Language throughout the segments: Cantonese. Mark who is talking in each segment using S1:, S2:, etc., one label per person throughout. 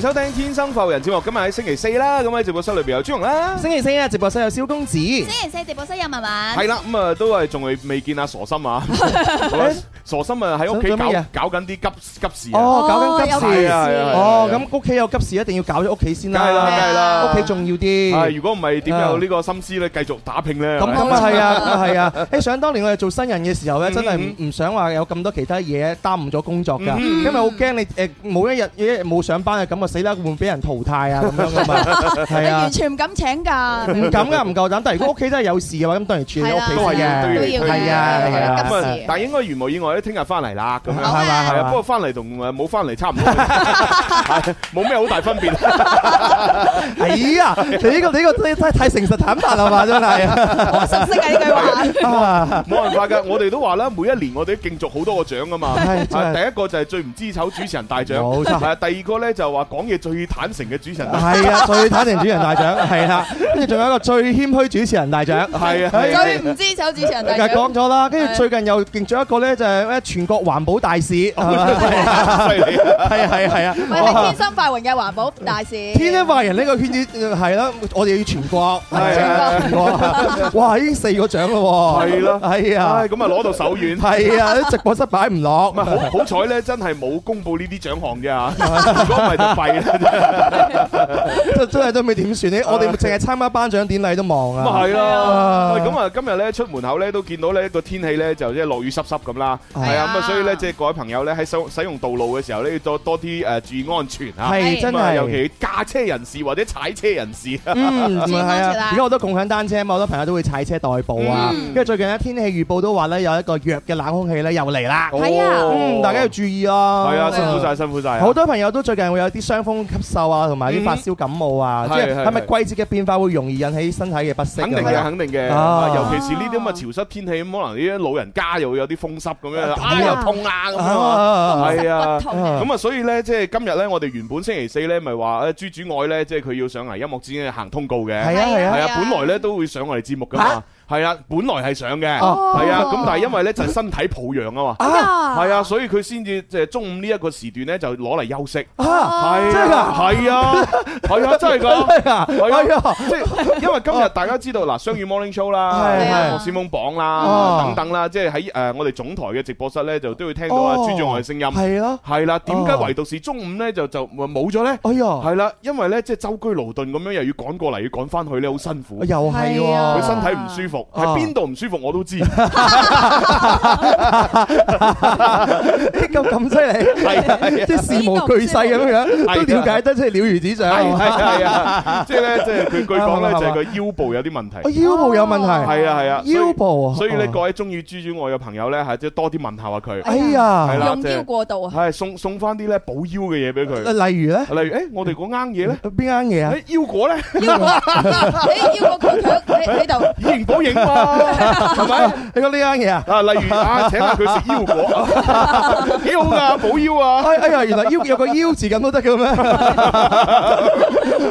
S1: 收聽《天生浮人》節目，今日喺星期四啦，咁喺直播室裏邊有朱紅啦，
S2: 星期四啊，直播室有蕭公子。
S3: 星期四直播室有文文，
S1: 係啦，咁啊都係仲未未見阿傻心啊，好啦傻心啊喺屋企
S2: 想做乜嘢
S1: 搞搞緊啲急急事啊，
S2: 哦，搞緊
S3: 有
S2: 急
S1: 係
S2: 事
S1: 啊係啊
S2: 啊！
S1: 係啊
S2: 哦，咁屋企有急事一定要搞咗屋企先啦，
S1: 梗係啦梗係啦
S2: 屋企重要
S1: 係
S2: 啲。
S1: 如果唔係點有呢個心思咧繼續打拼咧？
S2: 咁咁啊係啊，咁啊係啊！誒，想當年我哋做新人嘅時候咧，
S1: 嗯
S2: 真係唔唔想話有咁多其他嘢耽誤咗工作㗎，因為好驚你誒冇一日一日冇上班嘅感覺，死啦會唔會俾人淘汰啊咁樣㗎 嘛，
S3: 你
S2: 係啊
S3: 完。全唔敢請假，
S2: 唔敢噶，唔夠膽。但係如果屋企真係有事嘅話，咁當然處理喺屋企
S1: 都係
S2: 先
S3: 係
S1: 要
S3: 啦
S1: 都要
S3: 都
S2: 嘅，
S3: 要
S1: 推
S2: 係啊
S3: 嘅
S2: 係
S1: 咁
S2: 啊，
S3: 急
S1: 啊
S3: 事，
S1: 但係應該如無意外咧，聽日翻嚟啦，咁
S2: 係
S1: 樣
S3: 好啊
S2: 嘛
S1: 係
S2: 係
S1: 啊，不
S2: 嘛
S1: 過。翻嚟同誒冇翻嚟 差唔多，係冇咩好大分別。
S2: 哎 呀， 你呢個你呢個真係太誠實坦白啦嘛，真係。
S3: 我熟悉啊呢句話。
S2: 啊
S1: 冇辦法㗎，我哋都話啦，每一年我哋都競逐好多個獎㗎嘛。
S2: 係真
S1: 啊
S2: 係
S1: 第一個就係最唔知醜主持人大獎，
S2: 冇錯
S1: 係啊第二個咧就話講嘢最坦誠嘅主持人大獎。
S2: 係 啊，最坦誠主持人大獎係啦，跟住仲有一個最謙虛主持人大獎
S1: 係啊
S2: 哎
S3: 最唔知醜主持人大
S2: 就係
S3: 獎，
S2: 講咗啦，
S3: Ờ.
S2: 跟住最近又競咗一個咧，就係咩全國環保大使，係 嘛
S1: 犀利啊！
S2: 係啊係啊係啊
S3: 喂，係
S2: 哇
S3: 天生快活嘅環保大使，
S2: 天生化人呢個圈子係啦，我哋要全國，
S1: 係啊
S2: 全國，哇，已經四個獎咯喎，
S1: 係咯
S2: 係啊
S1: 唉，。咁啊攞到手軟。
S2: 係啊，啲直播室擺唔落，
S1: 唔係啊好好彩咧，真係冇公佈呢啲獎項啫嚇，如果唔係就弊啦。
S2: 真真係都未點算你，我哋淨係參加頒獎典禮都忙
S1: 咁啊
S2: 啊。
S1: 係
S2: 啊
S1: 啦，喂咁啊今日咧出門口咧都見到呢個天氣咧就即係落雨濕濕咁啦，
S2: 係
S1: 係啊咁啊
S3: 啊
S1: 所以咧即係各位朋友咧喺使使用道路嘅時候咧要多多啲誒注意安全啊。
S2: 係真
S1: 咁啊尤
S2: 係，
S1: 其駕車人士或者踩車人士。
S2: 嗯，
S3: 注意
S2: 係
S3: 安全
S2: 啊
S3: 啦！
S2: 而家好多共享單車嘛，好多朋友都會踩車代步啊。跟住最近咧天氣預報都話咧有一個弱嘅冷空氣咧又嚟啦，
S3: 係啊
S1: 哦
S2: 嗯，大家要注意啊。
S1: 係啊，辛苦晒，辛苦晒。
S2: 好多朋友都最近會有啲傷風咳嗽啊，同埋啲發燒感冒啊，
S1: 嗯
S2: 即係
S1: 係
S2: 係咪季節嘅變化會容易引起身體嘅不適啊？
S1: 肯定嘅，肯定嘅，
S2: 啊
S1: 尤 其是呢啲咁嘅潮濕天氣，咁可能呢啲老人家又會有啲風濕咁樣，啊又痛啊咁樣。
S2: 啊
S1: 係
S3: 實
S1: 啊
S3: 骨，痛
S2: 啊
S1: 咁啊，所以咧，即係今日咧，我哋原本星期四咧，咪話誒朱主愛咧，即係佢要上嚟音樂之星行通告嘅，
S2: 係啊係啊
S1: 係啊，本來咧都會上我哋節目噶嘛，係啊，本來係上嘅，
S2: 哦
S1: 係啊，咁但係因為咧就係身體抱恙啊嘛，
S3: 啊
S1: 係啊，，所以佢先至即係中午呢一個時段咧就攞嚟休息，
S2: 啊，
S1: 係
S2: 真係㗎
S1: 啊係啊，係 啊，真係㗎。
S2: 係啊，係啊，
S1: 即係因為今日大家知道嗱，雙語 Morning Show 啦，
S2: 哦係
S3: 係
S1: 何先鋒榜啦
S2: 哦
S1: 等等啦，即係喺誒我哋總台嘅直播室咧，就都會聽到啊
S2: 哦
S1: 朱仲外嘅聲音。
S2: 係咯，
S1: 係啦，點解
S2: 哦
S1: 唯獨是中午咧就就冇咗咧？
S2: 哎呀，
S1: 係啦，因為咧即係周居勞頓咁樣，又要趕過嚟，要趕翻去咧，好辛苦。
S2: 哎又係
S3: 係啊
S2: 喎
S1: 佢。身體唔舒服，
S2: 啊
S1: 喺邊度唔舒服我都知。
S2: 咁咁犀
S1: 係啊係
S2: 利，
S1: 啊
S2: 即係事無巨細咁樣，
S1: 係啊
S2: 都了解得即係了如指掌。
S1: 係係係啊， 即係咧，即係佢據講咧
S2: 啱啊
S1: 就係
S2: 啱
S1: 佢腰部有啲問題。à,
S2: 我腰部有問題，à?
S1: 係啊係啊，所以
S2: 腰部啊，
S1: 所以咧
S2: 哦
S1: 各位中意豬豬愛嘅朋友咧，係即係多啲問候下佢。
S2: 哎
S1: 係
S2: 呀，
S1: 啦
S3: 用腰過度啊，
S1: 系送送翻啲咧補腰嘅嘢俾佢，
S2: 例如咧
S1: 例如誒我哋嗰啱嘢咧，
S2: 邊間嘢啊？
S1: 誒腰果咧
S3: 腰過，你腰過佢佢你你度，
S1: 以形補影嘛，係咪？
S2: 你講呢間嘢啊？
S1: 啊，例如啊，請下佢食腰 果，幾好噶補腰啊！
S2: 哎哎呀，原來腰有個腰字咁都得嘅咩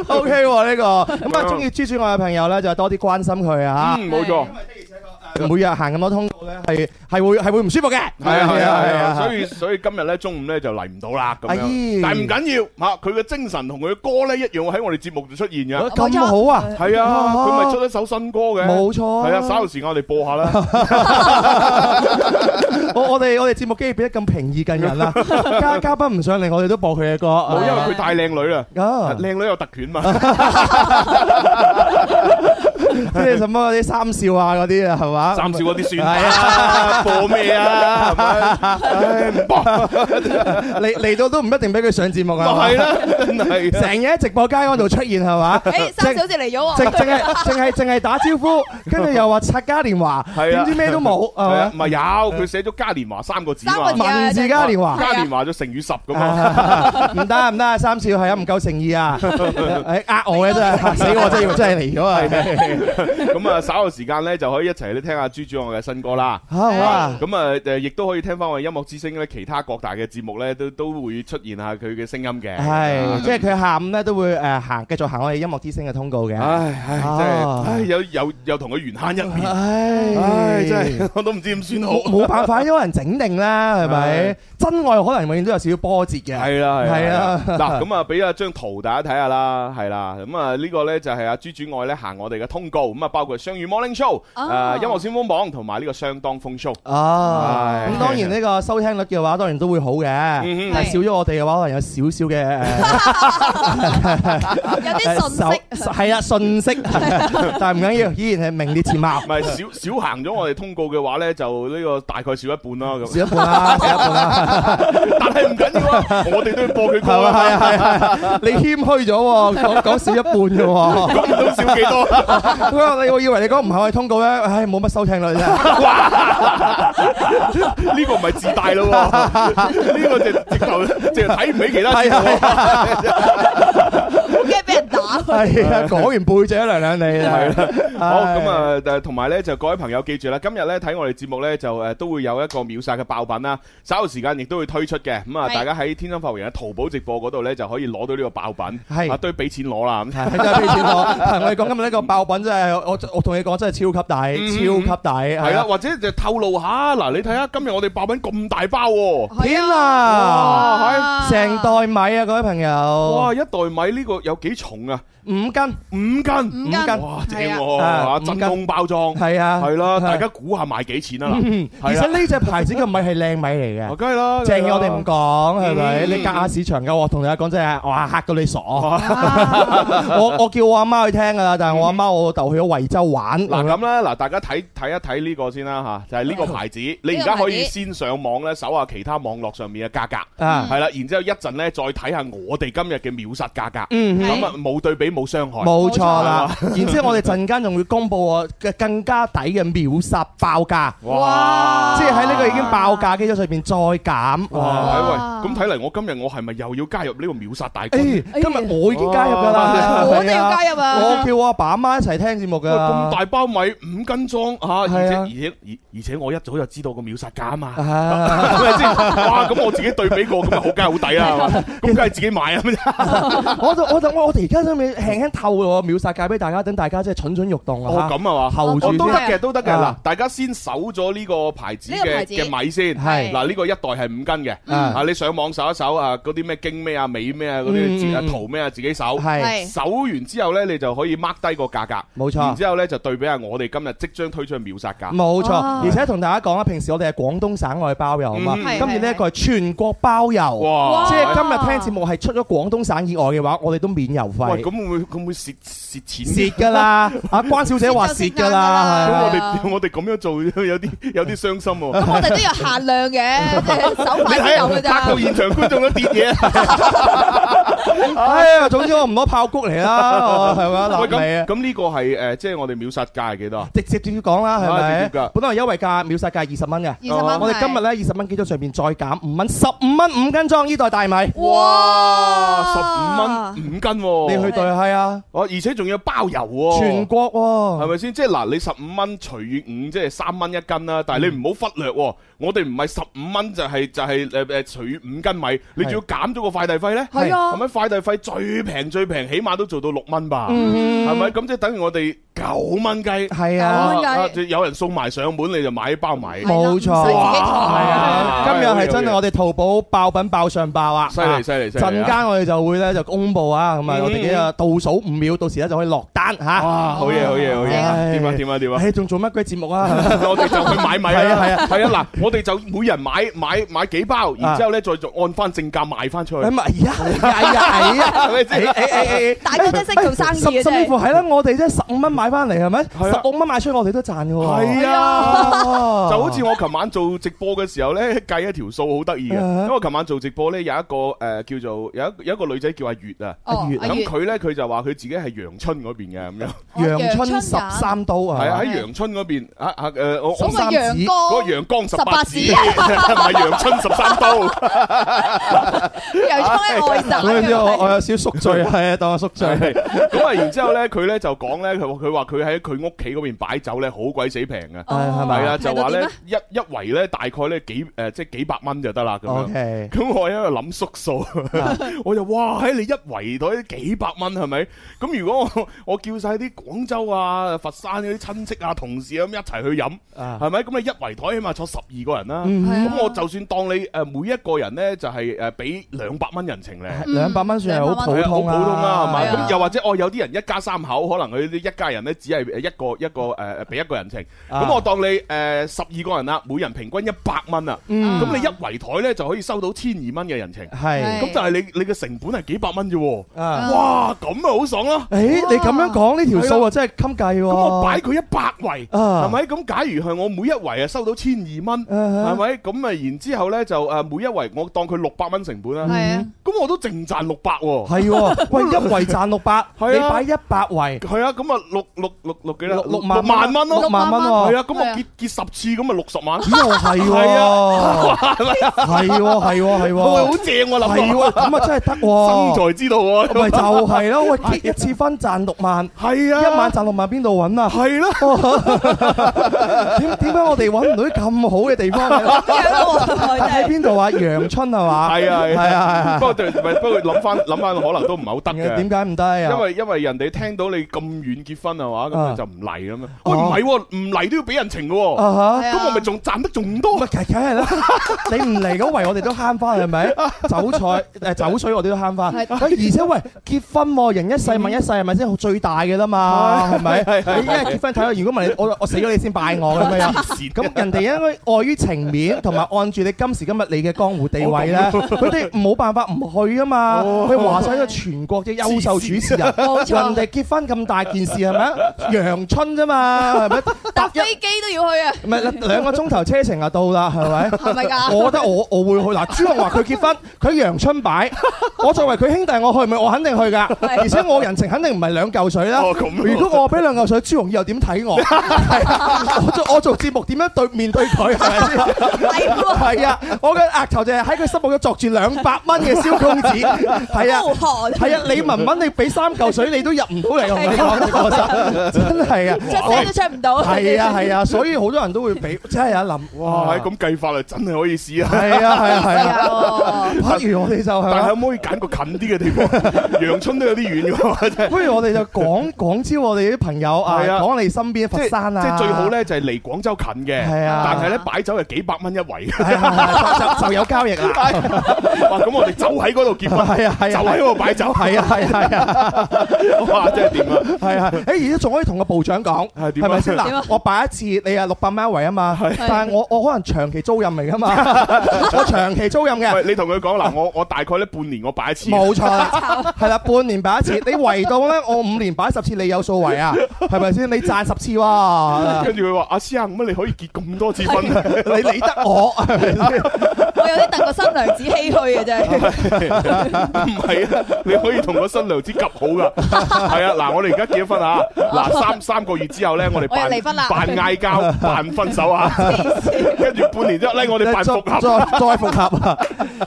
S2: ？O K 喎呢個，咁啊中意豬豬愛嘅朋友咧就多啲關心佢啊
S1: 嗯，冇錯，
S2: 嚇。每日行咁多通告咧，係係會係會唔舒服嘅。
S1: 係啊係啊係
S2: à.
S1: 啊，所以所以今日咧中午咧就嚟唔到啦咁
S2: 哎
S1: 樣，但係唔緊要嚇，佢嘅精神同佢嘅歌咧一樣喺我哋節目度出現嘅，
S2: 咁好啊，
S1: 係啊，
S2: 哦
S1: 佢咪出一首新歌嘅，
S2: 冇錯啊
S1: 係啊，稍後時間我哋播下啦，
S2: 我我哋我哋節目機變得咁平易近人 啦，嘉嘉賓唔上嚟，我哋都播佢嘅歌。
S1: 冇因為佢太靚女啦，
S2: 啊，
S1: 靚女有特權嘛，
S2: 即係什麼嗰啲三少啊嗰啲啊，係嘛？
S1: 暫時嗰啲算
S2: 係
S1: 啊，播咩 啊？係咪？唉，唔播。
S2: 嚟嚟到都唔一定俾佢上節目
S1: 就
S2: 啊，
S1: 係 啦，真係啊
S2: 成日喺直播間嗰度出現 係嘛？
S3: 誒三小姐嚟咗
S2: 淨
S3: 喎，
S2: 淨係淨係淨係打招呼，跟住又話拆嘉年華，
S1: 係啊
S2: 點知咩都冇 係
S1: 係啊
S2: 咪？
S1: 唔係有佢寫咗嘉年華三個字嘛
S3: 三個，字啊
S2: 文字嘉年華。
S1: 嘉年華就乘以十咁嘛。
S2: 啊 唔得唔 得，哎三少係啊，唔夠誠意啊！誒呃我嘅真係嚇死我，真係以為真係嚟咗啊！
S1: 咁啊，稍後時間咧就可以一齊咧聽下朱主我嘅新歌啦。
S2: 好啊，
S1: 咁啊誒，亦都可以聽翻我哋音樂之聲咧，其他各大嘅節目咧都都會出現下佢嘅聲音嘅。
S2: 係，即係佢下午咧都會誒行，繼續行我哋音樂之星嘅通告嘅。
S1: 唉唉，真係
S2: 啊
S1: 唉，有又又同佢緣慳一面，
S2: 唉
S1: 唉，真係 我都唔知點算好。
S2: 冇冇辦法，因為人整定啦，係
S1: 唉
S2: 咪？真愛可能永遠都有少少波折嘅。
S1: 係啦，係
S2: 係
S1: 啦
S2: 啊，
S1: 係啦嗱，咁啊，俾一張圖大家睇下啦，係啦，咁啊，呢個咧就係阿朱主愛咧行我哋嘅通告，咁啊，包括雙語 Morning Show、
S3: 哦
S1: 誒音樂先鋒榜同埋呢個相當風 show。
S2: 啊，
S1: 係
S2: 咁當然呢個收聽率嘅話，當然都會好嘅。
S1: 嗯
S2: 但係少咗我哋嘅話，可能有少少嘅誒
S3: 有啲信息。
S2: 手係啊 信息，但係唔緊要，依然係名列前茅
S1: 唔，係 少少行咗我哋通告嘅話咧，就呢個大概少一半啦咁。
S2: 少一半 啦，少一半啦。
S1: 但係唔緊要啊，我哋都要播佢歌
S2: 係嘛？
S1: 啊，
S2: 係啊係啊，你謙虛咗喎，講講少一半嘅喎。
S1: 咁都少幾多？
S2: 哇！你我以為你講唔係我哋通告咧，唉，冇乜收聽率啫。啊
S1: 呢個唔係自大咯喎，呢個就直頭直頭睇唔起其他節
S2: 係
S1: 目
S2: 啊
S1: 喎。
S3: 好驚俾人打。
S2: 係啊，講完背脊涼涼 你啊。
S1: 好咁啊！誒同埋咧就各位朋友記住啦，今日咧睇我哋節目咧就誒都會有一個秒殺嘅爆品啦，稍後時間亦都會推出嘅。咁啊，
S3: 係
S1: 大家喺天生發福人嘅淘寶直播嗰度咧就可以攞到呢個爆品，
S2: 係
S1: 啊都要俾錢攞啦。嗯咁
S2: 係真係 俾錢我，係我哋講今日呢個爆品真係，我我同你講真係超級抵，超級抵，
S1: 係
S2: 係啊
S1: 啦，。或者就透露下嗱，你睇下今日我哋爆品咁大包喎，
S2: 天
S1: 哇
S2: 啊！
S1: 哇
S2: 成袋米啊，各位朋友，
S1: 哇一袋米呢個有幾重啊？
S2: 五斤，
S1: 五斤，
S3: 五
S2: 五斤
S1: 哇正
S3: 係
S1: 喎，
S2: 啊
S1: 啊
S2: 五斤
S1: 真空包裝，
S2: 係啊，
S1: 係啦，大家
S2: 係
S1: 估下賣幾錢啊？
S2: 嗯
S1: 係啊
S2: 而且呢只牌子嘅米係靚米嚟嘅
S1: 嗱，。梗係啦，
S2: 正嘢我哋唔講係咪？
S1: 嗯
S2: 你隔下市場嘅，我同大家講真係，哇嚇到你傻！我我叫我阿媽去聽㗎啦，但係我阿媽我老豆去咗惠州玩。
S1: 嗱咁啦，嗱大家睇睇一睇呢個先啦吓，就係呢個牌子，你而家可以先上網咧搜下其他網絡上面嘅價格，
S2: 啊，
S1: 係啦，然之後一陣咧再睇下我哋今日嘅秒殺價格，
S2: 嗯
S3: 係
S2: 嗯，
S1: 咁啊冇對比冇傷害，
S2: 冇錯啦。然之後我哋陣間仲會公布我嘅更加抵嘅秒殺爆價，
S1: 哇！
S2: 即係喺呢個已經爆價基礎上面再減。哇！
S1: 哇！喂，咁睇嚟我今日我係咪又要加入呢個秒殺大軍？
S2: 哎誒，今日我已經加入㗎
S1: 哎哇
S2: 啦，
S3: 哎我都要
S2: 係啊。
S3: 加入啊
S2: 我！叫我阿爸阿媽一齊聽節目㗎
S1: 喂，咁
S2: 啦。
S1: 大包米五斤裝嚇，而且
S2: 係啊
S1: 而且而而且我一早就知道個秒殺價啊嘛。
S2: 啊
S1: 係咪先？哇！咁我自己對比過，咁咪好梗係好抵啦，係嘛？咁梗係自己買啊！
S2: 我就我就我我哋而家都未輕輕透露我秒殺價俾大家，等大家即係蠢蠢欲動
S1: 哦
S2: 啊！
S1: 咁啊嘛，
S2: 候
S1: 哦
S2: 住
S1: 都得
S2: 先，
S1: 嘅，都得嘅。嗱
S2: 啊，
S1: 大家先搜咗呢個牌子
S3: 呢個
S1: 嘅
S3: 牌子
S1: 嘅米先。
S2: 係
S1: 嗱，呢個一袋係五斤嘅。
S2: 啊
S1: 啊，你上網搜一搜啊，嗰啲咩經咩啊、美咩啊、嗰啲
S2: 嗯
S1: 字啊、
S2: 嗯
S1: 圖咩啊，自己搜。
S2: 係
S3: 係
S1: 搜完之後呢，你就可以 mark 低個價格。
S2: 冇
S1: 然
S2: 錯。
S1: 之後呢，就對比下我哋今日即將推出嘅秒殺價。
S2: 冇錯，
S3: 哦
S2: 而且同大家講啊，平時我哋係廣東省外包郵啊嘛，
S1: 嗯
S3: 係
S2: 今年呢一個係全國包郵，
S1: 哇！
S2: 即係今日聽節目係出咗廣東省以外嘅話，我哋都免郵
S1: 喂，咁會
S2: 費，
S1: 唔會咁會唔會蝕蝕錢㗎？
S2: 蝕㗎啦！阿關小姐話蝕㗎啦，
S1: 咁
S2: 係
S1: 我
S2: 啊
S3: 蝕
S1: 哋我哋咁樣做有啲有啲傷心喎。
S3: 咁我哋都有 限量嘅，即係手快先有㗎
S1: 拍
S3: 咋
S1: 到。現場觀眾都跌嘢。
S2: 哎呀，總之我唔攞炮谷嚟 啦，我係咪
S1: 喂，
S2: 嗱你
S1: 咁
S2: 啊？
S1: 咁呢個係誒，即係我哋秒殺價係幾多啊？
S2: 直接直接講啦，係
S1: 啊
S2: 咪
S1: 直接㗎？
S2: 本來優惠價秒殺價二十蚊嘅。哦
S3: 二十蚊，
S2: 我哋今日咧二十蚊基礎上面再減五蚊，十五蚊五斤裝呢袋大米，
S3: 係，哇，
S1: 啊十五蚊五斤喎，
S2: 啊你去對係啊，
S1: 哦，而且仲要包郵喎，
S2: 全國
S1: 係
S2: 喎，
S1: 咪先？即係嗱，你十五蚊除以五，即係三蚊一斤啦。
S2: 嗯
S1: 但係你唔好忽略喎，我哋唔係十五蚊就係就係誒誒除以五斤米，你仲要減咗個快遞費咧？
S3: 係
S1: 係
S3: 啊，
S1: 咪快遞費最平最平，起碼都做到六蚊吧？
S2: 嗯
S1: 係咪？咁即係等於我哋九蚊雞。
S2: 係
S1: 啊
S2: 啊，
S3: 九蚊雞
S1: 啊有人送埋上門，你就買一包米。
S3: 係啦
S2: 冇錯
S3: 唔使自己
S1: 哇
S3: 做
S2: 係啊，今日係真
S1: 好嘢好嘢
S2: 係我哋淘寶爆品爆上爆啊！
S1: 犀利犀利犀利啊！
S2: 陣間我哋就會咧就公佈啊，咁啊
S1: 嗯
S2: 我哋嘅倒數五秒，到時咧就可以落單嚇。
S1: 哇，好嘢好嘢好嘢！
S2: 唉
S1: 點啊點啊點啊！
S2: 唉，仲做乜鬼節目 啊？
S1: 我哋就去買米
S2: 係
S1: 啦，
S2: 啊係啊
S1: 係啊，嗱，我哋就每人買買買幾包，然之後咧再做按翻正價賣翻出去
S2: 哎，咪呀
S1: 係
S2: 呀呀呀！哎
S1: 咪先？
S2: 誒
S3: 大家真係識做生意嘅
S2: 甚至
S3: 真
S2: 乎
S3: 係。
S2: 係啦，我哋即係十五蚊買翻嚟係咪？
S1: 啊
S2: 十五蚊賣出去我哋都賺嘅
S3: 哎
S2: 喎。
S1: 係啊，
S2: 啊
S1: 就好似我琴晚做直播嘅時候咧，計一條數好得意嘅，
S2: 啊
S1: 因為我琴晚做直播咧有一個誒叫做有一有一個女仔叫阿月啊。
S2: 阿月
S3: 阿
S1: 咁佢咧，佢就話佢自己係陽春嗰邊嘅，嘅咁樣。
S2: 陽春
S3: 哦陽春
S2: 十三刀
S1: 係啊，
S2: 啊，
S1: 喺陽春嗰邊啊啊誒，我
S3: 所
S1: 我
S2: 謂
S3: 謂陽
S1: 嗰
S3: 光
S1: 個陽光十
S3: 十
S1: 八
S3: 八
S1: 指，
S3: 指
S1: 唔係陽春十三刀。哎
S3: 陽光喺
S2: 我有
S3: 外省
S2: 啲我哎我
S3: 嘅，
S2: 有少少宿醉，係啊，當我宿醉。
S1: 咁啊，然之後咧，佢咧就講咧，佢話佢話佢喺佢屋企嗰邊擺酒咧，好鬼死平嘅。
S3: 哦
S2: 係咪
S1: 係啊，
S3: 平
S1: 就
S3: 到
S1: 話
S3: 點
S1: 咧一一圍咧大概咧幾誒即係幾百蚊就得啦咁
S2: O
S1: 樣。
S2: K，
S1: 咁我喺度諗縮數，
S2: 啊
S1: 我就哇喺你一圍到幾百蚊係咪？咁如果我 我叫晒啲廣州啊、佛山嗰啲親戚啊、同事咁一齊去飲，
S2: 啊，
S1: 係咪？咁你一圍台起碼坐十二個人啦。
S2: 嗯
S3: 係啊
S1: 咁我就算當你誒每一個人咧就係誒俾兩百蚊人情咧。
S3: 嗯
S2: 兩百蚊算係好普
S1: 係啊，好
S2: 通
S1: 普通啦，係
S2: 啊，
S1: 嘛？
S3: 係啊
S1: 咁又或者哦我有啲人一家三口，可能佢啲一家人咧只係呃一個一個誒誒俾一個人情。
S2: 啊
S1: 咁我當你誒十二個人啦，每人平均一百蚊啊。
S2: 嗯
S1: 咁你一圍台咧就可以收到千二蚊嘅人情。
S2: 係
S1: 咁但係你你嘅成本係幾百蚊啫喎。
S2: 啊。
S1: 哇，咁咪好爽咯！
S2: 誒，你咁樣講呢條數啊，真係襟計喎。
S1: 咁我擺佢一百圍，
S2: 啊
S1: 係咪？咁假如係我每一圍啊收到千二蚊，係
S2: 啊
S1: 咪？咁啊然之後咧就誒每一圍我當佢六百蚊成本啦。
S3: 係啊，
S1: 咁我都淨賺六百喎。
S2: 係喎，喂，一圍賺六百，
S1: 係啊
S2: 你擺一百圍，
S1: 系啊，咁啊六六六六幾啦？
S2: 六六
S1: 六
S2: 萬
S1: 萬蚊
S2: 六
S1: 咯，
S2: 萬蚊
S1: 係
S2: 喎。
S1: 啊，咁我結結十次咁咪六十萬，
S2: 咦，哦又係
S1: 係啊
S2: 喎，係喎，係喎，係
S1: 喂，好
S2: 喎，
S1: 正我
S2: 係
S1: 諗
S2: 喎，咁啊真係得
S1: 到，
S2: 喎。
S1: 生在知道喎，啊
S2: 咪就係咯，喂，結一次婚賺六萬，
S1: 係啊，
S2: 一晚賺六萬邊度揾啊？
S1: 係啦，
S2: 點點解我哋揾唔到啲咁好嘅地方 嘅？
S3: 咁樣 喎真
S2: 喺
S3: 係
S2: 邊度啊？陽春係嘛？
S1: 係啊，
S2: 係啊係啊
S1: 不過對，唔係不過諗翻諗翻，可能都唔係好得嘅
S2: 點。解唔得啊？
S1: 因為因為人哋聽到你咁遠結婚係嘛，咁
S2: 啊
S1: 佢就唔嚟咁啊。喂，
S2: 哦
S1: 唔係喎，唔嚟都要俾人情嘅喎，
S2: 啊哈。
S1: 哦咁我咪仲賺得仲多
S2: 咪。梗梗係 啦，你唔嚟嗰圍我哋都慳翻係咪？酒菜誒酒水我哋都慳翻，喂
S3: 係
S2: 而且喂結婚喎，人一世物一世係咪先最大嘅啦嘛？係咪？你一係結婚睇下，如果唔係你我我死咗你先拜我咁樣。 咁人哋應該礙於情面，同埋按住你今時今日你嘅江湖地 位
S1: 哦
S2: 咧，佢哋冇辦法唔去啊嘛。佢話晒咗全國嘅優秀主持人，
S3: 冇錯
S2: 人哋結婚咁大件事 係咪？陽春啫嘛，係咪？
S3: 搭飛機都要去啊，
S2: 唔係兩個鐘頭車程就到啦，係咪？
S3: 係咪㗎？
S2: 我覺得我我會去嗱，朱紅話佢結婚，佢陽 春擺，我作為佢兄弟，我去咪我肯定去㗎，
S3: 係
S2: 而且我人情肯定唔係兩嚿水啦
S1: 哦咁。喎
S2: 如果我俾兩嚿水，朱紅以後點睇 我？係啊，我做我做節目點樣對面對佢係咪先？
S3: 係喎
S2: 係啊，我嘅額頭就係喺佢心目中作住兩百蚊嘅蕭公子，係啊。
S3: 孤寒，
S2: 係啊，李文文你俾三嚿水你都入唔到嚟，我同你講我真真係啊，
S3: 出聲都出唔到，
S2: 係啊係啊，所以好多人都會俾，真係啊阿林，
S1: 哇，咁計法啊，真係可以試啊！
S2: 係啊係啊係啊。
S3: 啊，
S2: 不如我哋就係
S1: 但係
S2: 嘛，
S1: 可唔可以揀個近啲嘅地方？ 陽春都有啲遠嘅喎，真係。
S2: 不如我哋就講 廣招我哋啲朋友啊，
S1: 係啊
S2: 講你身邊
S1: 即
S2: 佛山啊，
S1: 即係最好，咧就係離廣州近嘅，
S2: 係啊
S1: 但係咧擺酒係幾百蚊一圍，
S2: 係啊係啊就就有交易啦，
S1: 哇！咁我哋就喺嗰度結婚，
S2: 係啊係啊
S1: 就喺嗰度擺酒，
S2: 係啊係啊係啊
S1: 哇！真係點啊！
S2: 係啊，誒而家仲可以同個部長講，
S1: 係點啊
S2: 係咪先
S3: 點
S2: 嗱
S3: 啊？
S2: 我擺一次，你啊六百蚊一圍啊嘛，但係我我可能長期租賃嚟噶嘛， 啊我長期租賃嘅。
S1: 喂，你同佢講嗱，我我大概咧半年我擺一次，
S2: 冇錯啦，係啦，半年擺一次，你圍到咧，我五年擺十次，你有數圍啊，係咪先？你賺十次 喎，
S1: 跟住佢話：啊阿師兄，乜你可以結咁多次婚啊？
S2: 你理得我係咪先？
S3: 我有啲戥個新娘子唏噓嘅啫，
S1: 唔係啊，你可以同個新娘子夾好 噶。係啊，嗱，我哋而家結咗婚啊，嗱三三個月之後咧，我哋
S3: 我又
S1: 扮
S3: 離婚啦
S1: 扮嗌 交，扮分手啊，跟住半年之後咧，我哋扮
S2: 再
S1: 復合。
S2: 再再復合啊！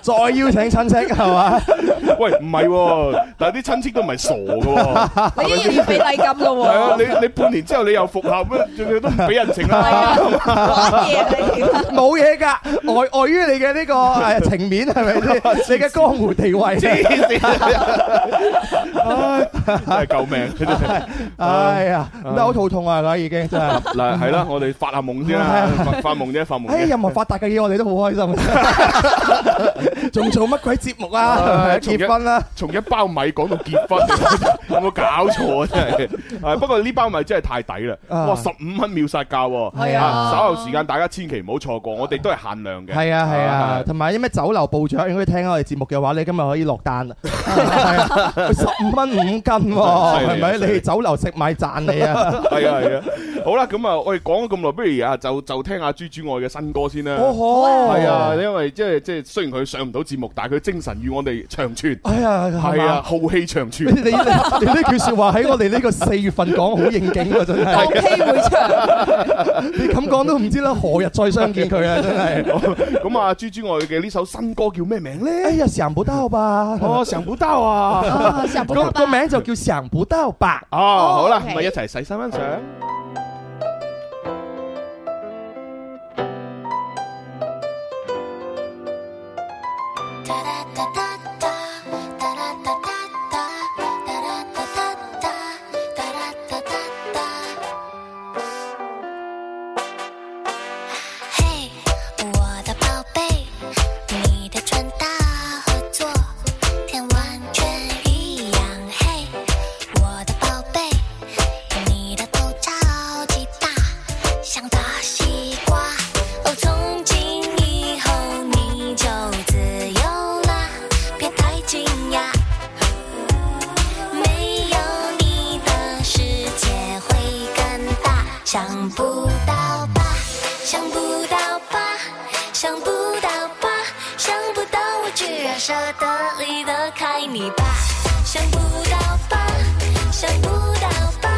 S2: 再邀請親戚係嘛？
S1: 喂，唔係喎，但係啲親戚都唔係傻嘅喎。
S3: 你一樣要俾禮金嘅
S1: 係啊，
S3: 喎，
S1: 你你半年之後你又復合，咁仲要都唔俾人情
S3: 係啊
S1: 啦。，
S3: 玩嘢你點啊？
S2: 冇嘢㗎，礙礙於你 嘅呢個誒情面係咪先？你嘅江湖地位，
S1: 黐線，唉真係救命！
S2: 哎呀，咁都好肚痛啊！而已經真係。
S1: 嗱，係啦，我哋發下夢先啦，發發夢啫，發夢
S2: 哎，
S1: 啫。
S2: 任何發達嘅嘢我哋都好開心，仲做乜鬼節目啊？係咪
S1: 從一
S2: 結婚啦，
S1: 從一包米講到結婚， 有冇搞錯啊？真係， 誒不過呢包米真係太抵啦！
S2: 啊
S1: 哇，十五蚊秒殺價喎！
S2: 係啊
S1: 稍後時間大家千祈唔好錯過，我哋都係限量嘅。
S2: 係啊係啊，同埋啲咩酒樓部長，如果你聽我哋節目嘅話，你今日可以落 單啦，係啊，十五蚊五斤喎，係咪？
S1: 犀利
S2: 你去酒樓食米賺你啊！
S1: à, 係啊係啊，好啦，咁啊，我哋講咗咁耐，不如啊，就就聽下朱朱愛嘅新歌先啦。
S2: 哦
S3: 好
S2: 呵，
S1: 係啊，，因為即係即係，雖然佢上唔到節目，但係佢精神與我哋長存。à,
S2: 哎呀，係
S1: 係啊，
S2: 啊。
S1: 浩氣長
S2: 你
S1: 存。
S2: 你你呢 句説話喺我哋呢個四月份講好應景喎，真係
S3: 當機會長，
S2: 你咁講都唔知啦，何日 再相見佢啊！真係，
S1: 咁啊，朱朱愛嘅呢首新歌叫咩名咧？
S2: 哎呀，想不到吧？
S1: 哦，想不到啊！
S3: 啊，想不
S2: 個
S3: 到
S2: 個
S3: 吧？
S2: 名就叫想不到吧？
S1: 哦，好啦，
S3: OK
S1: 咁啊一齊洗身温相。
S4: 嘿，我的宝贝，你的穿搭和昨天完全一样。嘿，我的宝贝，你的头超级大，像大西瓜。哦，从今以后你就自由啦，别太惊讶。没有你的世界会更大，想不到吧，想不到吧，想不到吧，想不到我居然舍得离得开你吧，想不到吧，想不到吧，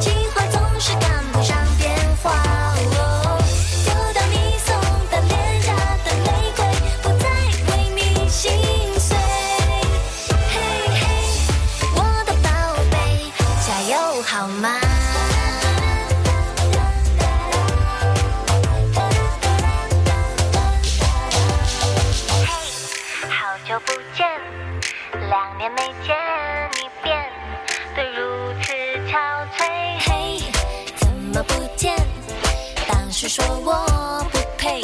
S4: 计划总是赶不上变化。哦丢掉你送的脸上的玫瑰，不再为你心碎。嘿嘿，我的宝贝，加油好吗？嘿，好久不见，两年没见你变得如此憔悴。嘿，怎么不见？当时说我不配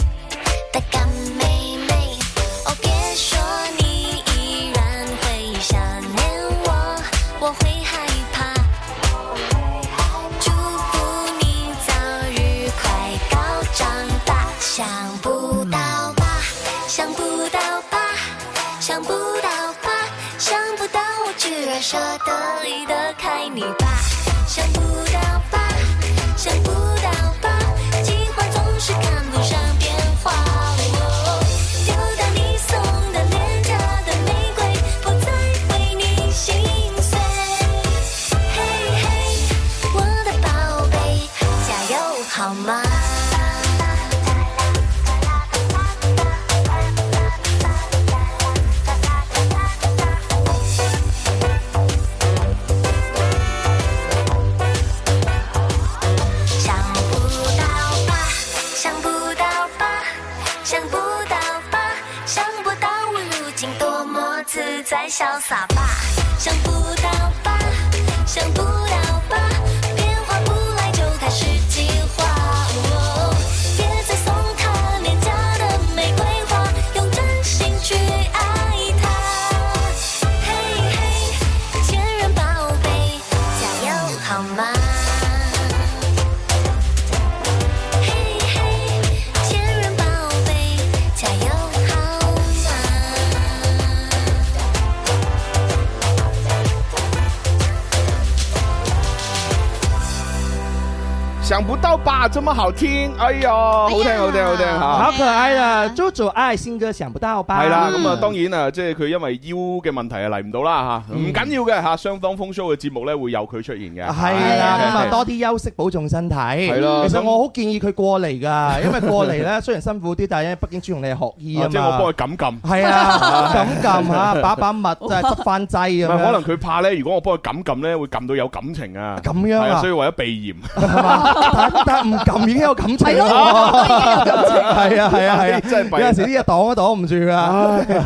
S4: 的干妹妹，哦，别说你依然会想念我，我会害怕。祝福你早日快高长大，想不到吧，想不到吧，想不到吧，想不到我居然舍得离得开你吧，想不到吧，想不到吧，计划总是赶不上变化。哦丢掉你送的廉价的玫瑰，不再为你心碎。嘿嘿，我的宝贝，加油好吗？想不到吧，想不到吧，想不到吧，想不到我如今多么自在潇洒吧，想不到吧，想不到吧，变化不来就开始计划。哦别再送他廉价的玫瑰花，用真心去爱他。嘿嘿，情人宝贝，加油好吗？嘿嘿，千人宝贝，加油好吗？
S1: 想不到吧，这么好聽，哎呀，好聽好聽好聽吓。
S2: 好可愛啊！JoJo 愛新歌想不到吧？
S1: 系啦，咁啊，當然啊，即係佢因為腰嘅問題啊嚟唔到啦吓，唔緊要嘅吓，相當風騷嘅節目咧會有佢出現嘅。
S2: 係啦，咁啊
S1: 係
S2: 多啲休息保重身體。係
S1: 咯
S2: 其實
S1: 咁
S2: 我好建議佢過嚟 㗎，因為過嚟咧雖然辛苦啲，但係因為畢竟朱紅你係學醫啊
S1: 啊
S2: 嘛。
S1: 即係我幫佢撳撳。
S2: 係啊，咁撳嚇，把把脈就係執翻劑
S1: 唔
S2: 咁啊
S1: 係
S2: 樣
S1: 可能佢怕咧，如果我幫佢撳撳咧，會撳到有感情啊。
S2: 咁樣
S1: 係
S2: 啊
S1: 所以為咗避嫌，
S2: 係嘛？但但唔撳已經有感情
S3: 係
S2: 啦
S3: 咯
S2: 喎。係啊係啊係啊，
S1: 真係弊
S2: 有陣時啲嘢擋都擋唔住啊㗎。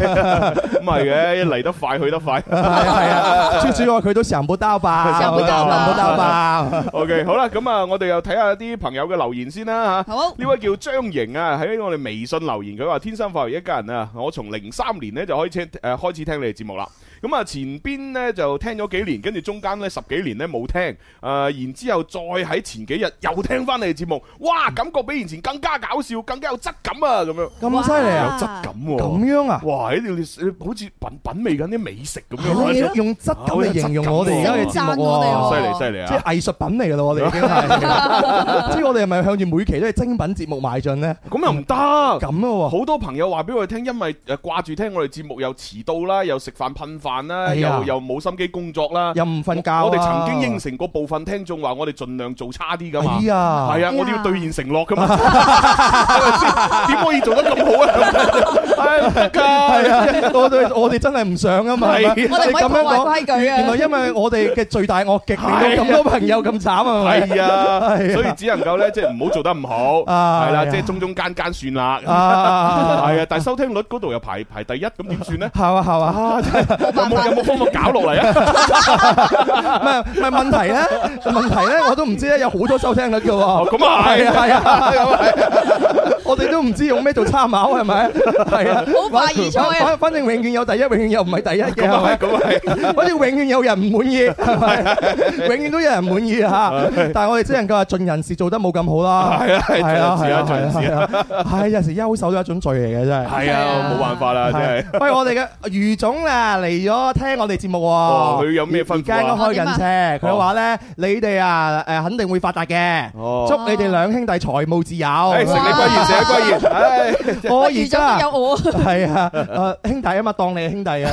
S1: 咁係嘅，嚟得快去得快。
S2: 係係 啊，最主要佢都想不到 吧？
S3: 想不到吧
S2: 想不到吧？
S1: OK，好啦，咁啊，我哋又睇下啲朋友嘅留言先啦吓。
S3: 好
S1: 呢位叫張瑩啊，喺我哋微信留言，佢話：天生快活人一家人啊，我從零三年呢就開始誒開始聽你哋節目啦。咁咁啊前邊呢就聽咗幾年，跟住中間呢十幾年呢冇聽，誒、然之後再喺前幾日又聽翻你哋節目，哇，感覺比以前更加搞笑，更加有質感啊，咁樣。
S2: 咁犀利
S1: 有
S2: 啊！
S1: 質感喎、
S2: 咁樣啊？
S1: 哇！你你你好似品品味緊啲美食咁
S2: 用
S1: 樣，
S2: 啊用質感嚟形容我哋而家嘅節目
S1: 哇
S2: 喎，
S1: 犀利犀利
S2: 即係
S1: 啊！
S2: 藝術品嚟噶啦，我哋已 經係。即係我哋係咪向住每期都係精品節目邁進咧？
S1: 咁又唔得。
S2: 咁咯喎，
S1: 好多朋友話俾我哋聽，因為誒呃掛住聽我哋節目，又遲到啦，又食飯噴飯啦，
S2: 哎呀
S1: 又又冇心機工作啦。
S2: 又唔瞓覺啊
S1: 我我哋曾經應承過部分聽眾話，我哋盡量做差啲噶嘛。
S2: 哎
S1: 係
S2: 呀
S1: 啊，我
S3: 呀
S1: 哋要兌現承諾 噶嘛。係咪先點可以做得咁好啊？唉，唔得
S2: 係
S1: 㗎。
S2: 啊，我哋我哋真係唔想啊嘛，係咪
S1: 係
S3: 我哋唔可以
S2: 你咁樣
S3: 破
S2: 講
S3: 壞規矩啊
S2: 原來因為我哋嘅最大惡 極，令
S1: 係啊
S2: 到咁多朋友咁慘啊，係咪？
S1: 係啊，
S2: 係啊
S1: 所以只能夠咧，即係唔好做得咁好，
S2: 啊
S1: 係啦，
S2: 係啊
S1: 即係中中間間算啦。
S2: 啊，？
S1: 系啊，但系收聽率嗰度又排排第一，咁點算咧
S2: 係嘛係嘛，
S1: 啊，真係有冇有冇方法搞落嚟啊？
S2: 唔係唔係問題咧，問題咧我都唔知咧，有好多收聽率嘅
S1: 哦，
S2: 喎。
S1: 咁啊
S2: 係啊
S1: 係，
S2: 係啊，我哋都唔知用咩做參考係咪？係啊，
S3: 好快二賽啊！
S2: 反反正永遠有第一，永遠又唔係第一
S1: 咁
S2: 嘅，係
S1: 啊係，
S2: 咪？
S1: 咁啊係，
S2: 好似永遠有人唔滿意，係咪？永遠都有人滿意嚇。但係我哋只能夠話盡人事做得冇咁好啦。
S1: 係啊係盡人事啊盡人事
S2: 啊，係啊係有時優秀都係一種罪嚟嘅真係。
S1: 係啊，冇辦法啦，真係。
S2: 係喂，我哋嘅余總啊嚟咗聽我哋節目
S1: 哦
S2: 喎。
S1: 佢有咩吩咐啊
S2: 而家應該開緊車，佢話咧你哋啊誒肯定會發達嘅，
S1: 哦
S2: 祝你哋兩兄弟財務自由。
S1: 诶，食你歸言，食你歸言，唉，
S2: 我
S3: 我
S2: 而
S3: 預
S2: 家
S3: 咗有我，
S2: 係啊，誒兄弟啊嘛， 當你係兄弟啊！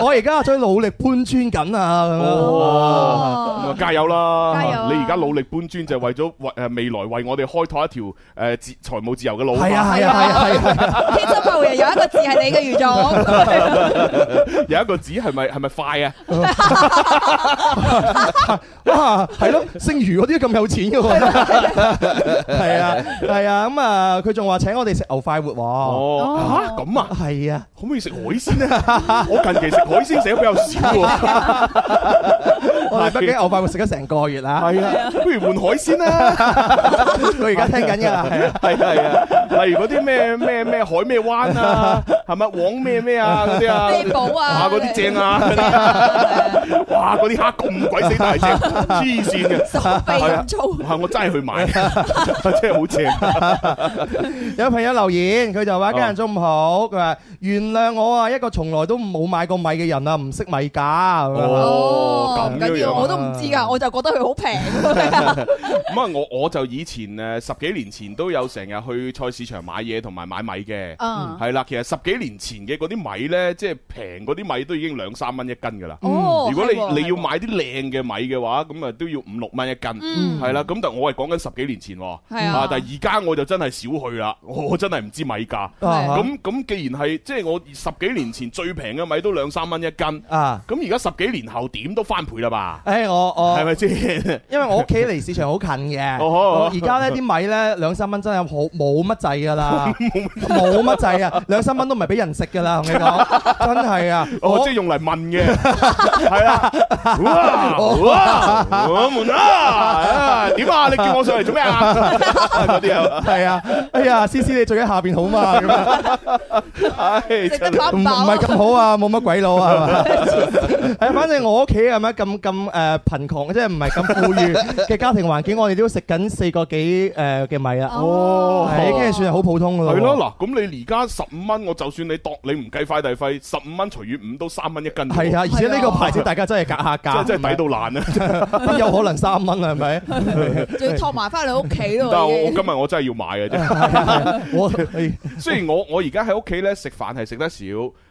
S2: 我而家最努力搬磚緊啊！咁樣
S1: 哦咁啊加油啦！
S3: 加油啊
S1: 你而家努力搬磚就係為咗為诶未來為我哋開拓一條诶自財務自由嘅路。
S2: 係啊，係啊，係啊，係啊！
S3: 天生後人有一個字係你嘅預咗，
S1: 有一個字係咪係咪快啊？
S2: 哇，係咯，姓余嗰啲咁有錢嘅喎， 係啊，係啊，咁啊，佢仲話請我哋食牛快活喎，
S1: 哦，吓咁啊！
S2: 係啊，
S1: 可唔可以食海鮮啊？我近期食海鮮食得比較少喎。
S2: 我哋北京牛快活食咗成個月啦，
S1: 係啊， 不如換海鮮啦。
S2: 佢而家聽緊㗎啦，係啊。
S1: 係啊係啊，例如嗰啲咩咩咩海咩灣啊，係咪黃咩咩啊嗰啲啊？
S3: 咩寶啊
S1: 嗰啲正啊！嗰啲啊哇，嗰啲蝦咁鬼死大隻，黐線嘅。
S3: 手臂咁粗，
S1: 係我真係去買，真係好正。
S2: 有朋友留言，佢
S1: 哦
S2: 就話：家人中午好，佢話原諒我啊，一個從來都冇買過米嘅人啊，唔識米價咁樣
S1: 哦，
S2: Ờ,
S3: 唔
S1: 咁
S3: 緊
S1: 樣
S3: 要，
S1: 啊
S3: 我都唔知㗎，我就覺得佢好平，
S1: 咁啊，我我就以前誒十幾年前都有成日去菜市場買嘢同埋買米嘅。
S3: 嗯，
S1: 係啦，其實十幾年前嘅嗰啲米呢，即係平嗰啲米都已經兩三蚊一斤㗎啦。
S3: 哦，
S1: 如果你
S3: 係喎
S1: 你要買啲靚嘅米嘅話，咁啊都要五六蚊一斤，係啦。咁但我係講緊十幾年前喎，
S3: 嗯係啊
S1: 但係而家我就真係少去啦， 我真係唔知米價。
S2: 啊
S1: 咁咁既然係即係我十幾年前最平嘅米都兩三蚊一斤，咁
S2: 啊！
S1: 而家十幾年後點都翻倍啦吧？
S2: 誒哎我
S1: 係
S2: 我，
S1: 咪先？
S2: 因為我屋企離市場好近嘅，
S1: 哦好
S2: 我而家呢啲米呢，兩三蚊真係好冇乜滯 㗎啦，冇乜滯啊，兩三蚊都唔係俾人食㗎啦，同你 講，真係啊！
S1: 哦，
S2: 我
S1: 即係用嚟問嘅，係啦，哇哇，我們啊，啊點啊？你叫我上嚟做咩 啊？嗰啲啊，
S2: 係啊，哎呀，思思你最喺下邊好 嘛？咁樣
S1: 唉，
S3: 食
S1: 真
S3: 得
S1: 係
S3: 飽
S2: 唔唔
S3: 唔
S2: 係
S3: 飽啊？
S2: 咁好啊，冇乜鬼佬 啊，係啊，反正我屋企係咪咁咁誒貧窮，即係唔係咁 富裕嘅家庭環境，我哋都食緊四個幾誒嘅米啦，
S1: 哦
S2: 係已經係算係好普通㗎咯。
S1: 係咯，嗱，咁你而家十五蚊，我就算你當你唔計快遞費，十五蚊除以五都三蚊一斤啫喎。
S2: 係啊，而且呢個牌子
S1: 係啊
S2: 大家真係格下價，
S1: 真真係抵到爛啊！
S2: 到，有可能三蚊啦，係咪？
S3: 仲要托埋翻你屋企 咯，
S1: 但係我
S3: 已
S1: 我
S3: 經
S1: 今日我真係要買嘅啫。
S2: 我
S1: 雖然我我而家喺屋企咧食飯係食得少，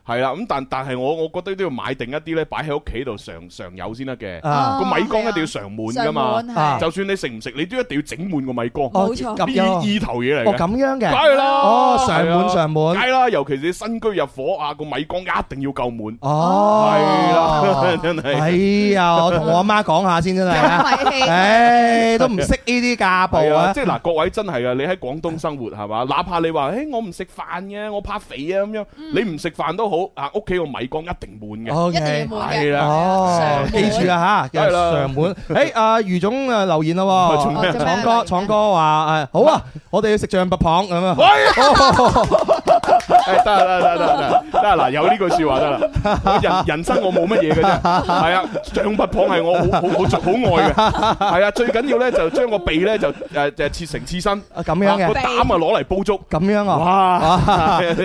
S1: 係啦咁，但但係我我覺得都要買定一啲咧擺喺屋企度常常有先得嘅。
S2: 啊
S1: 個米缸一定要
S3: 上
S1: 常滿㗎嘛。
S3: 門
S2: 啊
S3: 係
S1: 就算你食唔食，你都一定要整滿個米缸。
S2: 哦
S3: 冇錯
S2: 咁
S1: 呢
S2: 樣，
S1: 意頭嘢
S2: 哦
S1: 嚟嘅，
S2: 咁
S1: 梗
S2: 樣嘅，
S1: 係啦。
S2: 哦上滿上
S1: 係啊
S2: 滿，
S1: 梗係啦，尤其是新居入伙啊，個米缸一定要夠滿。
S2: 哦
S1: 係啦真 係
S2: 哎呀，我同我阿媽講下先真係啊，
S3: 有米氣。
S2: 唉，都唔識呢啲家暴
S1: 係啊，
S2: 啊
S1: 即。係嗱，各位真係啊，你喺廣東生活係嘛？哪怕你話，誒我唔食飯嘅，我怕肥啊咁樣，你唔食飯都好，好啊，屋企個米缸一定滿嘅，
S2: O
S3: 一定
S2: K，
S3: 要滿
S1: 係
S3: 嘅。
S1: 啦
S2: 哦，
S3: 上
S2: 記
S3: 門
S2: 住啦吓，
S1: 係
S2: 又
S1: 啦
S2: 上門。誒，阿余總誒留言啦喎，
S1: 做
S3: 咩
S2: 闖哥，闖哥話誒 好啊，我哋要食象拔蚌咁 啊。
S1: 誒得啦得啦得啦得啦，嗱有呢句説話得啦。我人人生我冇乜嘢嘅啫，係啊，象拔蚌係我好好好好愛嘅，係啊，最緊要咧就將個鼻咧就誒誒切成刺身，
S2: 啊咁樣
S1: 啊個
S2: 嘅，
S1: 膽 啊攞嚟煲粥，
S2: 咁樣 啊，
S1: 哇，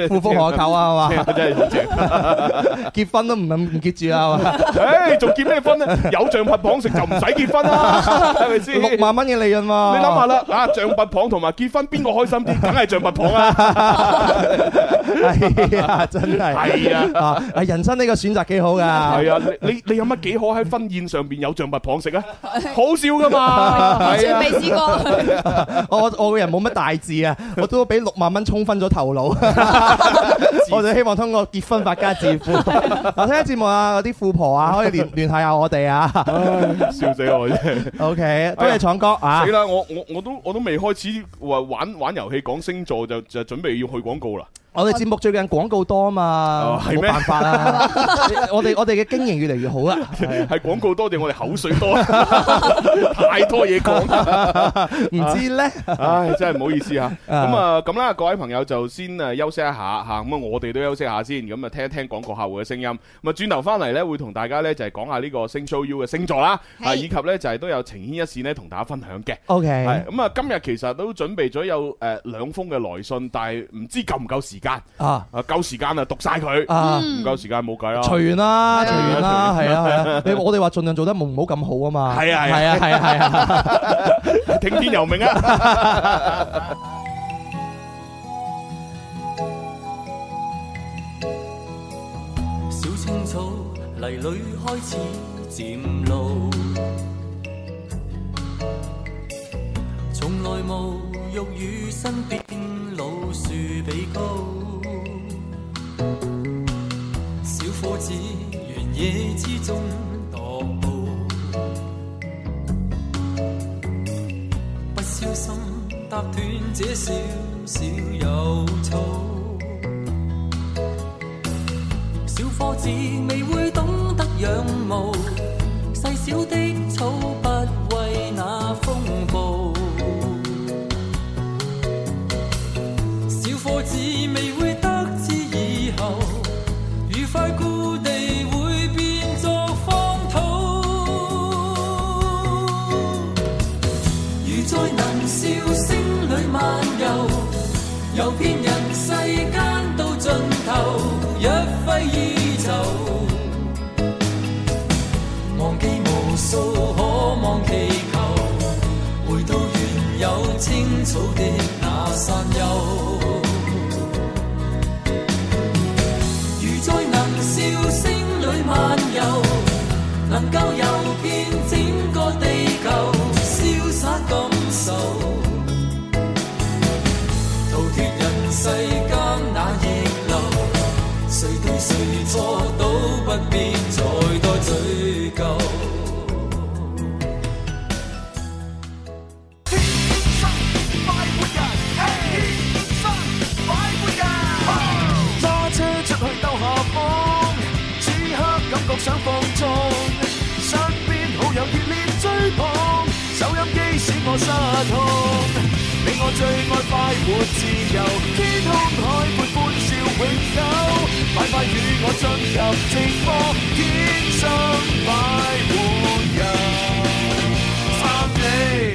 S2: 夫復何求啊，係嘛？
S1: 真係好正！
S2: 結婚都唔唔結住啊，係嘛？
S1: 誒仲結咩婚咧？有象拔蚌食就唔使結婚啦，係咪先？
S2: 六萬蚊嘅利潤喎，
S1: 你諗下啦，啊象拔蚌同埋結婚邊個開心啲？梗係象拔蚌啊啦。
S2: 係啊，真係
S1: 係啊
S2: 啊，係人生呢個選擇幾好
S1: 係
S2: 㗎，
S1: 啊，你你你有乜幾可喺婚宴上邊有象拔蚌食 啊？好少噶嘛，
S3: 完
S1: 係
S3: 全
S1: 啊
S3: 未。試 過，
S2: 我我個人冇乜大志啊，我都俾六萬蚊沖昏咗 頭腦，我就希望通過結婚發家 致富。嗱，聽下節目啊，嗰啲富婆啊，可以聯聯繫下我哋啊。
S1: 笑死我啫！
S2: OK，多謝闖哥啊
S1: 死，啦，我我我都我都未開始話玩玩遊戲講星座就就準備要去廣告啦。
S2: 我哋節目最近廣告多啊嘛，
S1: 哦係
S2: 冇
S1: 咩
S2: 辦法 啦。我哋我哋嘅經營越嚟越好啦。係啊
S1: 係廣告多定我哋口水 多？ 太多嘢講，
S2: 唔知咧，
S1: 唉，真係唔好意思吓。
S2: 啊
S1: 咁啊咁啦，各位朋友就先誒休息一下吓，咁啊我哋都休息下先，咁啊聽一聽廣告客戶嘅聲音。咁啊轉頭翻嚟咧，會同大家咧就係講下呢個星 show U 嘅星座啦，
S3: 係
S1: 啊以及咧就係都有情牽一線咧同大家分享嘅。
S2: OK，
S1: 系咁啊！今日其實都準備咗有诶两封嘅來信，但係唔知夠唔夠時間
S2: 啊
S1: 啊？夠時間啊，讀晒佢；
S2: 啊，
S1: 唔夠時間冇計啦。
S2: 隨緣啦，
S3: 係啊
S2: 隨緣啦，係啊係 啊，你我哋話盡量做得冇唔好咁好啊嘛，
S1: 係啊
S2: 係
S1: 係
S2: 啊係啊係啊，
S1: 聽天由命啊！
S5: 小清早泥裏開始漸露，從來無欲與身邊老樹比高。小伙子原野之中踱步，不小心踏斷這小小幼草。小伙子未會懂得仰慕，細小的草不為那風暴。小伙子未會得知以後，愉快故地會變作荒土。如在能笑聲裏漫遊，遊遍人世間到盡頭，一揮衣袖，忘記無數可望祈求，回到原有青草的那山丘。如在能笑聲裏漫遊，能夠遊遍整個地球，瀟灑感受，逃脱人世間那逆流，誰對誰錯都不必再多追究。
S6: 揸車出去兜下風，此刻感覺想放縱，身邊好友熱烈追捧，收音機使我失控。你我最愛快活自由，天空海闊歡笑永久，快快與我進入直播，天生快活 人，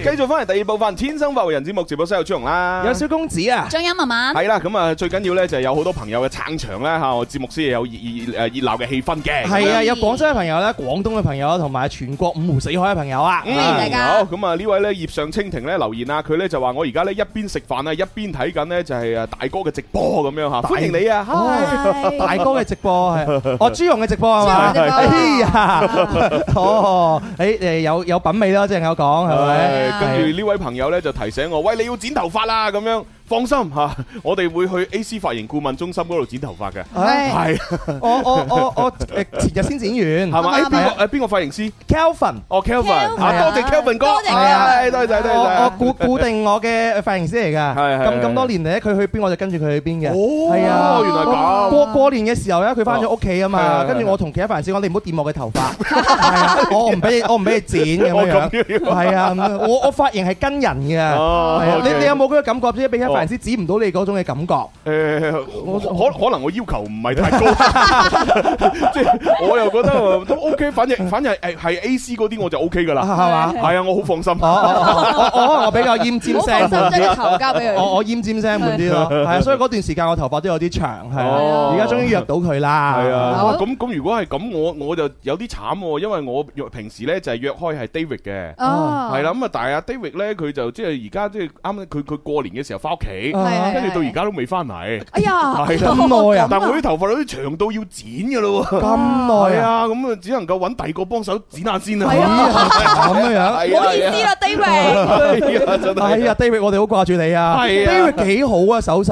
S1: 繼續翻嚟第二部分《天生發為人》節目直播室有朱容啦。
S2: 有小公子啊，
S3: 張欣文文，
S1: 係啦，咁啊最緊要咧就係有好多朋友嘅撐場啦吓，我節目先有熱熱诶热闹嘅氣氛嘅。
S2: 係啊，有廣州嘅朋友咧，廣東嘅朋友啊，同埋全國五湖四海嘅朋友啊，
S1: 嗯
S3: 歡迎大家
S1: 好，咁啊呢位咧葉上蜻蜓咧留言啊，佢咧就話我而家咧一邊食飯啊，一邊睇緊咧就係啊大哥嘅直播咁樣吓，歡迎你啊！
S2: 哦大哥嘅直播 係，哦朱紅嘅直播係嘛？
S3: 朱紅嘅直播
S2: 哎呀， 哦，誒誒有有品味咯，即係我講係咪？啊
S1: 唉跟住呢位朋友咧就提醒我，喂，你要剪頭髮啦咁樣。放心吓， 我哋會去 A C 髮型顧問中心嗰度剪頭髮嘅，
S3: 係
S1: 係
S2: 我我我我誒前日先剪
S1: 係
S2: 完
S1: 嘛？誒
S3: 啱
S1: 邊
S2: 啱
S1: 個誒邊個髮型師？
S2: ，Calvin
S1: 哦 Kelvin，
S3: Kelvin
S1: 啊多謝 Kelvin 哥，
S3: 多謝 Kelvin
S2: 啊
S1: 係多謝多謝
S2: 我
S1: 多
S2: 我
S1: 謝。
S2: 固固定我嘅髮型師嚟㗎，
S1: 係係
S2: 咁咁
S1: 係
S2: 多年嚟，佢去邊我就跟住佢去邊嘅，
S1: 哦
S2: 係啊，
S1: 原來咁
S2: 過過年嘅時候咧，佢翻咗屋企啊
S1: 哦
S2: 嘛，
S1: 係係
S2: 跟住我同其他髮型師講：你唔好掂我嘅頭髮，係啊，我唔俾你我唔俾你剪 咁
S1: 哦
S2: 樣
S1: 咁樣
S2: 樣，係啊，咁我我髮型係跟人嘅，
S1: 哦
S2: 係啊，你
S1: OK
S2: 你有冇嗰個感覺啫？俾其他髮型師剪唔到你嗰種嘅感覺，
S1: 哦誒，可可能我要求唔係 太高，即係我又覺得呃都 OK，反正反正係係 A C 嗰啲我就 OK 噶啦。
S2: 係嘛？哦
S1: 係啊，我好放心。
S2: 我我我我可哦能我比較奄尖
S3: 好放
S2: 聲
S3: 心將
S2: 門啲
S3: 個。頭交俾
S2: 我
S3: 佢。
S2: 我奄尖聲門啲咯，係啊，所以嗰段時間我頭髮都有啲長，係
S1: 哦
S2: 啊，而家終於約到佢啦，
S1: 係啊，哇
S3: 好
S1: 咁咁如果係咁，我我就有啲慘喎，因為我約平時咧就係約開係 David 嘅。
S3: 哦
S1: 係啦，，咁啊，但係阿 David 咧，佢就即係而家即係啱啱佢佢過年嘅時候翻屋企，
S2: 啊
S3: 係
S1: 跟住到而。家都未翻嚟。
S3: 哎呀，
S1: 係
S2: 啊咁耐啊
S1: 但我啲頭髮都長到要剪噶咯喎。
S2: 咁
S1: 係
S2: 耐啊！
S1: 啊，咁啊，只能夠揾第二個幫手剪下先啦。
S3: 係啊
S2: 咁樣，
S1: 係
S3: 唔
S1: 啊
S3: 好意思啦，David。
S1: 係啊，真係。
S2: 哎呀，David，我哋好掛住你啊
S1: 係啊
S2: ！David 幾好啊，手勢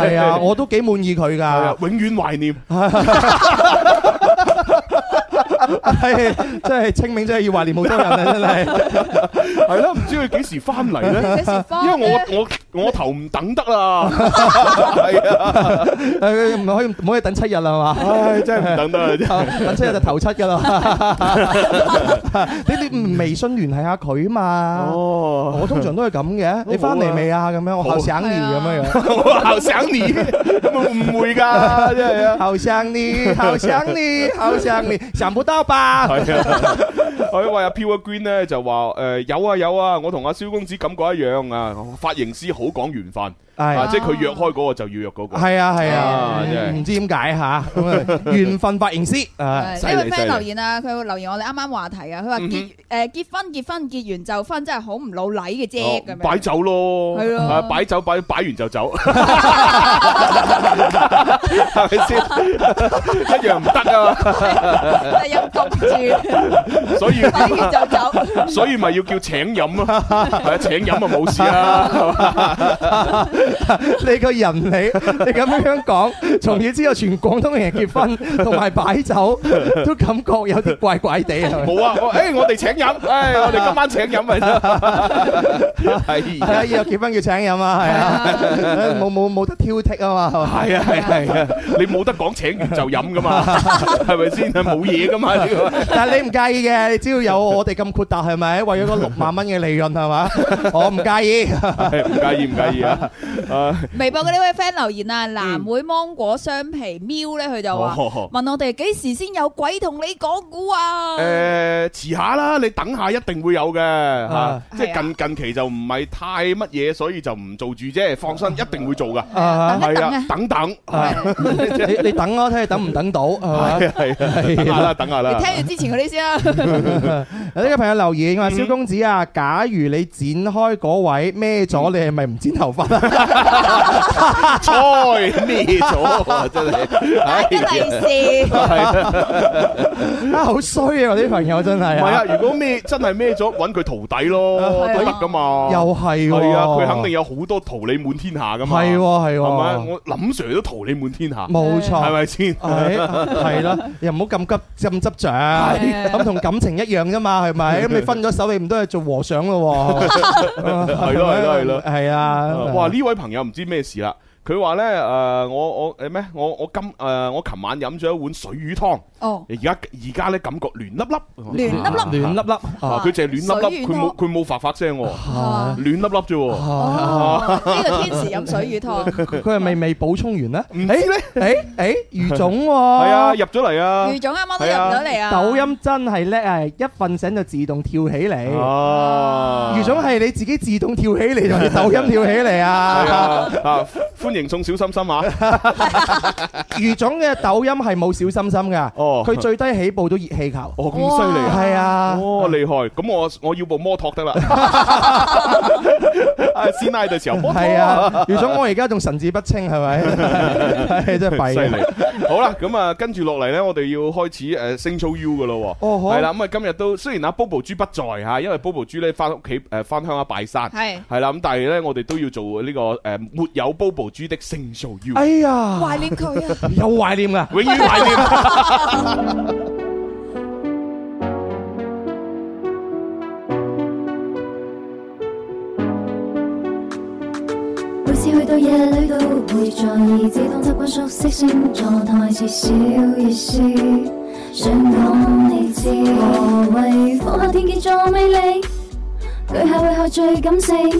S2: 係啊，我都幾滿意佢
S1: 係啊
S2: 㗎，
S1: 永遠懷 念。
S2: 係真係清明真係要懷念好多人 啊，真係
S1: 係啦，唔知佢幾時翻嚟咧？
S3: 幾時翻
S1: 因
S3: 呢
S1: 為我我我頭唔等得啊啦。係啊，
S2: 誒唔可以唔可以等七日啦係嘛？
S1: 唉，真係唔等得啦， 真係。
S2: 等七日就頭七㗎啦， 你哋唔微信聯繫下佢嘛？
S1: 哦。
S2: 我通常都係咁嘅，你翻嚟未啊？咁樣我後省年咁 樣樣。
S1: 我好想你，誤會 㗎，真係啊！
S2: 好想你，好想你，好想你，想不到 吧？
S1: 係啊，我喂阿 Pure Green 咧就話誒有啊有啊，我同阿蕭公子感覺一樣啊，髮型師好講緣分啊，
S2: 係
S1: 即係佢約開嗰個就要約嗰個。
S2: 係啊係啊
S1: 啊真，係
S2: 唔知點解吓，咁啊緣分 髮型師啊，
S1: 犀
S3: 係
S1: 利
S3: 呢位
S1: 犀
S3: friend
S1: 利
S3: 留言啊，佢留言我哋啱啱話題啊，佢話結誒結婚結婚結完就分，真係好唔老禮嘅啫
S1: 哦
S3: 咁樣。
S1: 擺酒咯，
S3: 係啊
S1: 啊擺酒擺擺 完就走，係咪先？一樣唔得啊，
S3: 係又焗住，
S1: 所以
S3: 擺完就走。
S1: 所以咪要叫請飲咯，係啊請飲啊冇事啦，係嘛
S2: 你個人你你咁樣講，從此之後全廣東人結婚同埋 擺酒都感覺有啲怪怪地係咪？
S1: 冇啊，我誒我哋請飲，誒我哋今晚請飲咪得，係
S2: 係
S1: 啊
S2: 啊，以後結婚要請飲啊，係啊，冇冇冇得挑剔啊嘛，係嘛？
S1: 係啊係啊，你冇得講請完就飲噶嘛，係咪先？係冇嘢噶
S2: Ờ,
S1: 嘛呢個。
S2: 但係你唔介意嘅，你只要有我哋咁豁達係咪？為咗嗰六萬蚊嘅利潤係嘛？我唔介意。
S1: 係唔介意唔介意啊！啊
S3: 微博嘅呢位 friend 留言啊，藍莓芒果雙皮喵咧，佢就話
S1: 嗯哦
S3: 問我哋幾時先有鬼同你講古啊？
S1: 誒，遲下啦，你等下一定會有嘅嚇
S2: 啊，
S1: 即係近近期就唔係太乜嘢，所以就唔做住啫。放心，一定會做噶。
S2: 啊
S3: 等一
S1: 係
S3: 等
S1: 啊
S3: 啊，
S1: 等等，
S3: 係
S2: 你你等我睇你等唔等到係嘛？
S1: 係啊，等下啦，等下啦
S3: 你。聽完之前嗰啲 先啊啦。
S2: 有呢個朋友留言話：蕭公子啊，假如你剪開嗰位孭咗，你係咪 唔剪頭髮啊？
S1: 猜咩咗啊？真係，
S3: 大吉利
S1: 係
S3: 是，
S1: 啊，
S2: 啊，好衰啊！我啲朋友真
S1: 唔
S2: 係
S1: 係啊？如果咩 真係咩咗，揾佢徒弟咯，
S3: 係啊
S1: 都得噶嘛。
S2: 又係喎，
S1: 係啊，佢肯定有好多桃李滿天下噶嘛。
S2: 係喎，係
S1: 係咪？
S2: 喎，
S1: 我林 Sir 都桃李滿天下，
S2: 冇錯，
S1: 係咪 先？
S2: 係？係啦，又唔好咁急咁執着，咁同感情一樣啫嘛， 係咪？咁你分咗手，你唔都係做和尚咯喎？
S1: 咯 係
S2: 係
S1: 咯係咯
S2: 係啊！
S1: 哇！呢位朋友唔知咩事啦，佢話呢，誒，我我誒咩？我我今誒呃我琴晚飲咗一碗水魚湯，
S3: 哦，
S1: 而家而家呢感覺亂粒粒，
S3: 亂粒粒，
S2: 亂粒粒
S1: 啊！佢淨係亂粒
S3: 水魚
S1: 粒，佢
S3: 湯
S1: 冇佢冇發發聲喎，
S3: 啊
S2: 啊！
S1: 亂粒粒啫喎。
S3: 哦，呢個天時飲水魚湯，
S2: 佢係未未補充完咧？
S1: 唔知咧，
S2: 誒誒，余總喎，
S1: 係啊，入咗嚟啊，
S3: 余總啱啱都入咗嚟啊，
S2: 抖音真係叻啊！一瞓醒就自動跳起嚟。
S1: 啊，
S2: 余總係你自己自動跳起嚟，定係抖音跳起嚟
S1: 係
S2: 啊？
S1: 啊，啊歡迎送小心 心啊！
S2: 余總嘅抖音係冇小心心㗎，
S1: 哦
S2: 佢最低起步都熱氣球，
S1: 哦，咁犀利啊！
S2: 係啊，
S1: 哦，厲害！咁我我要部摩托得 啦，啊，師奶嘅時候摩托
S2: 係啊，余總我 而家仲神志不 清係咪？係真係弊啊
S1: 犀利！好啦，咁啊，跟住落嚟咧，我哋要開始誒升 show U 噶咯喎，
S2: 哦好
S1: 係啦，咁啊，今日都雖然阿 Bobo 豬不在嚇，因為 Bobo 豬咧翻屋企誒翻鄉下拜山，
S3: 係
S1: 係啦，咁但係咧，我哋都要做呢個誒沒有 Bobo 豬的升 show U，
S2: 哎呀，
S3: 懷念佢
S1: à.
S3: 啊！
S2: 有懷 念㗎。
S1: 永遠懷念。
S4: 每次去到夜裏都會在意，自動習慣熟悉星座同埋至少熱書。想講你知，何謂火下天蠍座魅力？巨蟹為何最感性？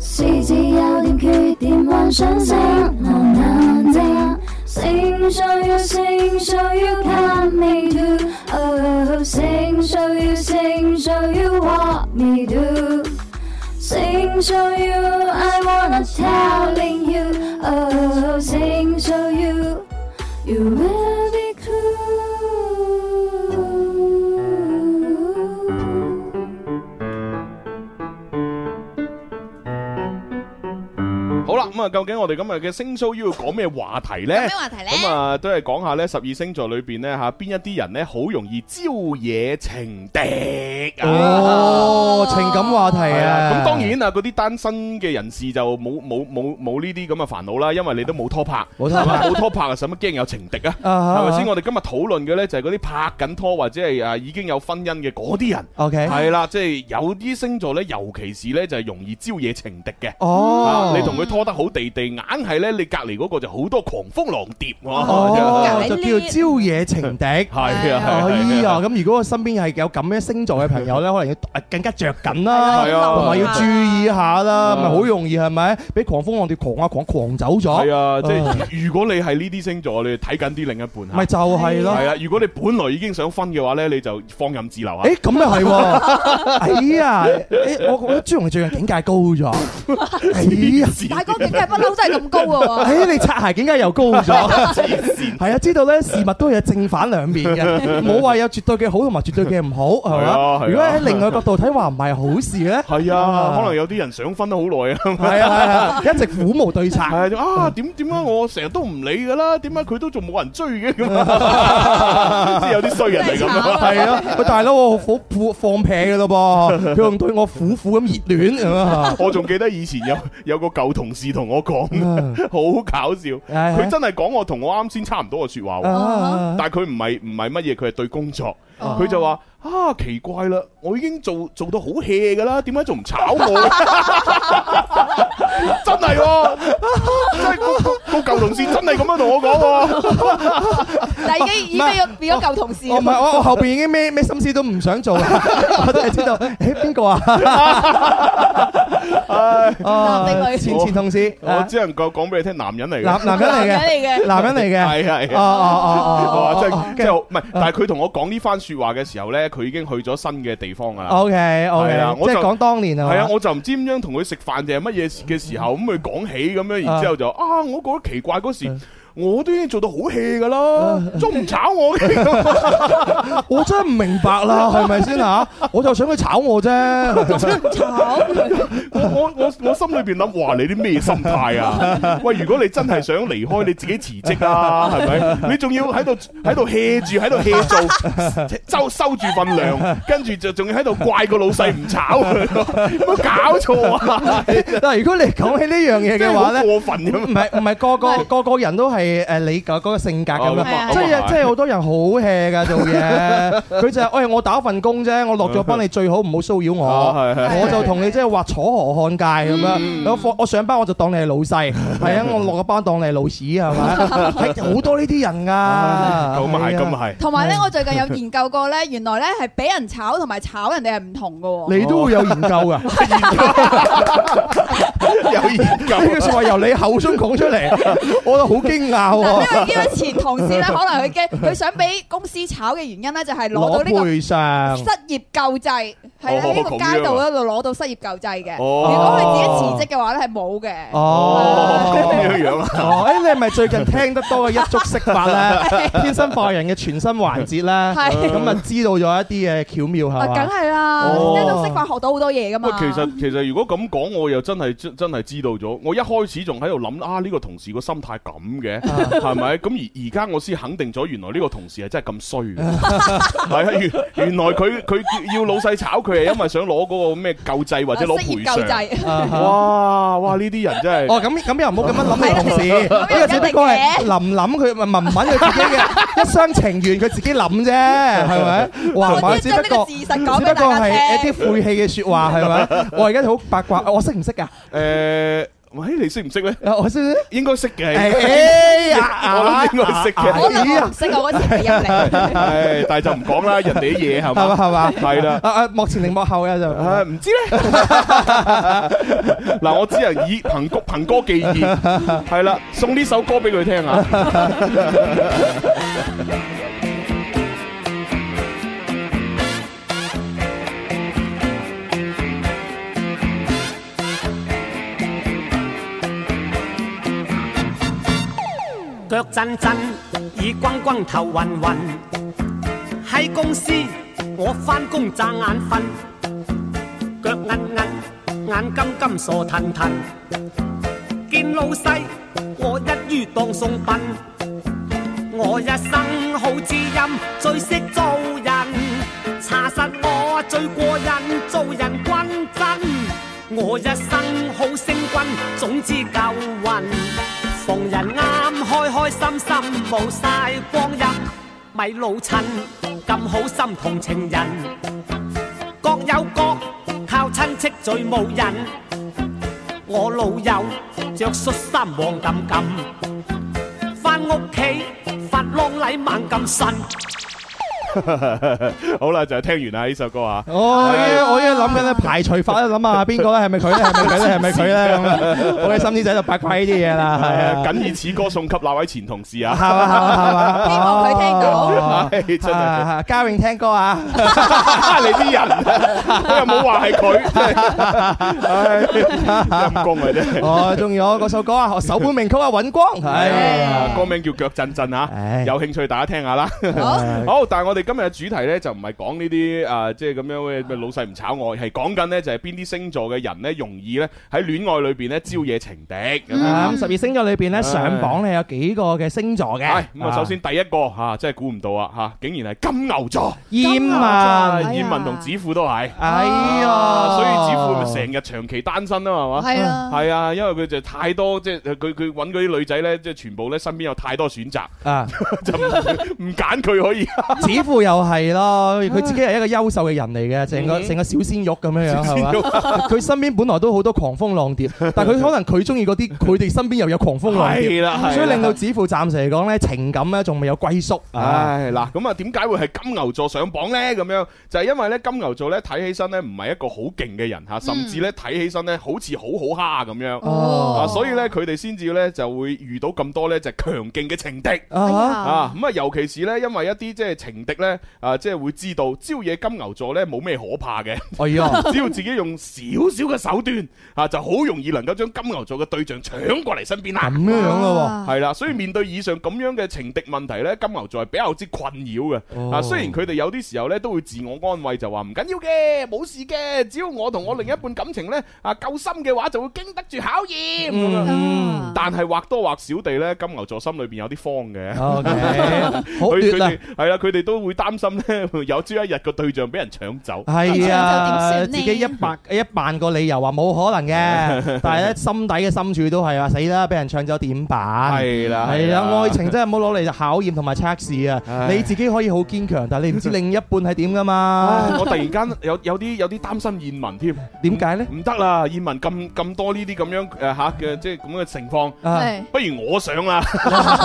S4: 獅子有點缺點，幻想性，無眼睛。星座要星座要 cut me too，哦，星座要星座要 what me do。Sing show you, I wanna telling you. Oh, sing show you, you will be cool.
S1: 好啦，咁啊，究竟我哋今日嘅星 show 要講咩話題呢？
S3: 有咩話題呢
S1: 咁啊，都係講下呢十二星座裏邊呢，吓，邊一啲人呢好容易招惹情敵啊！
S2: 哦，情感話題
S1: 係
S2: 啊！
S1: 啊咁當然啊，嗰啲單身嘅人士就冇冇冇冇呢啲咁嘅煩惱啦，因為你都冇拖拍，
S2: 冇拖拍
S1: 係嘛冇拖拍啊，使乜驚有情敵啊？
S2: 啊
S1: 係咪先？我哋今日討論嘅呢，就係嗰啲拍緊拖或者係啊已經有婚姻嘅嗰啲人，
S2: ？OK，
S1: 係啦，即係有啲星座呢，尤其是呢，就係容易招惹情敵嘅。
S2: 哦
S1: 啊，你同佢拖得好地地，硬係咧你隔離嗰個就好多狂蜂浪蝶啊
S2: 哦
S3: 解，
S1: 喎。
S2: 就叫招惹情敵。
S1: 係啊係啊
S2: 哦，哎
S1: 係
S2: 呀！
S1: 啊，
S2: 咁如果我身邊係有咁樣星座嘅朋友咧，可能要特更加着緊啦，
S1: 係啊
S2: 同埋要注意下啦，
S1: 嗯
S2: 咪好容易係咪？俾狂風浪蝶狂啊狂狂走咗，
S1: 係啊，即係如果你係呢啲星座，你睇緊啲另一半
S2: 嗯咪
S1: 嚇。
S2: 就係咯。
S1: 係啊，如果你本來已經想分嘅話咧，你就放任自流啊。
S2: 誒咁又係 喎，哎呀！誒我覺得朱紅最近境界高咗， 哎呀！
S3: 大哥境界不嬲都係咁高嘅喎。
S2: 誒你擦鞋境界又 高咗。係啊，知道咧事物都有正反兩面 嘅，冇話有絕對嘅好同埋絕對嘅唔好，係
S1: 係啊係
S2: 嘛？
S1: 啊
S2: 如果喺另外角度睇，話唔係好事哦咧，
S1: 係啊，可能有啲人想分得好耐啊。
S2: 係啊係啊，一直苦無對策。
S1: 係啊啊，點點解我成日都唔理㗎啦？點解佢都仲冇人追嘅 咁啊？即係有啲衰人嚟咁啊。
S2: 係啊，喂大佬，我好苦放屁嘅咯噃，佢仲對我苦苦咁熱戀咁啊！
S1: 我仲記得以前有有個舊同事同我講，
S2: 嗯
S1: 好搞笑。
S2: 係
S1: 佢真係講我同我啱先差唔多嘅説話喎。
S2: 啊
S1: 但係佢唔係唔係乜嘢，佢係對工作。佢就話：啊，奇怪啦，我已經做做到好 hea 噶啦，點解仲唔炒我？真係喎，真係個個舊同事真係咁樣同我講喎。
S3: 但係已經已經變咗變咗舊同事
S2: 我唔係我我後邊已經咩咩心思都唔想做啦， 我都係知道誒邊個 啊？啊
S3: 男定女
S2: 前前同事，啊
S1: 我只能夠講俾你聽，男人嚟嘅。
S2: 男男人
S3: 男
S2: 嚟
S3: 人嚟
S2: 嘅，
S3: 嘅
S2: 男人嚟嘅，
S1: 係係
S2: 哦哦
S1: 哇！
S2: 哦哦
S1: 真
S2: 哦
S1: 係真係好唔係，但係佢同我講呢番説話嘅時候呢，佢已經去咗新嘅地方㗎啦。
S2: ，O K O
S1: 啊係啦
S2: K，
S1: 我
S2: 哦即係
S1: 就
S2: 講當年啊，
S1: 係啊，我就唔知點樣同佢食飯定係乜嘢嘅時候，咁佢講起咁樣，然之後就啊，我覺得奇怪嗰
S2: 嗯
S1: 時。我都已經做到好 hea 噶啦，仲唔炒我嘅？
S2: 啊 我真係唔明白啦，係咪先嚇？我就想佢炒我 啫，
S3: 炒
S1: 我我我我心裏邊諗，哇！你啲咩心態啊？喂，如果你真係想離開，你自己辭職啊，係咪？你仲要喺度喺度 hea 住，喺度 hea 做，收收住份糧，跟住就仲要喺度怪個老細唔炒佢，有冇搞錯啊！
S2: 嗱，如果你講起呢樣
S1: 真
S2: 嘢嘅
S1: 係
S2: 話
S1: 好
S2: 咧。
S1: 過分咁
S2: 唔係唔係個個個個人都係誒你嗰嗰個性格咁
S1: 哦咁
S2: 樣
S1: 啊，
S2: 即
S1: 咁啊
S2: 係
S1: 係
S2: 即係好多人好 hea 㗎做嘢， 佢就係喂我打份工啫，我落咗班你最好唔好騷擾
S1: 哦
S2: 我，
S1: 係係嗯
S2: 我就同你即係話楚河漢界咁樣，我放我上班我就當你係 老細，係啊我落咗班當你係老屎係咪？係好多呢啲人㗎，咁
S1: 咁啊係，咁啊係。
S3: 同埋咧，我最近有研究過咧，原來咧係俾人炒同埋炒人哋係唔同嘅喎。
S2: 你都會有研 究㗎，呢
S1: 有研究。
S2: 句説話由你口中講出嚟，我就好驚訝
S3: 嗱
S2: 喎，
S3: 因為因為前同事咧，可能佢驚佢想俾公司炒嘅原因咧，就係攞到
S2: 攞
S3: 呢個
S2: 賠償
S3: 失業救濟，係
S1: 哦
S3: 喺呢個
S1: 咁
S3: 街
S1: 樣
S3: 道
S1: 啊
S3: 嗰度攞到失業救濟嘅。
S1: 哦
S3: 如果佢自己辭職嘅話咧，係冇嘅。
S1: 咁
S2: 哦。
S1: 樣樣啊。
S2: 哦，誒，你係咪最近聽得多嘅一觸識 法咧？天生化人嘅全新環節咧，
S3: 係
S2: 咁啊知道咗一啲嘅巧妙
S3: 啊，
S2: 係
S3: 梗
S2: 嘛？
S3: 係啦，
S1: 哦
S3: 聽到識法學到好多嘢噶
S1: 喂
S3: 嘛。
S1: 其實其實如果咁講，我又真係真真係知道咗。我一開始仲喺度諗啊，呢個同事個心態咁嘅，係咪？咁而而家我先肯定咗，原來呢個同事係真 係咁衰嘅。係啊，原原來佢佢要老細炒佢，係因為想攞嗰個咩救濟或者攞
S3: 啊失
S1: 賠
S3: 業救
S1: 償。
S3: 濟。
S2: 啊哈
S1: 哇哇！呢啲人真係
S2: 哦，咁咁又唔好咁樣諗你同事，
S3: 係啊
S2: 呢個只不過係林林佢文文佢自己嘅一廂情願，佢自己諗啫，係咪？哇，唔
S3: 我
S2: 係
S3: 知
S2: 只
S3: 將
S2: 不
S3: 呢個
S2: 過
S3: 事
S2: 只
S3: 實
S2: 不
S3: 講俾大
S2: 過
S3: 家
S2: 係
S3: 聽
S2: 一。啲晦氣嘅説話， 係咪？我而家好八卦，我識唔識啊？
S1: 誒，喂，你識唔識咧？
S2: 我識唔識？
S1: 應該識 嘅。
S2: 哎呀
S1: 我諗應該識嘅
S3: 我
S2: 哎
S3: 諗我
S2: 呀
S3: 唔識我嗰次係入嚟。
S1: 唉，但係就唔講啦，人哋啲嘢係
S2: 係嘛
S1: 嘛？
S2: 係嘛？
S1: 係啦。
S2: 啊啊！幕前定幕後嘅就
S1: 啊，唔知咧。嗱，我只能以憑谷憑歌寄意，係啦，送呢首歌俾佢聽啊。
S7: 腳震震，耳轟轟頭暈暈。喺公司我翻工眨眼瞓，腳硬硬，眼金金傻騰騰。見老細我一於當送賓，我一生好知音，最識做人。查實我最過癮，做人均真。我一生好升君，總之夠運。逢人啱，開開心心，冇晒光陰，咪老襯咁好心同情人，各有各，靠親戚最冇癮。我老友着恤衫黃冚冚，翻屋企發啷禮猛咁呻。
S1: 好啦，就聽完啦呢首歌啊。
S2: 我依家我依家諗緊 咧排除法咧，諗下邊個咧係咪佢咧？係咪佢咧？係咪佢咧？咁啊，我嘅心思仔就八卦呢啲嘢啦，係啊。
S1: 誒，僅以此歌送給那位前同事
S2: 係嘛係嘛係嘛，希
S3: 望佢
S1: 啊。
S3: 聽到
S1: 唉真係，
S2: 嘉穎聽歌啊，
S1: 你啲人，我又冇話係 佢，真係唉陰公啊真係。
S2: 我中意我哦嗰首歌啊，我首本名曲啊，尹光係。
S1: 啊歌名叫腳震震啊，
S2: 唉
S1: 有興趣大家聽下啦。
S3: 好，
S1: 好，但係我哋今日嘅主題呢，就唔係講呢啲啊，即係咁樣喂老細唔炒我，係講緊呢，就係邊啲星座嘅人呢，容易呢喺戀愛裏邊呢招惹情敵咁樣。
S2: 啊咁十二星座裏邊咧，上榜咧有幾個嘅星座嘅。
S1: 係咁啊，首先第一個吓，真係估唔到啊吓，竟然係金牛座，
S2: 燕文，
S1: 啊
S3: 哎呀
S1: 燕文同子富都係，啊
S2: 哎呀，
S1: 所以子富咪成日長期單身啦，係嘛？
S3: 係啦。
S1: 係啊，因為佢就太多，即係佢佢揾嗰啲女仔呢，即係全部呢身邊有太多選擇，
S2: 啊，
S1: 就唔唔揀佢可以。
S2: 子富又係咯，佢自己係一個優秀嘅人嚟嘅，
S1: 嗯
S2: 成個成個小鮮肉咁樣樣係嘛？佢身邊本來都好多狂風 浪蝶，但係佢可能佢中意嗰啲，佢哋身邊又有狂風浪蝶。
S1: 係啦，係啦
S2: 所以令到指父暫時嚟講咧，情感咧仲未有歸宿。啊！
S1: 唉，嗱，咁啊，點解會係金牛座上榜呢？咁樣就係因為咧，金牛座咧睇起身咧唔係一個好勁嘅人嚇，甚至咧睇起身咧好似好好蝦咁樣。
S2: 哦
S1: 啊，所以咧，佢哋先至咧就會遇到咁多咧就強勁嘅情敵
S2: 啊哈
S1: 啊！咁啊，尤其是咧，因為一啲即係情敵咧啊，即係會知道招惹金牛座咧冇咩可怕嘅，
S2: 哎呀，
S1: 只要自己用少少嘅手段啊，就好容易能夠將金牛座嘅對象搶過嚟身邊啦
S2: 咁。樣樣咯
S1: 系啦，所以面對以上咁樣嘅情敵問題呢，金牛座係比較之困擾嘅。
S2: 哦
S1: 啊，雖然佢哋有啲時候呢都會自我安慰，就話唔緊要嘅，冇事嘅，只要我同我另一半感情呢啊夠深嘅話，就會經得住考驗咁樣。
S3: 嗯
S1: 但係或多或少地呢，金牛座心裏邊有啲慌嘅。
S2: 喎。OK，好
S1: 佢
S2: 劣
S1: 佢
S2: 啦
S1: 哋。係啦，佢哋都會擔心呢， 有朝一日個對象俾人搶走。
S2: 係
S3: 咁
S2: 啊，
S3: 就點算呢
S2: 自己一百一扮個理由話冇可能嘅，但係咧心底嘅深處都係話死啦，俾人搶走點辦？
S1: 係啦，
S2: 係啊，愛情真係唔好攞嚟考驗同埋測試啊！
S1: 唉
S2: 你自己可以好堅強，但係你唔知另一半係點噶嘛？
S1: 我突然間有有啲有啲擔心燕文添。
S2: 點解咧？
S1: 唔得啦，燕文咁咁多呢啲咁樣誒嚇嘅，即係咁嘅情況，
S2: 啊，
S1: 不如我上啦。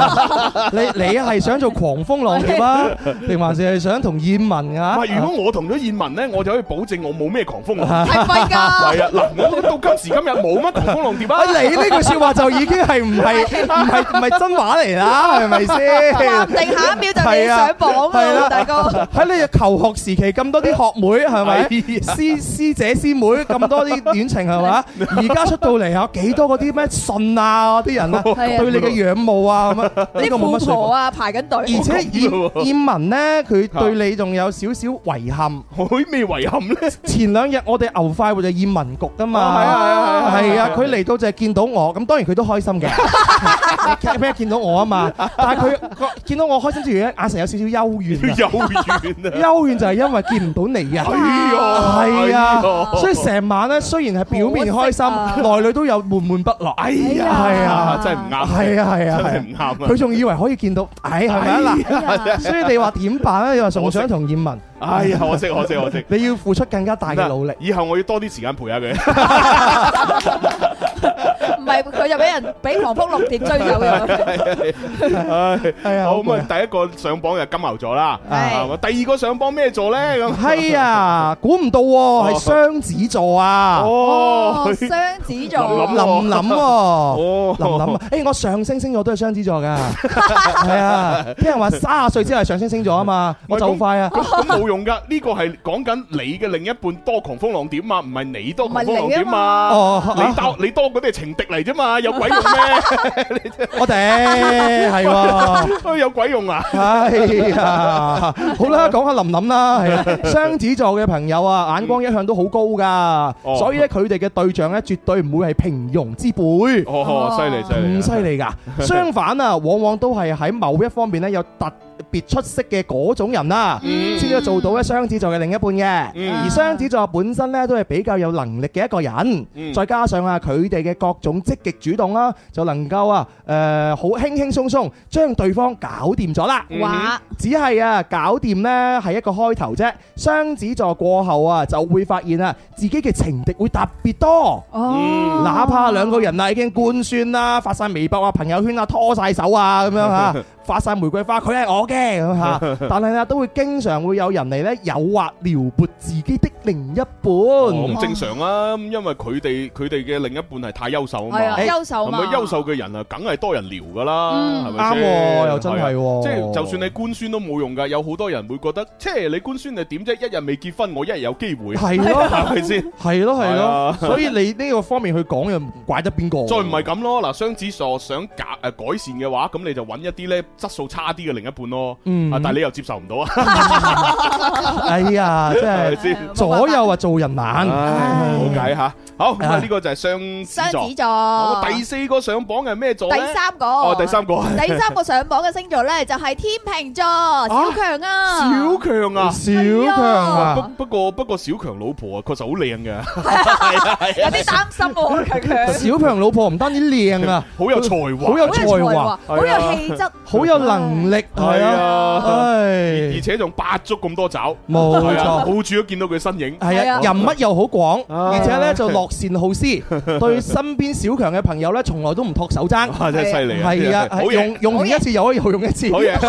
S2: 你你係想做狂風浪蝶啊，定話還是係想同燕文啊？
S1: 唔係，如果我同咗燕文咧，我就可以保證我冇咩狂風浪。係
S3: 係咪㗎？
S1: 啊，嗱，我到今時今日冇乜狂風浪蝶
S2: 啊，
S1: 啊。
S2: 你呢句说話就已經係唔係唔係唔係真話嚟啦，係咪
S3: 話
S2: 先
S3: 唔？定下一秒就你上榜
S2: 係
S3: 啦，
S2: 啦
S3: 大哥。
S2: 喺你嘅求學時期咁多啲學妹係咪？師師姐師妹咁多啲戀情係嘛？而家出到嚟有幾多嗰啲咩信啊嗰 啲人啊，
S3: 係啊
S2: 對你嘅仰慕啊 咁啊，呢個
S3: 啲
S2: 冇乜
S3: 富
S2: 說
S3: 婆
S2: 服。
S3: 啊排緊隊，
S2: 而且
S1: 咁咯喎
S2: 葉葉文呢，佢對你仲有少少遺憾。
S1: 佢咩遺憾咧？
S2: 前兩日我哋牛快活就燕文局噶嘛，
S1: 哦係啊係啊係啊
S2: 係啊，佢嚟到就係見到我，咁當然佢都開 心嘅，咩見到我啊嘛，但係佢佢見到我開心之餘咧，眼神有少少 幽怨啊，
S1: 幼園啊！
S2: 幽怨就係因為見唔到你啊。
S1: 哎呀，
S2: 係啊
S1: 哎呀，
S2: 所以成晚咧，雖然係表面開心，內裏都有悶悶不樂。
S1: 啊哎
S3: 哎
S1: 呀，
S3: 呀
S2: 係
S1: 啊
S2: 啊，
S1: 真係唔啱，
S2: 係啊，係啊，
S1: 真係
S2: 係
S1: 唔啱啊
S2: 啊！佢仲以為可以見到，
S1: 哎
S2: 唉，係咪啊？嗱，所以你話點辦啊咧？你話仲想同燕文，
S1: 哎呀，可惜可惜可惜。
S2: 你要付出更加大嘅努力。
S1: 以後我要多啲時間陪 下佢。
S3: 唔係佢就俾人俾狂風六電追走咗。
S2: 係啊，
S1: 好咁
S2: 攰
S1: 啊，第一個上榜就金牛座啦，係嘛第二個上榜咩座咧？咁
S2: 係啊，估唔到喎，係雙子座啊，
S1: 哦，
S3: 哦，
S1: 佢
S3: 雙子
S1: 諗諗
S2: 林
S3: 座，
S2: 林喎。
S1: 哦，
S2: 林林啊，誒我上升星座都係雙子 座㗎，係啊，啲人話三十歲之後係上升星座啊嘛，我走快啊，
S1: 咁咁冇用噶，呢個係講緊你嘅另一半多狂風浪點嘛，唔係你多狂風浪點嘛。
S2: 哦，
S1: 你多你多嗰啲係情敵嚟啫嘛，有鬼用咩？
S2: 我哋 係喎，
S1: 哎 有鬼用啊！
S2: 係啊，哎好啦，講下林林啦，係啊，雙子座嘅朋友啊，眼光一向都好高
S1: 嗯哦
S2: 㗎，所以咧佢哋嘅對象咧絕對唔會係平庸之輩。
S1: 哦，犀利犀利，
S2: 咁犀利啊 㗎！相反啊，往往都係喺某一方面咧有特別出色嘅嗰種人啦，
S1: 嗯
S2: 先至做到咧雙子座嘅另一半嘅。
S1: 嗯
S2: 而雙子座本身咧都係比較有能力嘅一個
S1: 嗯
S2: 人，再加上啊佢哋嘅各種積極主動啦，就能夠啊誒好輕輕鬆鬆將對方搞掂咗啦。
S3: 哇！
S2: 只係啊，搞掂呢係一個開頭啫。雙子座過後啊，就會發現啊，自己嘅情敵會特別多。
S3: 哦，
S2: 哪怕兩個人啊已經官宣啦，發晒微博啊、朋友圈啊、拖晒手啊咁樣 嚇，發晒玫瑰花，佢係我嘅咁嚇，但係咧都會經常會有人嚟咧誘惑撩撥自己的另一
S3: 哦
S2: 半。
S1: 哦咁正常啦，咁因為佢哋佢哋嘅另一半係太優秀
S3: 係
S1: 啊嘛
S3: 啊，。優秀
S1: 咁
S3: 嘛，
S1: 啊，優秀嘅人啊，梗係多人聊噶啦，
S3: 嗯
S1: 係咪
S2: 啱
S1: 先
S2: 喎，又真係
S1: 係啊
S2: 喎，
S1: 即係就算你官宣都冇用㗎，有好多人會覺得，即係你官宣係點啫？一日未結婚，我一日有機會，
S2: 係 咯，
S1: 係咪先？
S2: 係咯，係
S1: 係啊
S2: 咯，所以你呢個方面去講又唔怪得邊 個？
S1: 再唔係咁咯，嗱，雙子座想改誒改善嘅話，咁你就揾一啲咧質素差啲嘅另一半咯。
S2: 嗯
S1: 啊，但係你又接受唔到 啊，
S2: 哎呀，真
S1: 係咪
S2: 係
S1: 先？
S2: 左右啊做人難。
S1: 唉冇計嚇。好，咁啊，
S2: 唉
S1: 呢個就係雙子
S3: 雙
S1: 座
S3: 子。
S1: 好
S3: 座，
S1: 第四個上榜嘅係咩座咧？
S3: 哦第三個，
S1: 哦，第三個。
S3: 第三個上榜嘅星座咧就係天秤座，小強啊，
S1: 小強啊！
S2: 小強
S1: 不
S2: 啊，
S1: 不過不過小強老婆啊，確實好靚嘅，
S3: 啊有啲擔心喎，強強，
S2: 小強老婆唔單止靚啊，
S1: 好有才華，
S2: 好有
S3: 好
S2: 才
S3: 有才
S2: 華
S3: 華，，好有氣質，
S2: 好有能力，係
S1: 係
S2: 啊。
S1: 啊，而
S2: 唉，
S1: 且仲八足咁多爪，
S2: 冇
S1: 係啊，
S2: 錯。
S1: 好處都見到佢身影。
S2: 係
S3: 係啊
S2: 啊，人物又好廣，
S1: 啊
S2: 而且咧就樂善 好施，對身邊小強嘅朋友咧，從來都唔托手踭。
S1: 哇，真係犀利啊！
S2: 係啊，
S1: 好
S2: 係
S1: 嘢
S2: 用，用完一次又可以又用一次。
S1: 好
S2: 唔
S1: 嘢，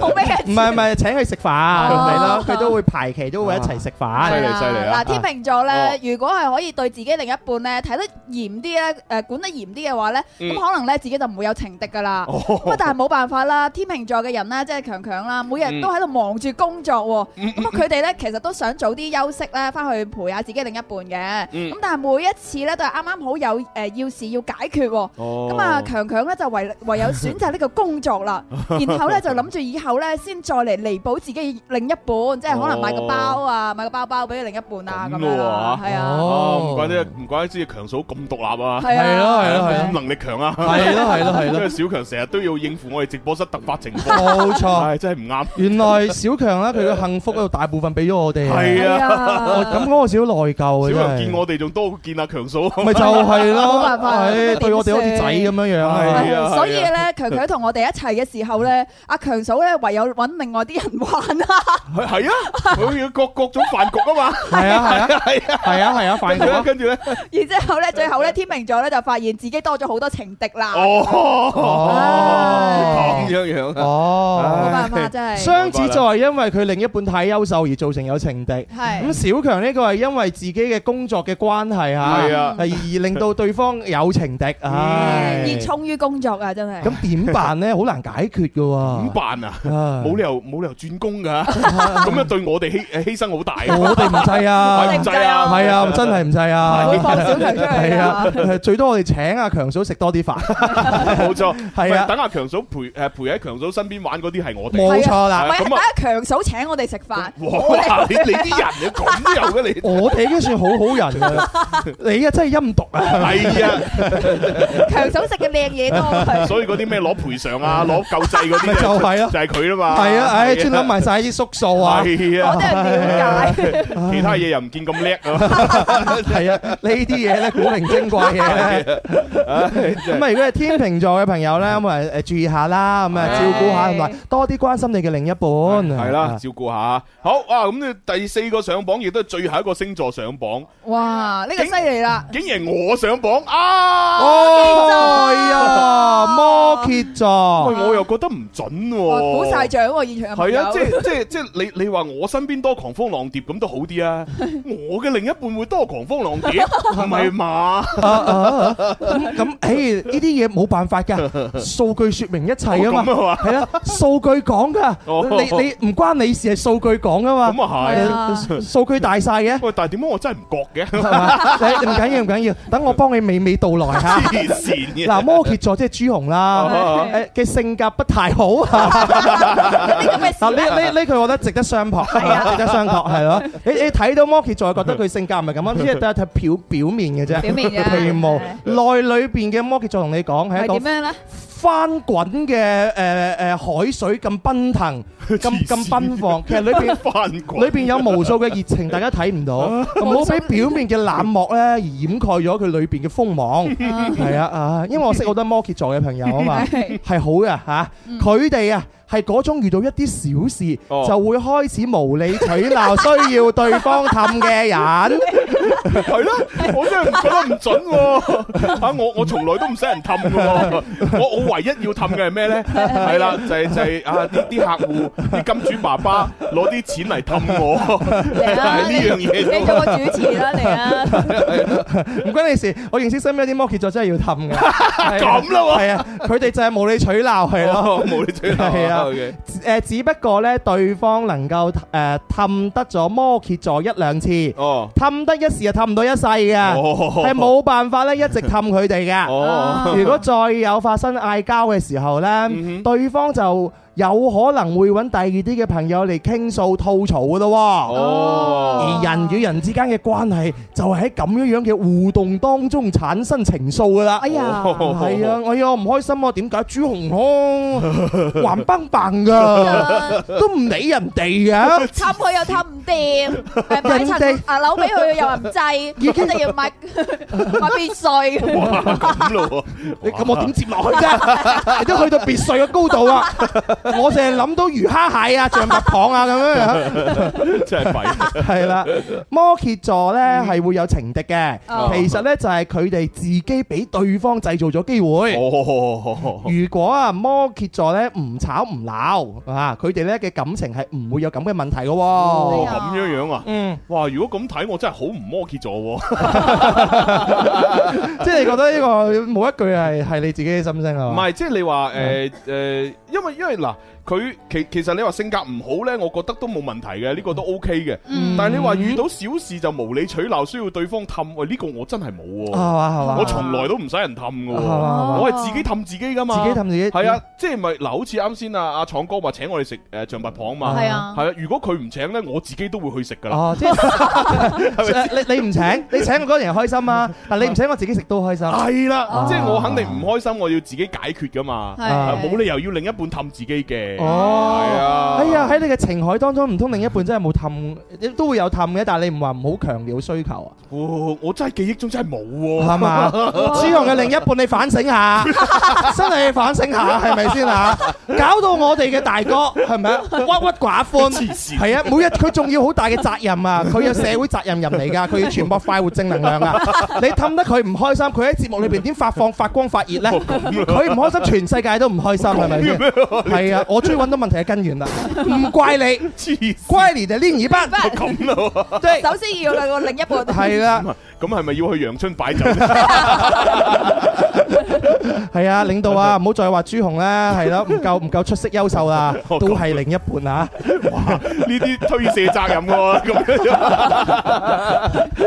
S3: 好咩嘅？
S2: 係唔係，請佢食飯係啦，佢都會排期，都會一齊食
S1: 犀
S2: 飯。
S1: 利犀利啊
S3: 嗱，天秤座
S1: 哦
S3: 咧，如果係可以對自己另一半咧睇得嚴啲咧，誒管得嚴啲嘅話咧，
S1: 嗯
S3: 咁可能咧自己就唔會有情敵噶啦。咁
S1: 哦
S3: 啊，但係冇辦法啦，天秤座嘅人咧，即係強強啦，每日都喺度忙住工作
S1: 嗯
S3: 喎。咁啊，佢哋咧其實都想早啲休息咧，翻去陪下自己另一半嘅。
S1: 嗯
S3: 咁但係每一次咧都係啱啱好有誒要事要解決喎。
S1: 哦
S3: 咁啊，強強咧就唯唯有選擇呢個工作 啦，然後咧就諗住以後咧先再嚟彌補自己另一半，即係可能買個包啊，買個包包俾另一半啊
S1: 哦咁
S3: 咁
S1: 咯
S3: 樣啦，
S1: 喎
S3: 係啊，
S1: 哦，唔怪得唔怪得知強嫂咁獨立啊，
S3: 係
S2: 係咯
S3: 啊，
S2: 係咯係
S1: 咁
S2: 咯
S1: 能力強啊，
S2: 係咯係咯 係
S1: 因
S2: 咯
S1: 為，小強成日都要應付我哋直播室突發情況，
S2: 冇錯。
S1: 唉，真係唔啱。
S2: 原來小強咧，佢嘅幸福有大部分俾咗我哋啊。
S1: 係啊
S2: 我
S3: 啊
S2: 咁嗰個少內疚啊，
S1: 小強
S2: 真
S1: 見
S2: 係。
S1: 我哋仲多過見阿強嫂，
S2: 咪就係咯，
S3: 冇辦法
S2: 唉
S3: 咁你點
S2: 對我哋好似仔咁樣樣啊。
S1: 係啊
S3: 所以咧，強強同我哋一齊嘅時候 咧，阿強嫂咧唯有揾另外啲人玩啦，
S1: 係係啊，佢要各各種飯局啊嘛，
S2: 係啊係啊
S1: 係啊，
S2: 係啊係啊，快
S1: 跟住
S2: 啲
S1: 咧，
S2: 啊！
S1: 跟住咧，
S3: 然之後咧，最後咧天秤座咧就發現自己多咗好多情敵啦。
S1: 哦。
S2: 哦哦
S1: 咁樣樣啊。
S2: 哦。
S3: 冇辦法真係。
S2: 雙子座係因為佢另一半太優秀而造成有情敵，
S3: 係
S2: 咁小強呢個係因為自己嘅工作嘅關係嚇，
S1: 係啊
S2: 而而令到對方有情敵，唉，
S3: 熱衷於工作啊，真係。
S2: 咁點辦呢？好難解決嘅
S1: 點
S2: 喎，
S1: 辦啊？
S2: 啊
S1: 冇理由冇理由轉工 㗎，咁樣對我哋犧犧牲好大啊。
S2: 我哋唔制
S1: 我
S2: 啊
S1: 哋唔。制啊
S2: 係啊，真係唔制啊！
S3: 會放小強出去㗎
S2: 係啊，最多我哋請阿強嫂食多啲飯，
S1: 冇錯，
S2: 係啊
S1: 喂等阿強嫂陪誒陪喺強嫂身邊玩嗰啲係我哋。
S2: 冇錯啦。
S3: 喂，
S1: 咁啊
S3: 等下強嫂請我哋食飯，我哋
S1: 哇！你你啲人你咁又嘅你，
S2: 我哋已經算好好人噶啦，你啊真係陰毒啊！
S1: 係啊，
S3: 強嫂食嘅靚嘢多啊過佢。
S1: 所以嗰啲咩攞賠償啊、攞救濟嗰
S2: 咪
S1: 啲
S2: 就係咯
S1: 就係佢啦嘛。
S2: 係啊，唉，專諗埋晒啲縮數啊，
S1: 係
S3: 我
S1: 啊
S3: 都，係了解，
S1: 其他嘢又唔見咁叻啊。
S2: 係啊，呢啲嘢咧古靈精怪 嘅
S1: 啊
S2: 咧。咁啊，如果係天秤座嘅朋友咧，咁啊誒注意下啦，咁啊
S1: 係
S2: 照顧下，同埋多啲關心你嘅另一半。係
S1: 係啦，，照顧下。好啊，咁呢第四個上榜亦都係最後一個星座上榜，
S3: 哇！呢個犀利啦，
S1: 竟然我上榜啊！
S2: 哦
S3: 啊
S2: 呀，摩羯
S1: 喂，
S2: 座，
S1: 我又覺得唔準
S3: 哇
S1: 喎，
S3: 鼓晒掌喎！現場嘅朋
S1: 係啊，
S3: 友
S1: 即，係即係即係你你話我身邊多狂風浪蝶咁都好啲啊！我嘅另一半會多狂風浪蝶，唔係嘛？
S2: 啊啊啊 咁咁，誒呢啲嘢冇辦法㗎，數據説明一切啊嘛。
S1: 咁啊嘛，
S2: 係啦，數據講㗎，
S1: 哦
S2: 你你唔關你事，係數據講啊嘛。
S1: 咁啊
S3: 係
S1: 係。
S3: 啊
S2: 誒數據大晒嘅。
S1: 喂，但係點解我真係唔覺嘅？
S2: 係嘛？ 你唔緊要，唔緊要，等我幫你娓娓道來嚇。
S1: 黐線嘅。
S2: 嗱，摩羯座即係朱紅啦，
S1: 啊
S2: 誒嘅性格不太好。嗱，呢呢呢句我覺得值得商榷，值得商榷係咯。你你睇到摩羯座，覺得佢性格唔係咁 樣，只係睇睇表表面嘅啫，
S3: 表面嘅
S2: 皮毛
S3: 啊係。
S2: 啊內裏邊嘅摩羯座同你講係
S3: 係
S2: 一
S3: 點
S2: 個
S3: 樣咧？
S2: 翻滾嘅誒誒海水咁奔騰、 咁咁奔放，其實裏邊。
S1: 翻
S2: 裏
S1: 滾，
S2: 邊有無數嘅熱情，大家睇 唔到，唔好俾表面嘅冷漠咧而掩蓋咗佢裏邊嘅鋒 芒。係啊啊，因為我識好多摩羯座嘅朋友啊嘛，
S3: 係
S2: 係好嘅嚇，佢哋啊係嗰種遇到一啲小事
S1: 嗯哦
S2: 就會開始無理取鬧，需要對方氹 嘅人。
S1: 係咯，我真係唔覺得唔準喎。 嚇我我從來都唔使人氹嘅喎，我我唯一要氹嘅係咩咧？係啦，就係就係啊啲啲客戶啲金主爸爸攞啲錢嚟氹我，係
S3: 嚟啊
S1: 呢樣嘢啫
S3: 你做個主持啦，你啊！
S2: 唔關你事，我認識身邊有啲摩羯座真係要 氹嘅。係啊
S1: 咁啦喎
S2: 係啊，佢哋就係無理取鬧係咯。
S1: 哦冇你吹鬧
S2: 係啊
S1: OK
S2: 誒，只不過咧，對方能夠誒氹得咗摩羯座一兩次，
S1: 哦，
S2: 氹得一時就氹唔到一世嘅，
S1: 哦
S2: 係冇辦法咧，一直氹佢哋 嘅。
S1: 哦，
S2: 如果再有發生嗌交嘅時候呢，
S1: 嗯哼
S2: 對方就有可能會揾第二啲嘅朋友嚟傾訴吐槽嘅咯喎。
S1: 哦
S2: 而人與人之間嘅關係就係喺咁樣樣嘅互動當中產生情愫㗎啦
S3: 哎。呀，
S1: 哦
S2: 係啊，哎呀，我唔開心啊！點解朱紅康橫崩崩
S3: 哎
S2: 㗎，都唔理人哋嘅？
S3: 氹佢又氹唔掂， 誒買
S2: 人
S3: 層
S2: 哋
S3: 啊樓俾佢又話唔制，跟住要 買買別墅，
S1: 哇咁咯
S2: 你咁我點接落去啫？ 你都去到別墅嘅高度啊！我淨係諗到魚蝦蟹啊、象拔蚌啊咁樣樣。
S1: 喎， 真係弊。
S2: 係啦，摩羯座咧
S1: 嗯
S2: 係會有情敵嘅，
S3: 哦
S2: 其實咧就係佢哋自己俾對方製造咗機會。
S1: 哦，
S2: 如果啊摩羯座咧唔吵唔鬧啊，佢哋咧嘅感情係唔會有咁嘅問題嘅
S1: 哦
S3: 哎
S2: 喎。
S1: 咁樣樣啊！
S2: 嗯，
S1: 哇，如果咁睇，我真係好唔摩羯座喎。
S2: 即係你覺得呢個冇一句係係你自己嘅心聲啊？
S1: 唔係，即係你話誒誒，因為因為嗱，佢其其實你話性格唔好咧，我覺得都冇問題嘅，呢個都 OK 嘅。
S3: 嗯
S1: 但係你話遇到小事就無理取鬧，需要對方氹，喂呢個我真係冇
S2: 係
S1: 喎，
S2: 嘛哦係嘛，
S1: 我從來都唔使人氹嘅
S2: 係
S1: 喎，
S2: 嘛係嘛
S1: 我哦係自己氹自己噶嘛。
S2: 自己氹自己。
S1: 係啊，即係咪嗱？好似啱先啊，阿闖哥話請我哋食誒象拔蚌嘛，
S3: 係啊
S1: 係啊。如果佢唔請咧，我自己都會去食噶啦。
S2: 哦， 即係 你你唔請，你請我嗰人開心啊，但你唔請我自己食都開心。
S1: 係啦，
S2: 啊
S1: 即係我肯定唔開心，我要自己解決噶嘛。
S3: 係
S1: 啊冇理由要另一半氹自己嘅。嘅。
S2: 哦
S1: 係啊，
S2: 哎呀，喺你嘅情海當中，唔通另一半真係冇氹，你都會有氹嘅，但係你唔話唔好強調需求啊，
S1: 哦我我真係記憶中真係冇喎。
S2: 係 嘛？朱紅嘅另一半，你反省下， 真係反省下，係咪先啊？搞到我哋嘅大哥係咪啊？鬱鬱寡歡，
S1: 黐線
S2: 係啊！每日佢仲要好大嘅責任啊！佢有社會責任人嚟㗎，佢要傳播快活正能量啊！你氹得佢唔開心，佢喺節目裏邊點發放發光發熱
S1: 哦
S2: 呢？
S1: 啊
S2: 佢唔開心，全世界都唔開心，係咪先？係啊！我終於揾到問題嘅根源啦，唔怪你，
S1: 黐線
S2: 怪你哋另一半，
S1: 咁啊咯喎，
S2: 即係
S3: 首先要兩個另一半。
S2: 係啦。
S1: 咁啊咁係咪要去陽春擺酒？
S2: 係啊，領導 啊，唔好再話朱紅啦，係咯，唔夠唔夠出色優秀啦，都係另一半啊。
S1: 哇！呢啲推卸責任喎，咁 樣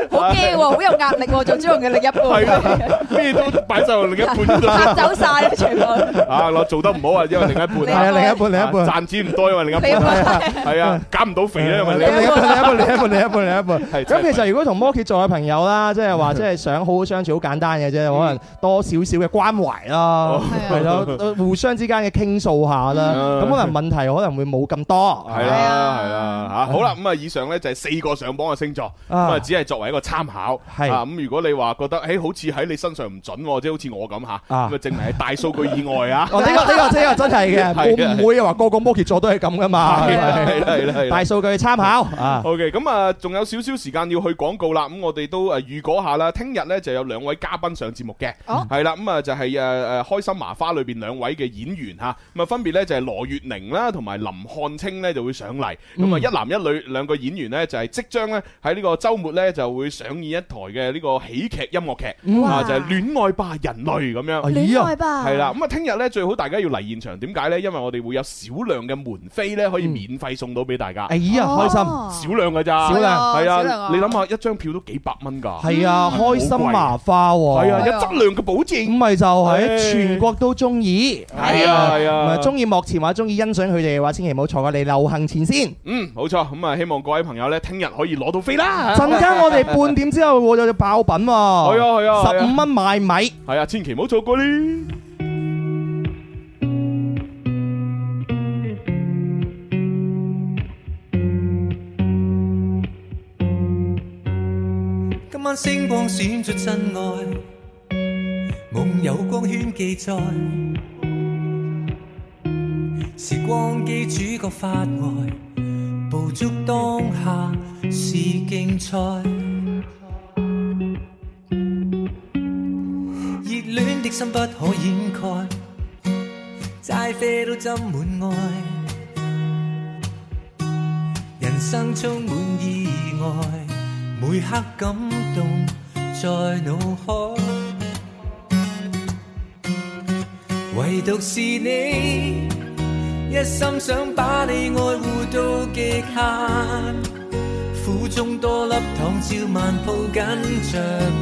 S3: 好驚喎，好有壓力喎，做朱紅嘅另一半，
S1: 係啊，咩都擺晒落另一半嗰 度
S3: 搭走晒全部。
S1: 啊！我做得唔好啊，因為另一
S2: 係
S1: 半啊
S2: 啊，另一半，另一半，
S1: 賺錢唔多，因為另一
S3: 你有
S1: 半
S3: 冇
S1: 係 啊，減唔到肥咧，因為
S2: 另
S1: 另一
S2: 一半，另一半，另一半，另一半，另一半。
S1: 係真
S2: 咁
S1: 係
S2: 其實如果同摩羯座嘅朋友啦，即 係話即係想好好相處，好簡單嘅啫，可能多少少嘅關懷啦，係咯，互相之間嘅傾訴下啦，
S1: 嗯
S2: 咁可能問題可能會冇咁多。
S1: 係
S3: 係
S1: 啦，
S3: 啊
S1: 係啦，吓好啦，咁啊，以上咧就係四個上榜嘅星座，咁啊，
S2: 啊
S1: 只係作為一個參考。
S2: 係
S1: 啊，咁如果你話覺得，誒，好似喺你身上唔準喎，即係好似我咁吓，
S2: 啊
S1: 咁啊，證明係大數據以外啊。
S2: 哦，呢個呢 個呢個真係嘅，我唔會話個個摩羯座都係咁噶嘛，
S1: 係啦，係啦，係啦，係啦
S2: 大。數據參考啊。
S1: OK，咁啊，仲有少少時間要去廣告啦，咁我哋都誒預嗰下啦，聽日咧就有兩位嘉賓上節目嘅，
S3: 哦
S1: 係啦，咁啊就係誒誒《開心麻花》裏邊兩位嘅演員嚇，咁啊分別咧就係羅月寧啦，同埋林漢清咧就會上嚟，咁啊
S2: 嗯
S1: 一男一女兩個演員咧就係即將咧喺呢個週末咧就會上演一台嘅呢個喜劇音樂劇，
S3: 哇
S1: 啊就係《戀愛吧人類》咁樣。
S3: 戀愛吧，
S1: 係啦，咁啊，聽日咧最好大家要嚟現場，點解呢？因為我哋會有少量嘅門飛咧，可以
S2: 嗯
S1: 免費送到俾大家
S2: 哎，呀，開心！
S1: 少量㗎咋，
S2: 少量
S1: 係啊，你諗
S3: 下，
S1: 下一張票都幾百蚊㗎，
S2: 係啊，開心麻花喎，
S1: 係啊，
S3: 係
S1: 有
S3: 啊
S1: 質量嘅保
S2: 咁
S1: 證，
S2: 咪就
S1: 唉
S2: 係全國都中意，
S1: 係啊係啊
S2: 唔係中意幕前或者中意欣賞佢哋嘅話，千祈唔好錯過嚟流行前先。
S1: 嗯，冇錯，咁啊，希望各位朋友咧，聽日可以攞到飛啦，
S2: 陣間我哋半點之後會有隻爆品喎，
S1: 係啊係啊係
S2: 十
S1: 啊
S2: 五蚊買米。
S1: 係啊，千祈唔好錯過呢。
S8: 今晚星光閃出真愛，夢有光圈記載，時光機主角發呆，捕捉當下是競賽，熱戀的心不可掩蓋，齋啡都斟滿愛，人生充滿意外。每刻感動在腦海，唯獨是你，一心想把你愛護到極限，苦中多粒糖，照萬抱緊着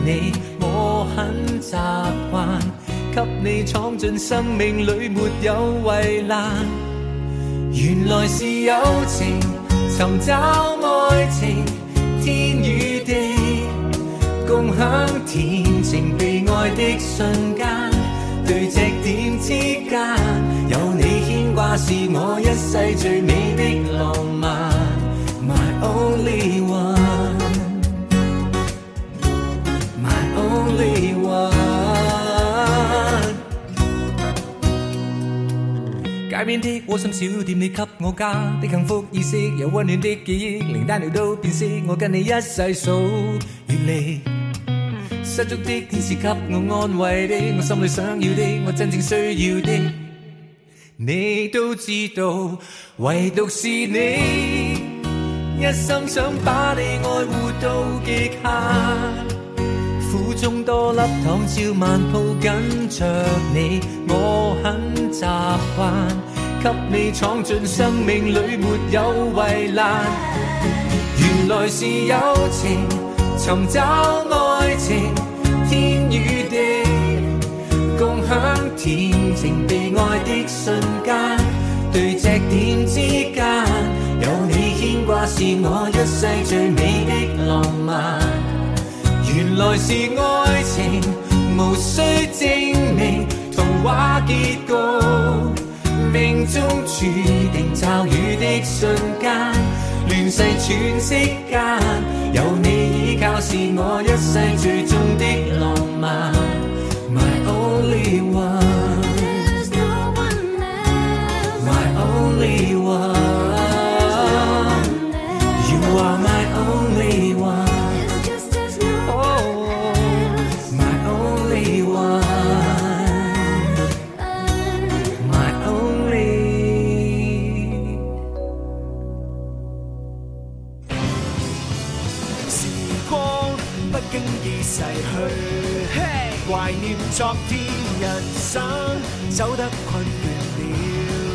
S8: 你，我很習慣，給你闖進生命裏沒有圍欄。原來是友情，尋找愛情，天與地，共享天晴被愛的瞬間，對直點之間，有你牽掛是我一世最美的浪漫，My only one，My only one。街邊的窩心小店，你給我家的幸福意識，有溫暖的記憶，連單調都變色。我跟你一世數月曆，失足的天使給我安慰的，我心裏想要的，我真正需要的，你都知道，唯獨是你，一心想把你愛護到極限。苦中多粒糖，照晚抱緊着你，我很習慣，給你闖進生命裏沒有圍欄。原來是友情，尋找愛情，天與地。共享天晴被愛的瞬間，對隻點之間，有你牽掛是我一世最美的浪漫。原來是愛情，無需證明，童話結局。命中注定骤雨的瞬間，亂世喘息間，有你已教是我一世最終的浪漫，My only one，My only one，You are my only one，Oh my only one。my only
S6: 時光不經意逝去，懷念昨天，人生走得困倦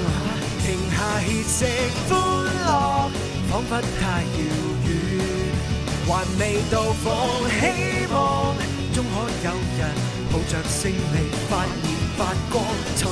S6: 了，停下歇息，歡樂彷彿太遙遠，還未到訪，希望終可有日抱着勝利發現發光，尋找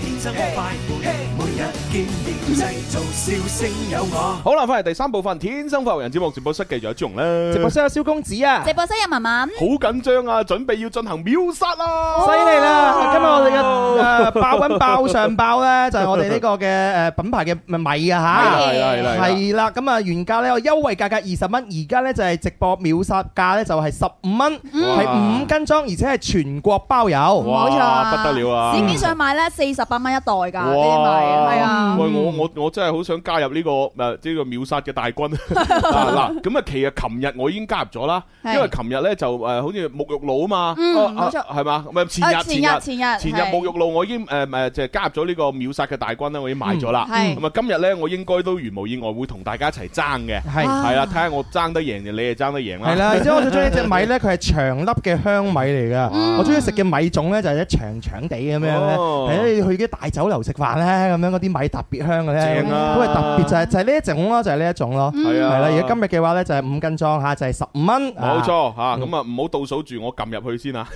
S6: 天生快活，每日見面製造笑聲有我。
S1: 好啦，翻嚟第三部分《天生發育人》節目直播室，繼續有朱紅啦，
S2: 直播室有蕭公子啊，
S3: 直播室有文文，
S1: 好緊張啊，準備要進行秒殺啦！
S2: 犀利啦！今日我哋嘅誒爆品爆上爆咧，就係我哋呢個 嘅誒品牌嘅米啊嚇。
S1: 係啦係啦係啦
S2: 係啦，咁啊原價咧，我優惠價格二十蚊，而家咧就係直播秒殺價咧就係十五蚊，係五斤裝，而且係全國包郵。
S1: 哇
S3: 冇錯啊，
S1: 不得了啊
S3: 市面上買咧四十八蚊一袋㗎，呢啲咪係
S2: 嗯
S3: 啊，
S1: 嗯喂，我我我真係好想加入呢個誒呢個秒殺嘅大 軍啊嗱，咁啊，其實琴日我已經加入咗啦，因
S3: 係
S1: 為琴日咧就誒好似沐浴露啊嘛，
S3: 嗯
S1: 啊
S3: 冇錯
S1: 啊係嘛，唔係前
S3: 啊
S1: 日前日。
S3: 前日
S1: 前日
S3: 係
S1: 沐浴露我已經誒誒就係加入咗呢個秒殺嘅大軍啦，我已經買咗啦。
S3: 嗯係
S1: 咁啊，今日咧我應該都如無意外會同大家一齊爭嘅，
S2: 係
S3: 啊
S1: 係啦，睇下我爭得贏就你係爭得贏啦。
S2: 係啦，而且我最中意只米咧，佢係長粒嘅香米嚟㗎。我中意食嘅米種咧就係一長長地咁樣咧，
S1: 嗯哦
S2: 係咧去啲大酒樓食飯咧咁樣嗰啲米特別香嘅咧，
S1: 正啊
S2: 都係特別就係就係呢一種咯，就係呢一種咯。
S1: 係啊，
S2: 係啦，而家今日嘅話咧就係五斤裝嚇，就係十五蚊。
S1: 冇
S2: 啊，
S1: 錯嚇，咁啊唔好倒數住，我撳入去先 啊！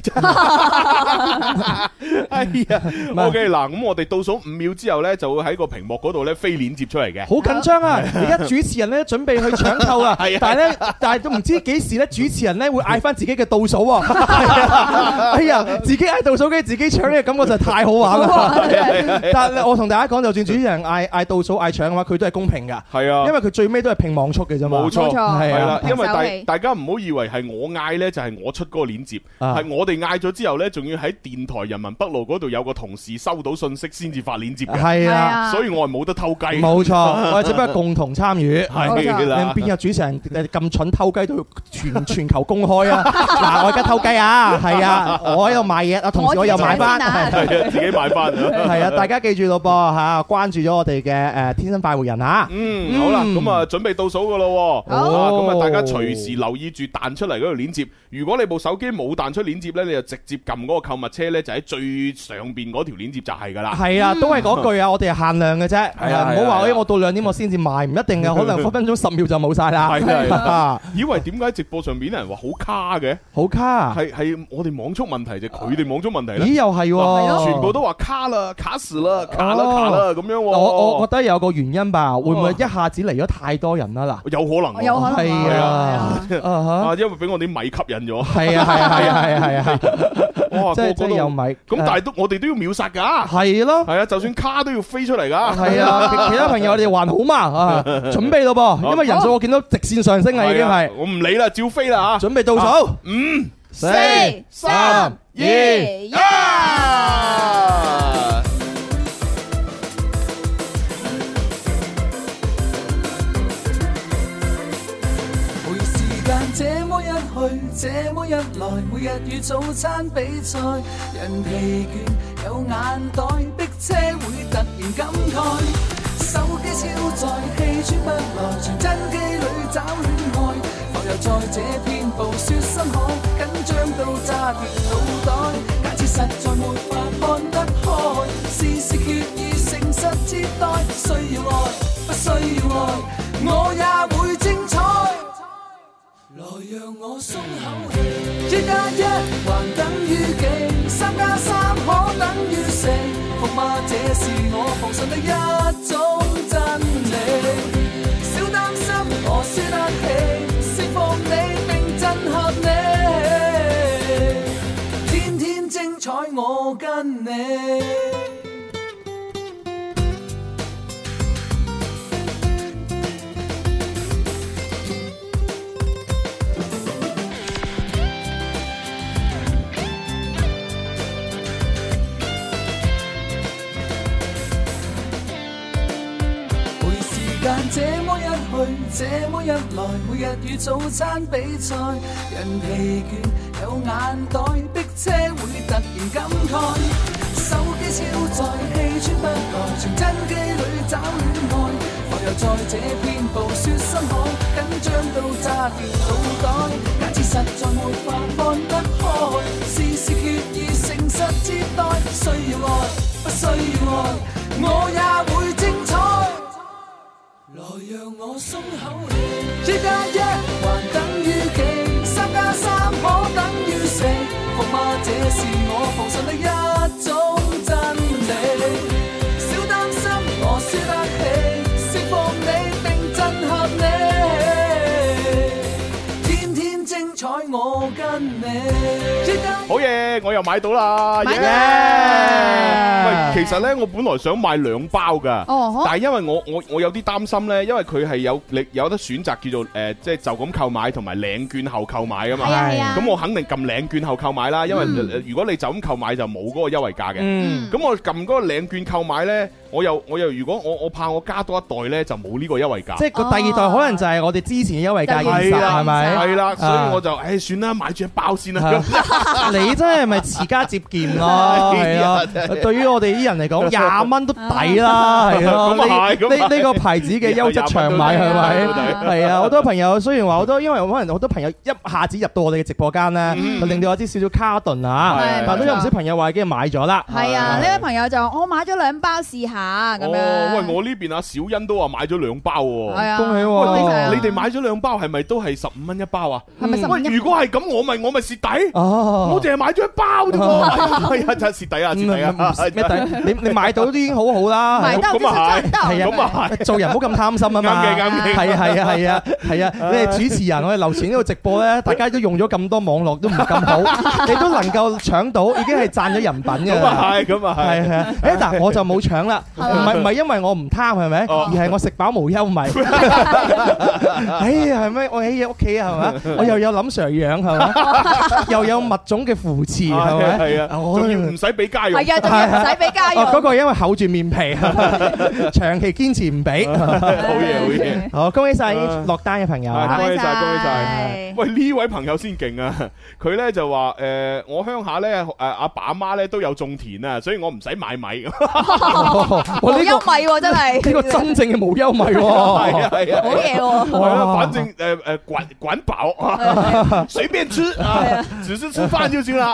S1: 哎呀，OK 嗱，咁我哋倒數五秒之後呢，就會喺個屏幕嗰度呢飛鏈接出嚟嘅。
S2: 好緊張啊！而家主持人咧準備去搶購啦，
S1: 係啊
S2: 但係咧，但係都唔知幾時咧，主持人咧會嗌翻自己嘅倒數 喎。係啊哎呀，自己嗌倒數機，自己搶呢個感覺就太 好玩
S1: 啊
S2: 啦！但係我同大家講，就算主持人嗌嗌倒數嗌搶嘅話，佢都係公平㗎，
S1: 係啊，
S2: 因為佢最尾都係拼網速嘅啫嘛。
S3: 冇
S1: 冇錯，
S3: 錯
S1: 係
S2: 係
S1: 啦
S2: 啊，
S1: 因為
S3: 手
S1: 大
S3: 氣
S1: 大家唔好以為係我嗌呢，就係我出嗰個鏈接，
S2: 啊
S1: 係我哋嗌咗之後呢，仲要喺電台人民北路嗰度有個同事收到信息先至發鏈接嘅，
S2: 係
S3: 係
S2: 啊，
S3: 啊，
S1: 所以我係冇得偷雞。
S2: 冇錯，我哋只不過共同參與。
S1: 係啦，
S2: 邊有主持人呃咁蠢偷雞都要 全全球公開啊！嗱，我而家偷雞啊，係啊，我喺度 賣嘢，啊，同時我又買翻，
S3: 我自
S1: 係啊，自己買翻。
S2: 係啊，大家記住咯噃嚇，關注咗我哋嘅誒天生快活人啊嚇，
S1: 嗯，好啦，咁啊，準備倒數噶咯喎，
S3: 好
S1: 啊咁啊，大家隨時留意住彈出嚟嗰條鏈接。如果你部手機冇彈出鏈接呢，你就直接撳嗰個購物車呢，就喺最上邊嗰條鏈接就係噶啦。
S2: 係啊，都係嗰句啊，我哋係限量嘅啫，
S1: 嗯係啊
S2: 唔好話哎我到兩點我先至賣，唔一定啊 嘅，可能分分鐘十秒就冇晒啦。
S1: 係啊係
S2: 啊，
S1: 以為點解直播上面啲人話好卡嘅？
S2: 好卡，
S1: 係係我哋網速問題定佢哋網速問題
S2: 咦
S1: 呢？啊
S2: 又係
S3: 嗯
S2: 喎，
S1: 全部都話卡啦，卡死啦，卡啦，
S2: 哦
S1: 卡啦咁樣喎。
S2: 我我覺得有個原因吧，會唔會一下子嚟咗太多人啦？嗱。
S1: 有可能
S3: 我有
S1: 喎
S3: 可能
S2: 係啊
S3: 啊，係啊
S2: 啊哈
S1: 啊，因為俾我啲米吸引咗。
S2: 係啊係啊係啊係啊係啊係啊！
S1: 哇，個
S2: 真係
S1: 個
S2: 真
S1: 都
S2: 係有
S1: 咁，
S2: 米。
S1: 但係都我哋都要秒殺㗎。
S2: 係咯，
S1: 係啊，就算卡都要飛出嚟㗎。
S2: 係啊，其其他朋友你哋還好嘛 啊，準備咯噃，因為人數我見到直線上升啦，已經係
S1: 係啊我唔理啦，照飛啦吓。
S2: 準備倒數，
S1: 五
S2: 四
S3: 四三二一。
S1: 啊！
S8: 每時間這麼一去，這麼一來，每日與早餐比賽，人疲倦有眼袋，逼車會突然感慨，手機超載，氣喘不來，傳真機裏找戀愛，浮游在這片暴雪深海，緊張到炸斷腦袋，假設實在沒法看得開，事事決意誠實接待，需要愛，不需要愛，我也會精彩。來讓我鬆口氣，一加一還等於幾？三加三可等於四？伏嗎？這是我奉信的一種真理。小擔心，我輸得起，釋放你並震撼你，天天精彩我跟你。
S6: 這麼一去，這麼一來，每日與早餐比賽，人疲倦有眼袋，逼車會突然感慨，手機超載，氣喘不來，傳真機裏找戀愛，浮游在這片暴雪深海，緊張到炸掉腦袋，假設實在沒法看得開，事事決意誠實接待，需要愛，不需要愛，我也會精彩。來讓我鬆口氣，一加一還等於幾？三加三可等於四？伏嗎？這是我奉信的一種真理。小擔心，我輸得起，釋放你並震撼你，天天精彩我跟你。一加一
S1: 好嘢，我又買到啦！
S3: 買
S1: yeah！
S3: 啦
S1: 喂，其實呢，我本來想買兩包㗎，
S3: 哦呵
S1: 但係因為我我我有啲擔心呢，因為佢係有你有得選擇叫做誒，即係就咁購買同埋領券後購買㗎嘛。
S3: 係啊係啊。
S1: 咁我肯定撳領券後購買啦，因為呃如果你就咁購買就冇嗰個優惠價嘅。
S2: 嗯，
S1: 咁我撳嗰個領券購買呢，我又我又如果我我怕我加多一袋呢，就冇呢個優惠價
S2: 即。係個第二代可能就係我哋之前嘅優惠價
S3: 就係
S2: 現實係咪？
S1: 係啦，所
S2: 啊
S1: 以我就誒算啦，買住一包先啦。
S2: 係你真係咪持家節儉咯？
S1: 哎
S2: 係啊，對於我哋啲人嚟 講，廿蚊都抵啦，係
S1: 咁
S2: 咯。
S1: 啊係
S2: 呢
S1: 咁啊
S2: 呢呢個牌子 嘅優質長買係咪
S1: 廿蚊都？抵啊
S2: 係啊，好多朋友雖然話好多，因為可能好多朋友一下子入到我哋嘅直播間咧，就令到有啲少少卡頓
S1: 嗯
S2: 啊
S1: 係。
S2: 但都有唔少朋友話已經買咗啦。
S3: 係啊，呢位朋友就話我買咗兩包試下咁樣。
S1: 哦，喂，我呢邊阿小欣都話買咗兩包喎。
S3: 係啊，
S2: 恭喜喎
S1: 喂，
S2: 係啊
S1: 你你哋買咗兩包係咪都係十五蚊一包啊？
S3: 係咪十
S1: 喂，
S3: 蚊一？
S1: 如果係咁，我咪我咪蝕底。我
S2: 哦，
S1: 淨係買咗一包啫 喎，係啊，真係蝕底啊，蝕
S2: 嗯
S1: 底啊，
S2: 咩 抵？你你買到都已經好好啦。
S3: 埋得
S1: 咁
S3: 啲
S1: 啊係
S3: 得
S2: 係啊
S1: 咁啊係，
S2: 做人唔好咁貪心啊
S1: 啱
S2: 嘛，
S1: 嘅啱嘅
S2: 係啊係啊係啊係啊！你係主持人，我哋流傳呢個直播咧，大家都用咗咁多網絡都唔咁好，你都能夠搶到，已經係賺咗人品嘅
S1: 咁啊
S2: 啦。
S1: 係，咁啊係。
S2: 係係啊，誒嗱我就冇搶啦，唔
S3: 係嘛
S2: 係唔係因為我唔貪係咪，
S1: 哦
S2: 而係我食飽無憂米。哎呀係咪？我喺屋企係咪？我又有林 Sir 養係咪？又有物種嘅扶持係咪？
S1: 係啊，
S2: 我
S1: 仲要唔使俾家用。
S3: 係啊，仲要唔使俾家用。
S2: 哦，嗰個因為厚住面 皮，長期堅持唔俾。
S1: 好嘢，好嘢。
S2: 好，恭喜晒
S1: 啊
S2: 落單嘅朋友啊！
S1: 恭喜
S3: 恭喜
S1: 晒，
S3: 晒
S1: 恭喜晒！喂，呢位朋友先勁啊！ 佢咧就話誒，我鄉下咧誒阿爸阿媽咧都有種田啊，所以我唔使買米。
S2: 我
S3: 好
S2: 呢
S3: 優
S2: 個
S3: 惠喎，真 係。
S2: 呢個真正嘅無憂米
S1: 係啊
S2: 喎，
S1: 係啊
S3: 好。嘢喎。
S1: 係啊， 反正誒誒管管飽， 隨便吃啊，只是吃飯就行啦。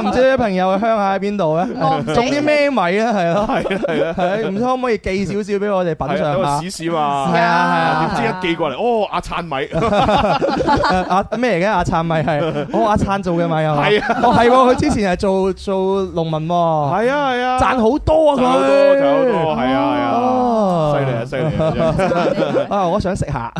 S2: 唔知啲朋友嘅鄉下喺邊度咧？
S3: 我唔知
S2: 種啲咩米啊？係咯，
S1: 係啊係啊，
S2: 係唔知可唔可以寄少少俾我哋品
S1: 係啊，
S2: 嚐
S1: 等我
S2: 下
S1: 試？試嘛。
S2: 係啊
S1: 點知一寄過嚟，哦，阿燦米，
S2: 誒阿啊咩嚟嘅？阿燦米 係，哦阿燦做嘅米啊嘛？
S1: 係啊
S2: 哦係喎，佢之前係做做農民喎，
S1: 係啊係啊，
S2: 賺好多啊
S1: 賺好多，
S2: 佢，
S1: 賺好多，係啊係啊。
S2: 哦
S1: 犀利啊！犀利啊！
S2: 啊！我想食下，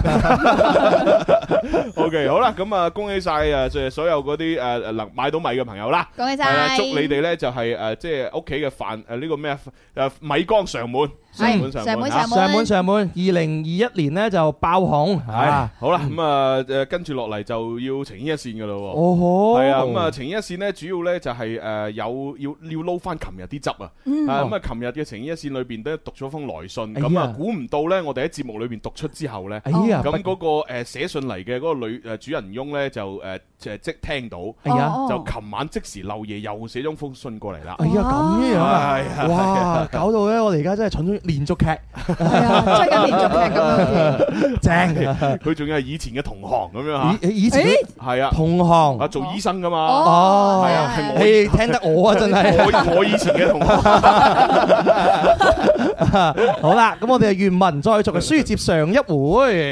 S1: O K，好啦，咁啊，恭喜晒啊，即係所有嗰啲誒能買到米嘅朋友啦。
S3: 恭喜
S1: 係啊，
S3: 晒。
S1: 祝你哋咧就係誒，即係屋企嘅飯誒呢個咩誒米缸常滿，常滿
S3: 上門
S1: 常滿
S3: 上門
S1: 嚇。
S2: 上門上門，二零二一年咧就爆紅
S1: 係
S2: 啊！
S1: 好啦，咁啊誒跟住落嚟就要情牽一線嘅咯喎。
S2: 哦吼，
S1: 係啊，咁啊，情牽一線咧，主要咧就係誒有要要撈翻琴日啲汁啊，啊咁啊，琴日嘅情牽一線裏邊都讀咗封來信，咁
S2: 嗯哎呀
S1: 啊，估唔到咧，我哋喺節目裏邊讀出之後咧，
S2: 哎呀，
S1: 咁
S2: 不
S1: 嗰個誒寫信嚟嘅嗰個女誒主人翁咧就誒誒即聽到，
S2: 哎呀，
S3: 哦
S1: 就琴晚即時漏夜又寫咗封信過嚟啦
S2: 哎，呀咁樣啊
S1: 哎呀，
S2: 哇，搞到咧我哋而家真係蠢咗連續劇，
S3: 係 啊，追緊連續劇咁樣。
S2: 正。
S1: 佢仲要係以前嘅同行咁樣嚇，
S2: 以以前啲
S1: 係啊，
S2: 同行
S1: 啊，做醫生噶嘛，
S2: 哦
S3: 哦，
S1: 係啊係我
S2: 你聽得我啊真係。
S1: 我我以前嘅同行，
S2: 好啦，咁我哋原文再續嘅書接上一回。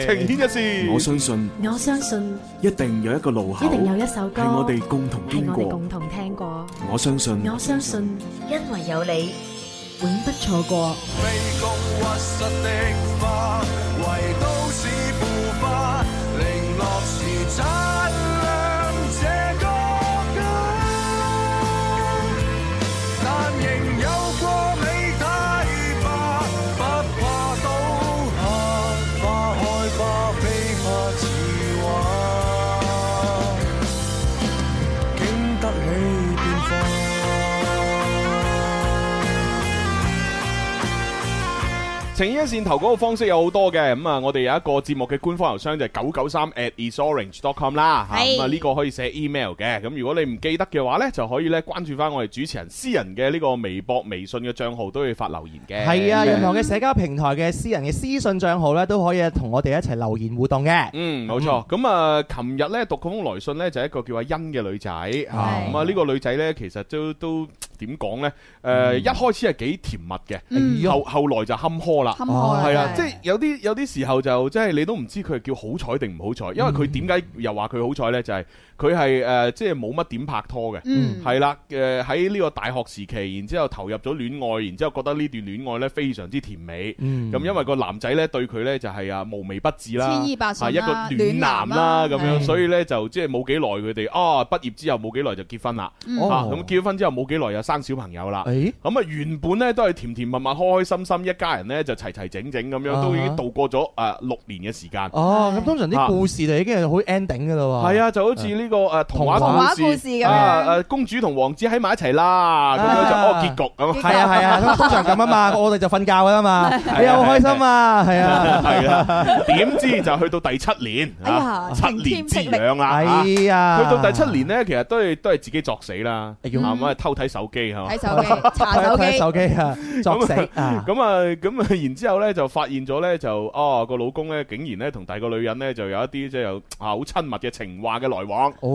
S1: 情牽一線
S6: 我。相信
S9: 我相信
S6: 一定有一個路口，
S9: 一定有一首歌
S6: 係我哋共同
S9: 係
S6: 經
S9: 我哋
S6: 過
S9: 共。同聽過，
S6: 我相信
S9: 我相信
S4: 因为有你，
S9: 永不錯 過。
S6: 卑躬屈膝的花，為都市腐化，零落時擦亮這個家。但仍有過美堤壩，不怕倒下，花開花飛花似畫，經得起變化。
S1: 情意一線投稿嘅方式有好多嘅，咁啊，我哋有一個節目嘅官方郵箱就係九九三 at isorange.com 啦，嚇
S10: 係
S1: 咁啊呢個可以寫 email 嘅，咁如果你唔記得嘅話呢，就可以咧關注翻我哋主持人私人嘅呢個微博、微信嘅帳號，都要發留言嘅。
S2: 係啊，任何嘅社交平台嘅私人嘅私信帳號咧，都可以同我哋一齊留言互動嘅。
S1: 嗯，冇錯。咁啊，琴日咧讀嗰封來信咧，就係一個叫阿欣嘅女仔嚇。咁啊，呢個女仔咧，其實都都點講咧？誒，一開始係幾甜蜜嘅，後後來就坎坷啦。
S3: 嗯坎坷啦
S1: 係啊，即
S3: 真係
S1: 係有啲有啲時候就即係你都唔知佢係叫好彩定唔好彩，因為佢點解又話佢好彩咧？就係佢係誒即係冇乜點拍拖嘅。
S3: 嗯，
S1: 係啦，誒喺呢個大學時期，然之後投入咗戀愛，然之後覺得呢段戀愛咧非常之甜美。
S2: 嗯
S1: 咁因為個男仔咧對佢咧就係啊無微不至啦，
S3: 千依百順啦
S1: 係一個暖
S3: 暖男
S1: 男啦咁
S3: 啦
S1: 樣，
S2: 係
S1: 所以咧就即係冇幾耐佢哋啊畢業之後冇幾耐就結婚啦，
S3: 嗯
S1: 啊
S2: 哦
S1: 咁結咗婚之後冇幾耐又生小朋友啦。
S2: 誒，
S1: 咁啊，原本咧都係甜甜蜜蜜、開開心心，一家人咧就齊齊整整咁樣，都已經度過咗誒六年嘅時間。
S2: 啊哦，咁通常啲
S1: 啊
S2: 故事就已經係好 ending 噶啦喎。
S1: 係啊，就好似呢個誒童話
S2: 童
S3: 話
S1: 故
S3: 故
S1: 事
S3: 事咁樣
S1: 啊誒公主同王子喺埋一齊啦，咁樣就哦
S2: 啊
S1: 結局咁。
S2: 係啊係啊，通通常咁啊嘛，我哋就瞓覺噶啦 啊嘛，你又好開心啊，係啊，
S1: 係啦，點知就去到第七 年，
S3: 哎呀
S1: 啊七年之癢啦。啊
S2: 哎呀，
S1: 去到第七年呢，其實都係都係自己作死啦，
S2: 哎呦
S1: 啊咁啊偷睇手機係嘛
S3: 睇。手機，查手
S2: 睇
S3: 機，
S2: 手機啊， 作死啊，
S1: 咁啊，咁啊，然之後咧就發現咗咧就哦個老公咧竟然咧同第二個女人咧就有一啲即係有啊好親密嘅情話嘅來往。
S2: 哎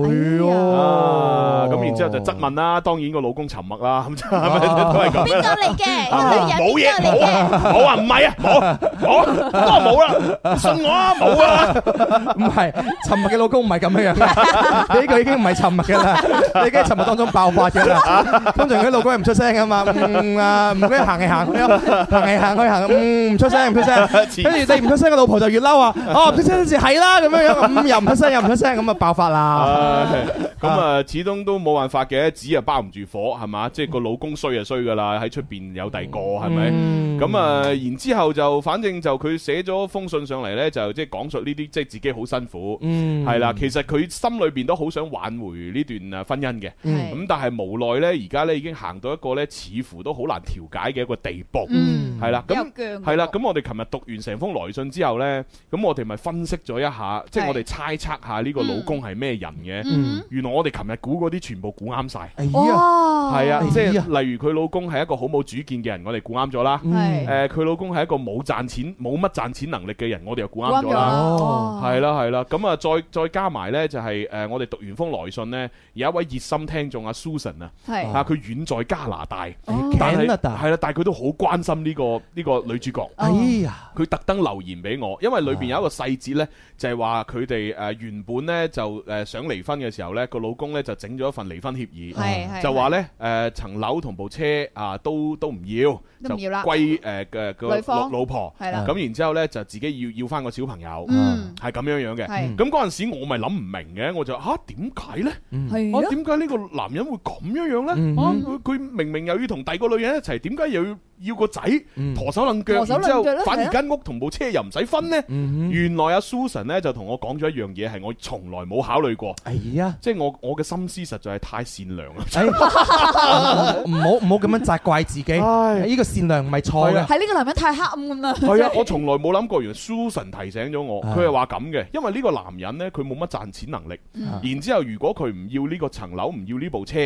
S1: 啊
S2: 喲，
S1: 咁然之後就質問啦，當然個老公沉默啦，咁就
S2: 哦
S1: 都係咁。啊
S10: 邊個嚟嘅？個女人
S1: 冇嘢，
S10: 邊個嚟
S1: 冇
S10: 嘅？
S1: 啊，冇啊，唔係啊，冇冇，都係冇啦，信我啊，冇啊。
S2: 唔係沉默嘅老公唔係咁樣樣 嘅，呢個已經唔係沉默嘅啦，你已經喺沉默當中爆發嘅啦。通常佢老公係唔出聲噶嘛，嗯啊，唔該行嚟行去，行嚟行去行，嗯唔出聲唔出聲，跟住你唔出聲，個老婆就越嬲啊，哦唔出聲就係啦咁樣樣，嗯又唔出聲又唔出聲，咁啊爆發啦。
S1: 唉咁啊，始終都冇辦法嘅，紙啊包唔住火，係嘛？即係個老公衰就衰噶啦，喺出邊有第二個，係咪？咁啊，然之後就反正就佢寫咗封信上嚟呢，就即係講述呢啲，即係自己好辛苦，
S2: 嗯
S1: 係啦。其實佢心裏邊都好想挽回呢段啊婚姻嘅，
S3: 係
S1: 咁但係無奈呢，而家呢已經行到一個呢，似乎都好難調解嘅一個地步，
S3: 嗯，
S1: 係啦。
S3: 比較
S1: 咁
S3: 僵
S1: 係啦，咁我哋琴日讀完成封來信之後呢，咁我哋咪分析咗一下，即係
S3: 係
S1: 我哋猜測下呢個老公係咩人嘅。
S3: 嗯
S1: 原來我哋琴日估嗰啲全部估啱晒，
S2: 哎
S3: 哼，
S2: 呀，
S3: 哇，
S1: 係啊，
S2: 哎
S1: 即係
S2: 呀
S1: 例如佢老公係一個好冇主見嘅人，我哋估啱咗啦。
S2: 嗯
S3: 係
S1: 誒，佢老公係一個冇賺錢、冇乜賺錢能力嘅人，我哋又估啱
S3: 啱
S1: 咗
S3: 咗
S1: 啦。
S3: 啦，
S2: 哦
S1: 係啦係啦，咁啊再再加埋呢，就係誒，我哋讀完封來信呢，有一位熱心聽眾阿 Susan 啊，
S3: 係
S1: 啊佢遠在加拿大，
S3: 哦
S1: 但係
S2: Canada
S1: 係啦，但係佢都好關心呢個呢個女主
S3: 哦
S1: 角。
S2: 哎呀，
S1: 佢特登留言俾我，因為裏邊有一個細節呢，
S3: 啊
S1: 就係話佢哋誒原本呢就誒想離婚嘅時候呢，個老公呢就整咗一份離婚協議，
S3: 係係
S1: 就話呢誒層樓同部車啊都都唔要，
S3: 都唔要嗯啦
S1: 就歸誒嘅個
S3: 女方
S1: 老老婆，
S3: 係啦，
S1: 咁然之後呢，就自己要要翻個小朋友，
S3: 嗯
S1: 係咁樣樣嘅。
S3: 係
S1: 咁嗰陣時我咪諗唔明嘅，我就嚇點解呢？
S3: 係
S1: 啊
S3: 咯，
S1: 點解呢個男人會咁樣樣
S2: 嗯
S1: 呢？啊佢佢明明又要同第二個女人一齊，點解又要要個仔？
S2: 嗯
S1: 陀手楞
S3: 陀
S1: 腳，
S3: 手
S1: 然之後
S3: 掕腳啦
S1: 反
S3: 係
S1: 而
S3: 啊
S1: 間屋同部車又唔使分呢。
S2: 嗯哼，
S1: 原來阿 Susan 咧就同我講咗一樣嘢，係我從來冇考慮過，
S2: 哎呀。
S1: 即係我我嘅心思實在係太善良啦。
S2: 哎，唔好唔好唔好咁樣責怪自己，
S1: 唉
S2: 呢個善良唔係錯
S1: 係
S2: 嘅
S1: 啊。
S3: 係呢個男人太黑暗咁啦，
S1: 係啊，我從來冇諗過，原來 Susan 提醒咗我，
S2: 啊
S1: 佢係話咁嘅，因為呢個男人呢，佢冇乜賺錢能力，
S2: 嗯
S1: 然之後如果佢唔要呢個層樓，唔要呢部車，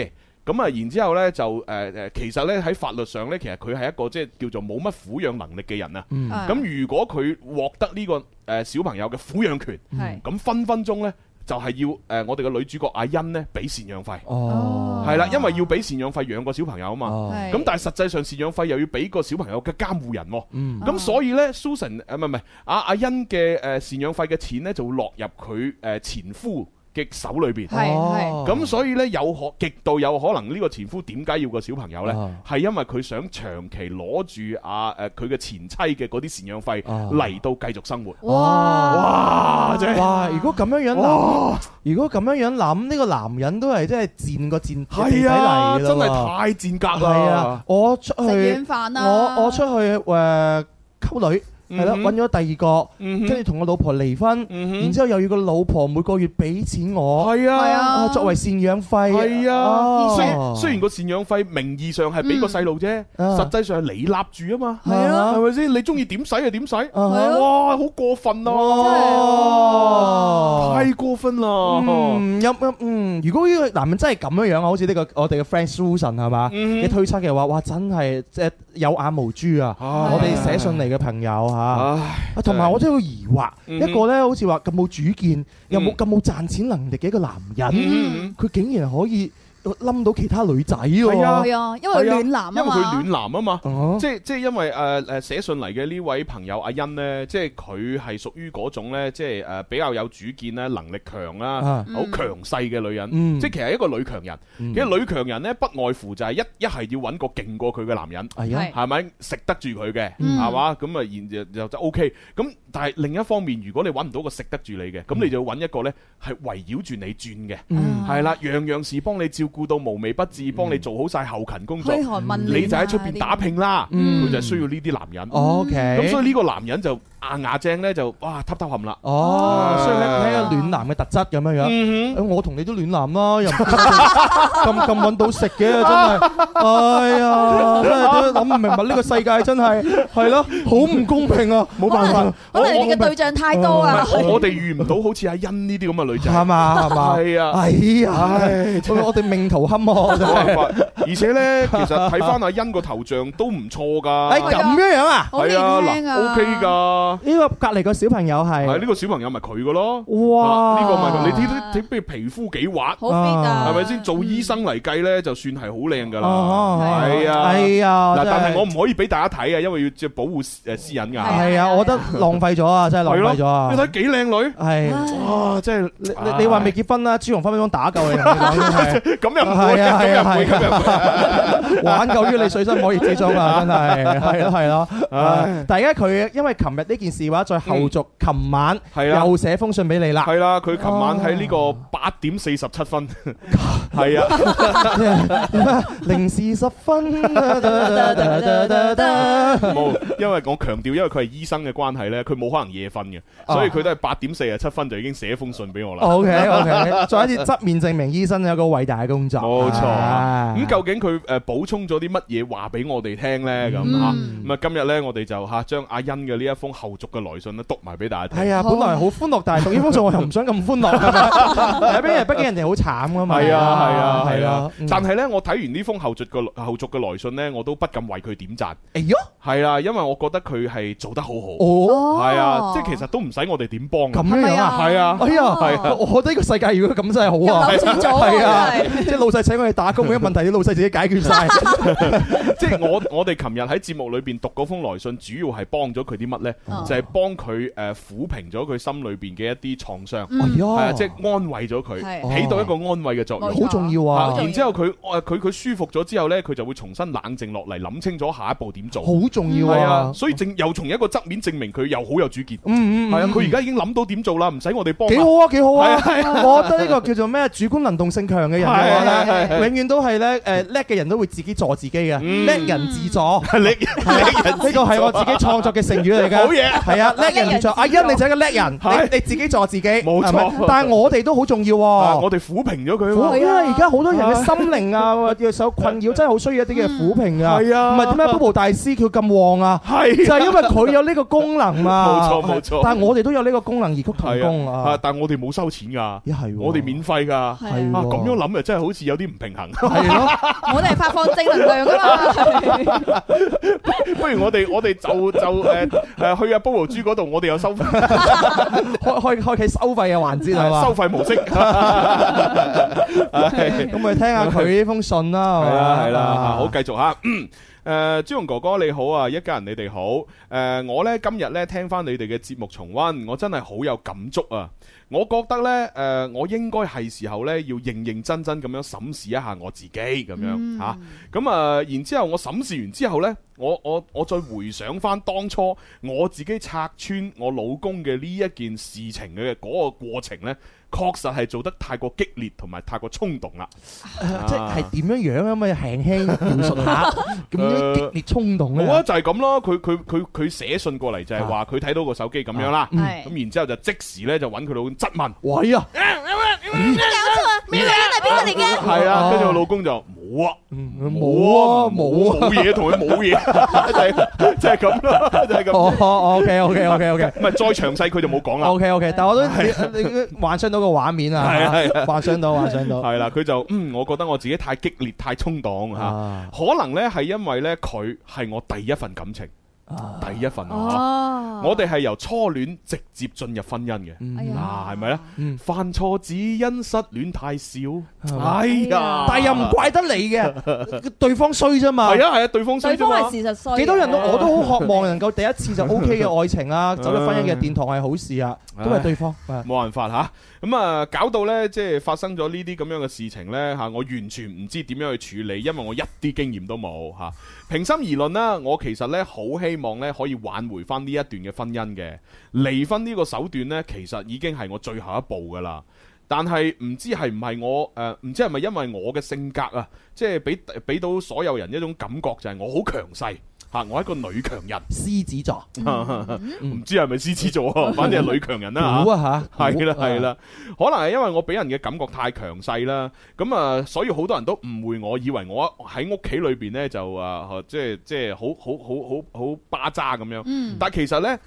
S1: 咁啊，然之後呢，就誒誒、呃其實呢，喺法律上呢，其實佢係一個即係叫做冇乜撫養能力嘅人啊。
S2: 嗯
S3: 啊
S1: 咁如果佢獲得呢、個誒、呃小朋友嘅撫養權。
S2: 嗯
S3: 係
S1: 咁分分鐘呢，就係要誒、呃我哋嘅女主角阿欣呢俾贍養費，
S2: 哦，
S1: 係啦，因為要俾贍養費養個小朋友啊嘛。
S2: 哦，
S1: 咁但係實際上贍養費又要俾個小朋友嘅監護人喎。
S2: 嗯，
S1: 咁所以呢 s u s a n 誒唔係唔係阿阿欣嘅誒贍養費嘅錢呢，就會落入佢誒前夫嘅手裏邊。
S3: 係
S2: 哦
S3: 係
S1: 咁所以呢，有可極度有可能呢個前夫點解要個小朋友呢？
S2: 哦
S1: 係因為佢想長期攞住阿誒佢嘅前妻嘅嗰啲贍養費
S2: 哦
S1: 嚟到繼續生活。
S3: 哇
S1: 哇！啊真係〜
S2: 哇，如果咁樣樣諗，如果咁樣樣諗，呢個男人都係真係賤個賤
S1: 係啊，
S2: 地底嚟㗎
S1: 真係
S2: 喎
S1: 太賤格
S2: 係
S1: 啦！
S2: 啊，我出
S3: 食
S2: 去
S3: 軟飯啦，
S2: 我我出去誒溝女。係咯，
S1: 嗯
S2: 揾咗第二個，
S1: 嗯
S2: 跟
S1: 哼
S2: 住同我老婆離婚，
S1: 嗯哼
S2: 然之後又要個老婆每個月俾錢我，
S1: 係啊
S3: 係啊
S2: 啊作為赡養費，
S1: 係啊，
S2: 哦
S1: 雖然雖然個赡養費名義上係俾個細路啫，
S2: 嗯
S1: 實際上係你立住啊嘛，
S2: 係啊
S1: 係咪先？你中意點使就點使，
S2: 啊哈
S1: 哇，啊好過
S2: 啊
S1: 分啊！
S2: 哦
S1: 太過分啦！
S2: 嗯，有有嗯，如果呢個男人真係咁樣樣，啊好似呢個我哋嘅 friend Susan 係嘛，
S1: 嗯
S2: 嘅推測嘅話，哇，真係即係有眼無珠啊！
S1: 唉
S2: 我哋寫信嚟嘅朋友嚇，啊
S1: 唉，
S2: 同埋我真係有疑惑，
S1: 嗯
S2: 一個咧好似話咁冇主見，又冇
S1: 嗯
S2: 咁冇賺錢能力嘅一個男
S1: 嗯
S2: 人，佢竟然可以冧到其他女仔喎！
S3: 係啊，因為
S1: 係啊
S3: 暖男啊
S1: 因為佢
S3: 嘛
S1: 暖，男啊嘛。
S2: 哦
S1: 即係即係因為誒誒寫信嚟嘅呢位朋友阿欣呢，即係佢係屬於嗰種呢，即係呃誒比較有主見啦、能力強啦
S2: 啊、
S1: 好強勢嘅女人，
S2: 嗯
S1: 即係其實係一個女強人。
S2: 嗯
S1: 其實女強人呢，不外乎就係一一係要揾個勁過佢嘅男人，
S2: 係啊
S3: 係
S1: 係咪食得住佢嘅，
S3: 嗯
S1: 係嘛？咁啊，然就就就 O K。咁但係另一方面，如果你揾唔到個食得住你嘅，咁你就要揾一個呢，係圍繞住你轉嘅，
S2: 嗯
S1: 係啦，樣樣事幫你照顧到無微不至，幫你做好晒後勤工作。
S3: 噓寒問暖啊
S1: 你就喺出邊打拼啦，
S2: 嗯
S1: 佢就係需要呢啲男人。
S2: ，OK，
S1: 咁所以呢個男人就牙牙正咧就哇嗒嗒冚啦。
S2: 哦，所以咧睇下
S3: 啊
S2: 暖男嘅特質咁樣樣。
S1: 嗯
S2: 誒我同你都暖男啦，又唔 咁咁揾到食嘅，真係，哎呀，真係都諗唔明白呢個世界真係係咯，好唔公平啊，冇辦法，
S3: 可能你嘅對象太多啊，
S1: 哼，我我哋遇唔到好似阿欣呢啲咁嘅女
S2: 係
S1: 仔。
S2: 嘛係嘛，
S1: 係啊
S2: 哎呀，我我哋命途坎坷真
S1: 冇辦
S2: 係，
S1: 法而且咧，其實睇翻阿欣個頭像都唔錯
S2: 哎
S1: 㗎，
S2: 咁樣樣啊，
S3: 好年輕啊
S1: ，O K 㗎。
S2: 呢個隔離個小朋友
S1: 係
S2: 係
S1: 呢，個小朋友咪佢嘅咯。
S2: 哇，
S1: 啊呢個咪佢你睇睇睇皮膚幾滑，
S3: 好 fit 啊，
S1: 係咪先？做醫生嚟計咧，就算係好靚㗎啦。
S2: 哦，
S1: 係啊
S2: 哎呀，
S1: 嗱，
S2: 真
S1: 但係我唔可以俾大家睇啊，因為要即係保護誒私隱㗎。
S2: 係啊，我覺得浪費 咗啊，真係
S1: 係
S2: 浪費咗
S1: 咯，
S2: 啊
S1: 你，睇幾靚女，
S2: 係。
S1: 哇！真係
S2: 你你你話未結婚啦，朱紅分分鐘打 救你，同你講真係
S1: 咁又唔會，
S2: 係啊
S1: 咁
S2: 係
S1: 又唔
S2: 啊
S1: 會，咁又唔會。
S2: 係啊，玩夠於你水深火熱之 中啊，真係係咯係咯。
S1: 唉
S2: 啊但係而家佢因為琴日呢件事嘅話，再後續琴晚
S1: 係啊
S2: 又寫封信俾你啦
S1: 系，啦，佢琴晚喺呢
S2: 哦
S1: 個八點四十七分，係啊，
S2: 零時十 分，哒哒哒哒哒哒
S1: 冇，因為我強調，因為佢係醫生嘅關係咧，佢冇可能夜瞓嘅，
S2: 哦
S1: 所以佢都係八點四十七分就已經寫封信俾我啦。
S2: OK OK，再一次側面證明醫生有個偉大嘅工作，
S1: 冇錯，
S2: 啊
S1: 咁究竟佢誒補充咗啲乜嘢話俾我哋聽咧？咁嚇，
S3: 嗯
S1: 咁啊今日咧我哋就嚇將阿欣嘅呢一封後續嘅來信咧讀埋俾大家聽。
S2: 係啊，本來好歡樂，但係讀呢封信我又唔想咁歡樂，係咪？因為畢竟人哋好慘噶嘛，
S1: 係啊係啊係
S2: 係
S1: 啊
S2: 啊，！
S1: 但係咧，我睇完呢封後續嘅後續嘅來信咧，我都不禁為佢點讚。
S2: 哎喲，
S1: 係啦，因為我覺得佢係做得好好。
S2: 哦。
S1: 係啊，即係其實都唔使我哋點幫
S2: 咁
S1: 啊。
S2: 樣啊！
S1: 係啊
S2: 哎呀，係，我覺得呢個世界如果咁真係好啊，
S3: 又扭轉咗喎
S2: 係啊
S3: 真，
S2: 即係老細請我哋打工嘅問題，啲老細自己解決晒。
S1: 即係我我哋琴日喺節目裏邊讀嗰封來信，主要係幫咗佢啲乜呢？
S3: 哦
S1: 就係幫佢誒撫平咗佢心裏邊嘅一啲創傷，
S3: 嗯
S1: 係
S2: 哎
S1: 啊，
S2: 呀，哦
S1: 即係安慰咗佢，
S3: 係
S1: 起到一個安慰嘅作
S3: 冇
S1: 用
S3: 錯。
S2: 好重要
S1: 啊
S2: 啊
S3: 好，重要
S1: 然之後佢誒佢佢舒服咗之後呢，佢就會重新冷靜落嚟，諗清楚下一步點做。
S2: 好重要
S1: 係啊，
S2: 啊。
S1: 所以正又從一個側面證明佢又好有主見。
S2: 嗯嗯，
S1: 係啊，
S2: 嗯
S1: 佢而家已經諗到點做啦，唔使我哋幫
S2: 幾
S1: 啦。
S2: 好啊，幾好
S1: 係啊
S2: 啊！我覺得呢個叫做咩？主觀能動性強嘅人嘅話
S1: 係係係
S2: 咧，永遠都係咧誒叻嘅人都會自己助自己嘅，
S1: 嗯
S2: 叻人 自助。呢
S1: 你
S2: 個係我自己創作嘅成語嚟㗎。
S1: 好嘢
S2: 係啊，叻人自助。阿欣，你就係一個叻人，
S1: 係
S2: 你你自己助自己，
S1: 冇錯
S2: 係咪但係我哋都好重要
S1: 啊
S2: 喎
S1: 我。哋撫平咗佢啊嘛。
S2: 苦
S3: 係
S2: 因
S3: 啊
S2: 為而家好多人嘅心靈啊，要受困 擾，真係好需要一啲嘅苦評啊。
S1: 嗯係啊
S2: 唔係點解 Bobo 大師佢咁旺啊？就
S1: 係啊
S2: 係因為佢有呢個功能嘛。
S1: 冇錯冇錯
S2: 但係我哋都有呢個功能，異曲同
S1: 係
S2: 工
S1: 啊，啊
S2: 啊。
S1: 但係我哋冇收錢噶，
S2: 咦係喎
S1: 我哋免費噶，啊
S3: 係
S2: 係喎
S1: 咁樣諗啊，真係好似有啲唔平衡。
S2: 係咯，
S3: 我哋係發放正能量噶嘛，
S1: 不如我哋我哋就就誒誒去阿 Bobo 豬嗰度，我哋有收收
S2: 開開開啟收費嘅環節係嘛？
S1: 費 模式。
S2: 咁咪聽下佢呢封信啦。
S1: 係啊
S2: 嘛啊
S1: 啦係啦，好繼續吓。 誒、朱紅哥哥你好啊，一家人你哋好。誒、我呢今日呢聽翻你哋嘅節目重温，我真係好有感觸啊！我覺得呢，誒、我應該係時候呢要認認真真咁樣審視一下我自己咁
S2: 嗯
S1: 樣嚇。咁啊然之後我審視完之後呢，我我我再回想翻當初我自己拆穿我老公嘅呢一件事情嘅嗰個過程呢，確實係做得太過激烈同埋太過衝動啦。
S2: 啊即係點樣樣啊？咪輕 輕描述下，咁樣激烈衝動
S1: 呃
S2: 啊
S1: 好啊，
S2: 咧，
S1: 就係咁咯。佢佢佢佢寫信過嚟就係話佢睇到個手機咁樣啦，
S3: 係
S1: 咁然之後就即時咧就揾佢老公質問。
S2: 啊嗯喂啊，
S1: 係
S2: 哦
S1: 啊，跟住我老公就冇啊，
S2: 冇啊，冇啊，
S1: 冇嘢同佢 冇 嘢，就係就係咁啦，就係咁。
S2: 哦，OK OK OK OK。
S1: 唔係再詳細佢就冇講啦。啊
S2: O K O K，但我都你你幻想到個畫面啊，
S1: 係 係
S2: 幻想到幻想到，
S1: 係啦，佢就嗯，我覺得我自己太激烈、太衝動嚇，
S2: 啊
S1: 可能呢係因為呢，佢係我第一份感情，第一份啊，
S3: 哦，
S1: 我哋係由初戀直接進入婚姻嘅。
S3: 哎呀
S1: 嗱，係咪咧啊
S2: 嗯？
S1: 犯錯只因失戀太少，
S2: 嘛
S1: 哎呀！
S2: 但係又唔怪得你嘅， 對方衰啫嘛
S1: 係。啊係啊，對方衰
S3: 對
S1: 啫
S3: 方係
S1: 嘛。
S3: 事實衰嘅，
S2: 幾多人都我都好渴望能夠第一 次就 O K 嘅愛情啊，走入婚姻嘅殿堂係好事啊，都係對方。 啊
S1: 冇辦法吓，咁啊搞到呢，即係發生咗呢啲咁樣嘅事情呢。吓，我完全唔知點樣去處理，因為我一啲經驗都冇吓。平心而論啦，我其實呢，好希望呢可以挽回翻呢一段嘅婚姻嘅，離婚呢個手段呢，其實已經係我最後一步噶啦。但係唔知係唔係我誒，呃唔、知係咪因為我嘅性格啊，即係俾俾到所有人一種感覺就係我好強勢嚇，我係一個女強人，
S2: 獅子座，
S1: 唔、知係咪獅子座啊，反正係女強人 啦、嚇
S2: 嗯估啊吓，
S1: 係啦
S2: 估啊
S1: 係，啦，可能係因為我俾人嘅感覺太強勢啦，咁啊，所以好多人都誤會我，以為我喺屋企裏邊呢，就啊，啊即係即係好好好好好巴渣咁樣。
S3: 嗯
S1: 但其實呢，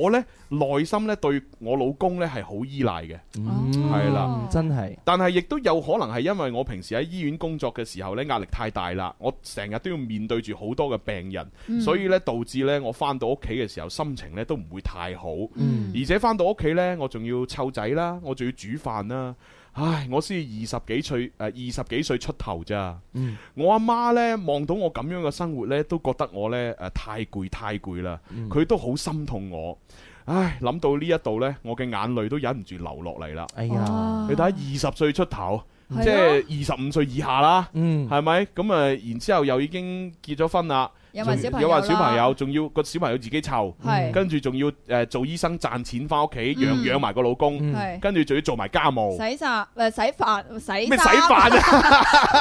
S1: 我呢內心呢對我老公呢係好依賴嘅，
S2: 嗯
S1: 係啦
S2: 嗯真係
S1: 但係亦都有可能係因為我平時喺醫院工作嘅時候呢，壓力太大啦，我成日都要面對住好多嘅病人，所以呢導致呢我翻到屋企嘅時候心情呢都唔會太好。
S2: 嗯
S1: 而且翻到屋企呢，我仲要湊仔啦，我仲要煮飯啦。唉，我先二十幾歲，誒呃二十幾歲出頭咋？
S2: 嗯
S1: 我阿媽呢，望到我咁樣嘅生活呢，都覺得我呢誒、呃太攰太攰啦，
S2: 嗯
S1: 佢都好心痛我。唉，諗到呢一度呢，我嘅眼淚都忍唔住流落嚟啦。
S2: 哎呀，
S1: 你睇下二十歲出頭，
S3: 係啊
S1: 即係二十五歲以下啦，
S2: 嗯
S1: 係咪？咁啊，然之後又已經結咗婚啦，
S3: 有埋小朋友
S1: 有
S3: 啦
S1: 埋小朋友，仲要個小朋友自己湊。
S3: 係
S1: 跟住仲要誒做醫生賺錢翻屋企養
S3: 嗯
S1: 養埋個老公，
S2: 嗯
S3: 係
S1: 跟住仲要做埋家務，
S3: 洗衫誒洗飯洗
S1: 咩洗飯啊？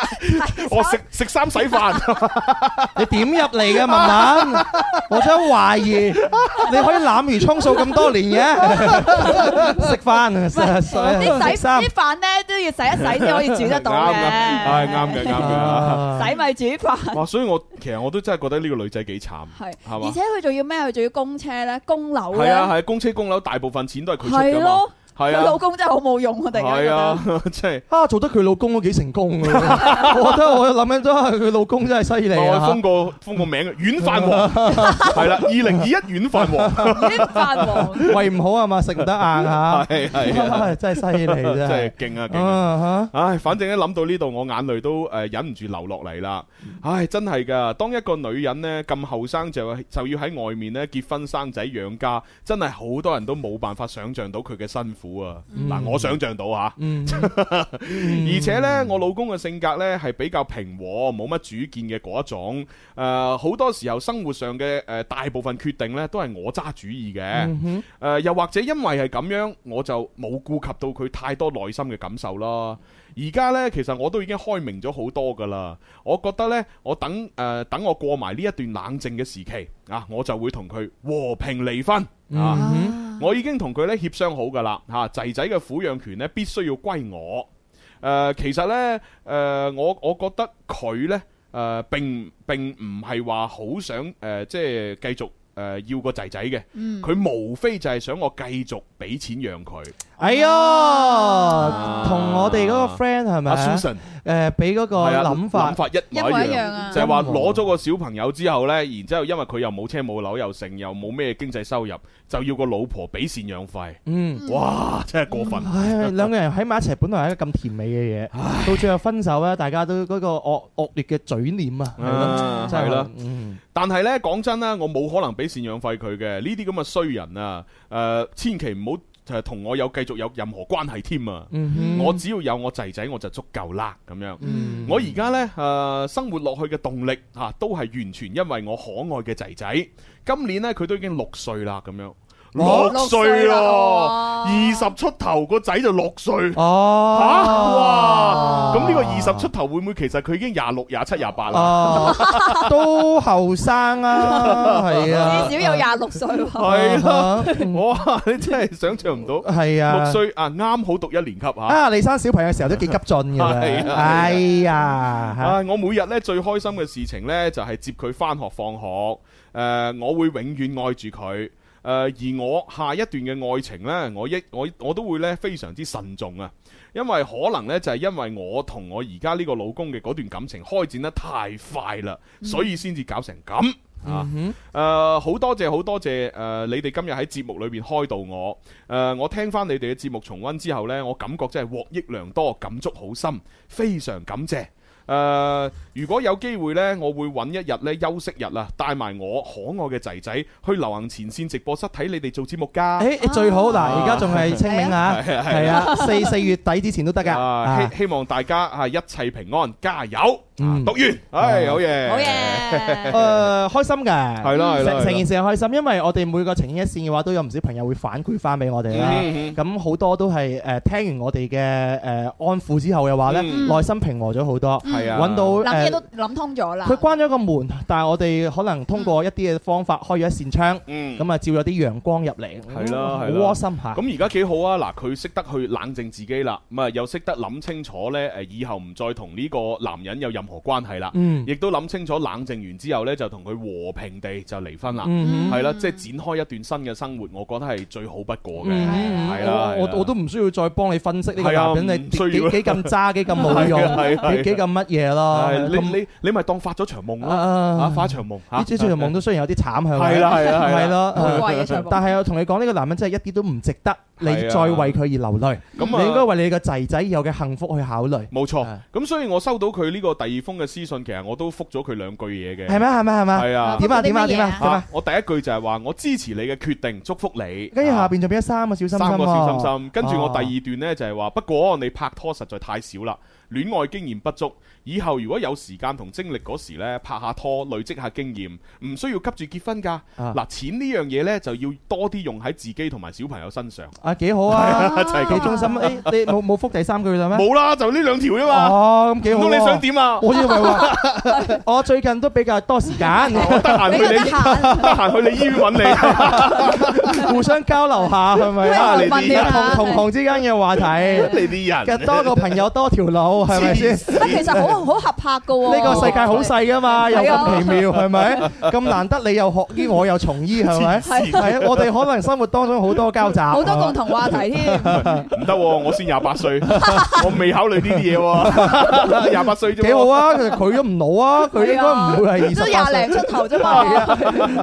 S1: 我食食衫洗飯，
S2: 你點入嚟 嘅文文？我真係懷疑你可以濫竽充數咁多年 嘅，食飯食
S3: 啲
S2: 食
S3: 洗
S2: 衫
S3: 啲。飯咧都要洗一洗先可以煮得到
S1: 啱
S3: 嘅，
S1: 嘅，係啱嘅，啱嘅。
S2: 啊
S3: 洗啊咪煮飯。
S1: 哇！所以我其實我都真係覺得呢個女仔幾慘，
S3: 係，
S1: 係嘛
S3: 而且佢仲要咩？佢仲要供車咧，供樓咧，
S1: 係啊係，公車公樓大部分錢都係佢出
S3: 係
S1: 㗎嘛
S3: 咯，，
S1: 係
S3: 佢老
S1: 啊
S3: 公真係好冇用啊！突然間覺
S1: 係
S3: 得
S1: 啊，， 即係
S2: 啊，做得佢老公都幾成功 嘅喎，我覺得我諗緊都係佢老公真係犀利
S1: 我
S2: 啊
S1: 封！個封個名嘅軟飯 王，係啦，二零二一軟飯王，
S3: 啲飯王
S2: 胃唔好啊嘛，食唔得硬啊，
S1: 係係啊，
S2: 啊 真係犀 利
S1: 真
S2: 啫
S1: 係。勁啊勁啊！
S2: 啊
S1: 唉，反正一諗到呢度，我眼淚都誒忍唔住流落嚟啦。唉，真係噶，當一個女人呢，咁後生就就要喺外面呢結婚生仔養家，真係好多人都冇辦法想像到佢嘅辛苦啊！嗱、我想像到嚇，
S2: 嗯，
S1: 而且呢，我老公嘅性格呢係比較平和，冇乜主見嘅嗰一種。誒、好多時候生活上嘅誒、呃大部分決定呢都係我揸主意嘅。
S2: 嗯哼
S1: 誒、呃又或者因為係咁樣，我就冇顧及到佢太多內心嘅感受啦。而家呢，其實我都已經開明咗好多噶啦。我覺得呢，我等誒、呃等我過埋呢一段冷靜嘅時期啊，我就會同佢和平離婚啊。
S2: 嗯
S1: 我已經同佢呢協商好噶啦嚇，仔仔嘅撫養權呢，必須要歸我。誒、其實呢，誒、呃我我覺得佢呢，誒、呃、並並唔係話好想誒、呃即係繼續誒、呃要個仔仔嘅。佢無非就係想我繼續俾錢養佢。
S2: 哎呀，同我哋嗰個 friend 係咪
S1: 阿
S2: 啊？
S1: Susan
S2: 誒，俾嗰個
S1: 係啊
S2: 諗法
S1: 諗，法一
S3: 一
S1: 模
S3: 模
S1: 一
S3: 一樣
S1: 樣。
S3: 啊
S1: 就！係話攞咗個小朋友之後呢，然之後因為佢又冇車冇樓又剩又冇咩經濟收入，就要個老婆俾贍養費。
S2: 嗯，
S1: 哇！真係過分。
S2: 唉，兩個人喺埋一齊，本來係一個咁甜美嘅嘢，到最後分手咧，大家都嗰個惡惡劣嘅嘴臉啊，係咯，
S1: 啊
S2: 真係
S1: 係啦，
S2: 嗯
S1: 但係呢，講真啦，我冇可能俾贍養費佢嘅，呢啲咁嘅衰人啊，誒、千祈唔好誒同我有繼續有任何關係添啊！
S2: 嗯哼
S1: 我只要有我仔仔我就足夠啦，咁樣。
S2: 嗯
S1: 我而家呢，誒、生活落去嘅動力嚇、啊都係完全因為我可愛嘅仔仔。今年呢，佢都已經六歲啦，咁樣。
S2: 哦
S1: 六歲
S3: 六歲啦
S1: 咯，
S3: 哦
S1: 二十出頭個仔就六歲。吓
S2: 哦
S1: 哇！，咁呢個二十出頭會唔會其實佢已經廿六、廿七、廿八啦？
S2: 啊，都後生啊，係 啊，
S3: 至少有廿六歲喎。
S1: 係啦，
S2: 啊哈
S1: 哇！你真係想象唔到，
S2: 係啊，
S1: 六歲啊，啱好讀一年級吓。
S2: 啊，你生小朋友嘅時候都幾急進 㗎啦
S1: 係啊，
S2: 哎呀，
S1: 啊！我每日咧最開心嘅事情呢，就係接佢翻學放學。诶，我會永遠愛住佢。诶，而我下一段嘅愛情呢，我一我我都會呢非常之慎重啊，因為可能呢，就係因為我同我而家呢個老公嘅嗰段感情開展得太快啦，所以先至搞成咁啊。
S2: 嗯
S1: 誒好、多謝好多謝誒、你哋今日喺節目裏邊開導我誒、我聽翻你哋嘅節目重温之後呢，我感覺真係獲益良多，感觸好深，非常感謝。誒、如果有機會呢，我會揾一日呢休息日啊，帶埋我可愛嘅仔仔去流行前線直播室睇你哋做節目
S2: 哼，
S1: 㗎。
S2: 誒最好嗱，而家仲係清明啊，
S1: 係啊係啊
S2: 係啊，四四月底之前都得㗎，
S1: 啊
S2: 啊
S1: 希希望大家啊一切平安，加油！啊
S2: 嗯
S1: 讀完，唉，好嘢，
S3: 好
S2: 誒
S3: 嘢，
S2: 開心嘅，
S1: 係啦係啦係啦
S2: 成成件事係開心，因為我哋每個情牽一線嘅話，都有唔少朋友會反饋翻俾我哋啦。
S1: 嗯，嗯
S2: 咁好多都係誒聽完我哋嘅誒安撫之後嘅話咧，
S1: 嗯
S2: 內心平和咗好多，
S1: 嗯係啊，
S2: 揾到
S3: 諗嘢
S2: 誒
S3: 都諗通咗啦。
S2: 佢關咗個門，但係我哋可能通過一啲嘅方法開咗一扇窗，
S1: 嗯
S2: 咁啊照咗啲陽光入嚟，
S1: 係啦
S2: 好
S1: 係啦
S2: 哦窩心嚇。
S1: 咁而家幾好啊！嗱，佢識得去冷靜自己啦，咁啊又識得諗清楚呢，誒以後唔再同呢個男人有任何關係啦，
S2: 嗯
S1: 亦都諗清楚冷靜完之後呢，就同佢和平地就離婚啦，
S2: 嗯
S1: 係啦，即係展開一段新嘅生活，我覺得係最好不過嘅，
S2: 嗯
S1: 係啦，
S2: 我我我都唔需要再幫你分析呢個
S1: 係啊
S2: 男人你
S1: 唔
S2: 幾
S1: 需要
S2: 幾幾咁渣，幾咁 冇用
S1: 係啊係啊係啊，
S2: 幾幾咁乜嘢咯
S1: 係。啊
S2: 咁
S1: 你你你咪當發咗場夢咯，啊
S2: 啊
S1: 發一場夢嚇，
S2: 呢呢場夢都雖然有啲慘向，
S1: 係啦係啦係啦
S2: 係咯，
S3: 好
S2: 啊
S3: 貴嘅長
S2: 但係我同你講，呢個男人真係一啲都唔值得你
S1: 係啊
S2: 再為佢而流淚。
S1: 咁啊
S2: 你應該為你個仔仔以後嘅幸福去考慮，
S1: 冇錯
S2: 啊。
S1: 咁所以我收到佢呢個第二封嘅私信，其實我都覆咗佢兩句嘢嘅，
S2: 係咩？係咩？係咩？
S1: 係啊。
S2: 點啊？點啊？點啊？點啊
S1: 啊！？我第一句就係話我支持你嘅決定，祝福你。
S2: 跟住
S1: 啊
S2: 下邊仲俾咗三個小心心
S1: 三個小心
S2: 喎哦
S1: 心。跟住我第二段呢，就係話，不過你拍拖實在太少啦，戀愛經驗不足。以後如果有時間同精力嗰時呢，拍下拖，累積下經驗，唔需要急住結婚㗎。
S2: 啊
S1: 嗱，錢呢樣嘢呢，就要多啲用喺自己同埋小朋友身上。
S2: 啊幾好啊，
S1: 就係
S2: 幾
S1: 咁。
S2: 忠心。誒你冇冇覆第三句啦咩？
S1: 冇啦，就呢兩條啫嘛。
S2: 哦，咁幾
S1: 唔
S2: 好
S1: 通你
S2: 喎
S1: 想？點啊？
S2: 我以為話我最近都比較多時間，
S1: 我得閒
S3: 你
S1: 去
S3: 都
S1: 你
S3: 得
S1: 得
S3: 閒，
S1: 閒去你醫院揾你。
S2: 互相交流下係咪啊？
S1: 喂
S2: 同
S1: 問你
S3: 啊
S2: 同同行之間嘅話題，
S1: 你啲人
S2: 嘅多個朋友多條路係咪 先？
S3: 不過其實好好合拍噶喎。
S2: 呢個世界好細噶嘛，又
S3: 係啊
S2: 咁奇妙係咪？咁難得你又學醫，我又從醫係咪？
S1: 黐線
S2: 係啊，我哋可能生活當中好多交集，
S3: 好多共
S2: 同。
S3: 同話題添。
S1: 唔得喎，我先廿八歲，我未考慮呢啲嘢 喎。廿八歲啫喎。
S2: 幾好啊！其實佢都唔老啊，佢應該唔會係二
S3: 都
S2: 十八
S3: 廿
S2: 歲，
S3: 零出頭 啫
S2: 係
S3: 嘛。
S2: 啊，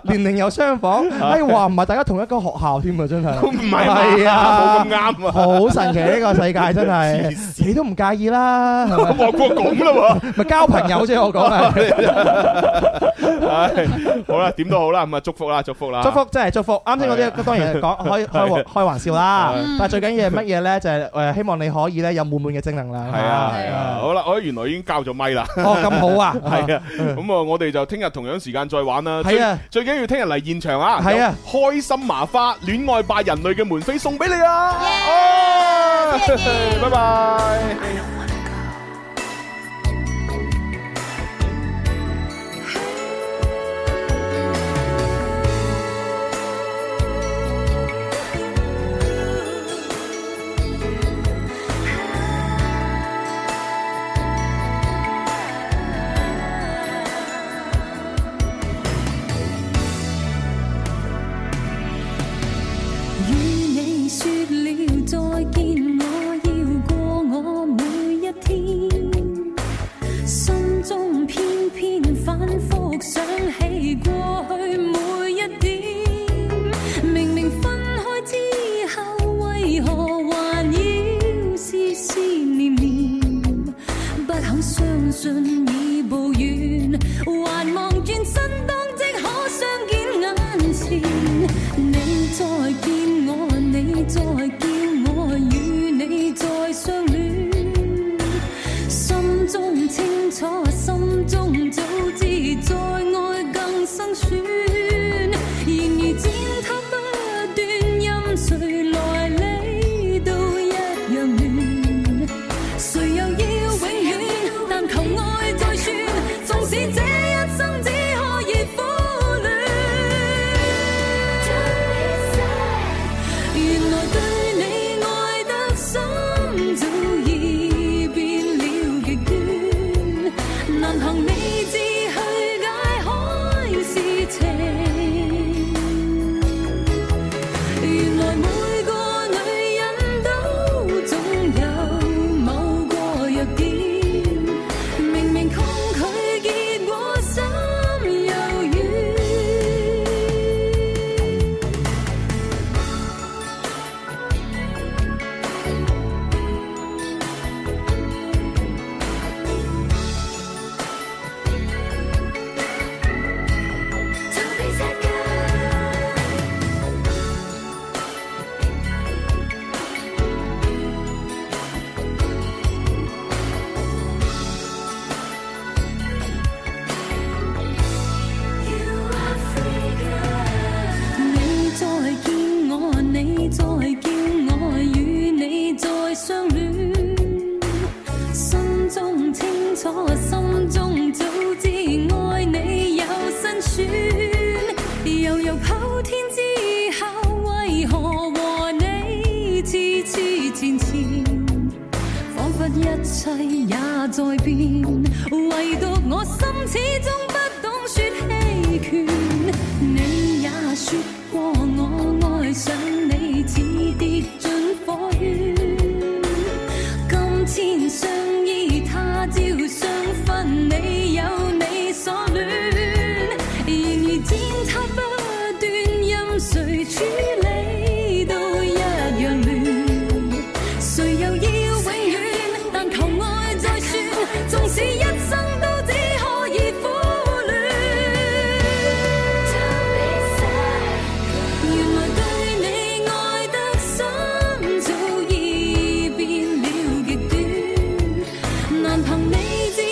S2: 年齡又 相仿，哎話唔係大家同一個學校添啊，真係
S1: 唔係嘛
S2: 係啊
S1: 冇咁啱啊！
S2: 好神奇呢個世界真係
S1: 黐，線
S2: 你都唔介意啦，係咪
S1: 我過咁啦
S2: 咪交朋友啫？我 講係。
S1: 喎，唉好啦，點都好啦，咁啊祝福啦，祝福啦，
S2: 祝福真係祝福，啱先嗰
S1: 係啊
S2: 啲當 然係講開開玩開玩笑啦
S1: 係，
S2: 但係最緊要係乜嘢咧？就係誒希望你可以咧有滿滿嘅正能量。
S1: 係啊係
S2: 係
S1: 啊，，好啦，我原來已經交咗咪啦，
S2: 哦咁 好啊，
S1: 係啊，咁啊我哋就聽日同樣時間再玩啦，
S2: 係啊
S1: 最，最緊要聽日嚟現場啊，
S2: 係啊，
S1: 開心麻花戀愛拜人類嘅門飛送俾你啊，哦
S3: 聽日 見
S1: 拜拜。
S4: 与你说了再见，我要过我每一天，心中偏偏反复想起过去每一点。明明分开之后，为何还要思思念念？不肯相信已步遠，還望轉身當即可相見眼前。你再見我，你再見我，與你再相戀。心中清楚，心中早知再愛更辛酸。然而剪輯不斷。
S11: 楚，心中早知愛你有辛酸。又入口天之後，為何和你次次纏纏？彷彿一切也在變，唯獨我心始終不懂說欺權。你也說過我愛上你，似跌進火圈。今天相依，他朝相分，你有你所戀，然而踐踏不斷，任誰處理都一樣亂。誰又要永遠？但求愛再算，縱使一生都只可以苦戀。原來對你愛得深，早已變了極端，難憑你自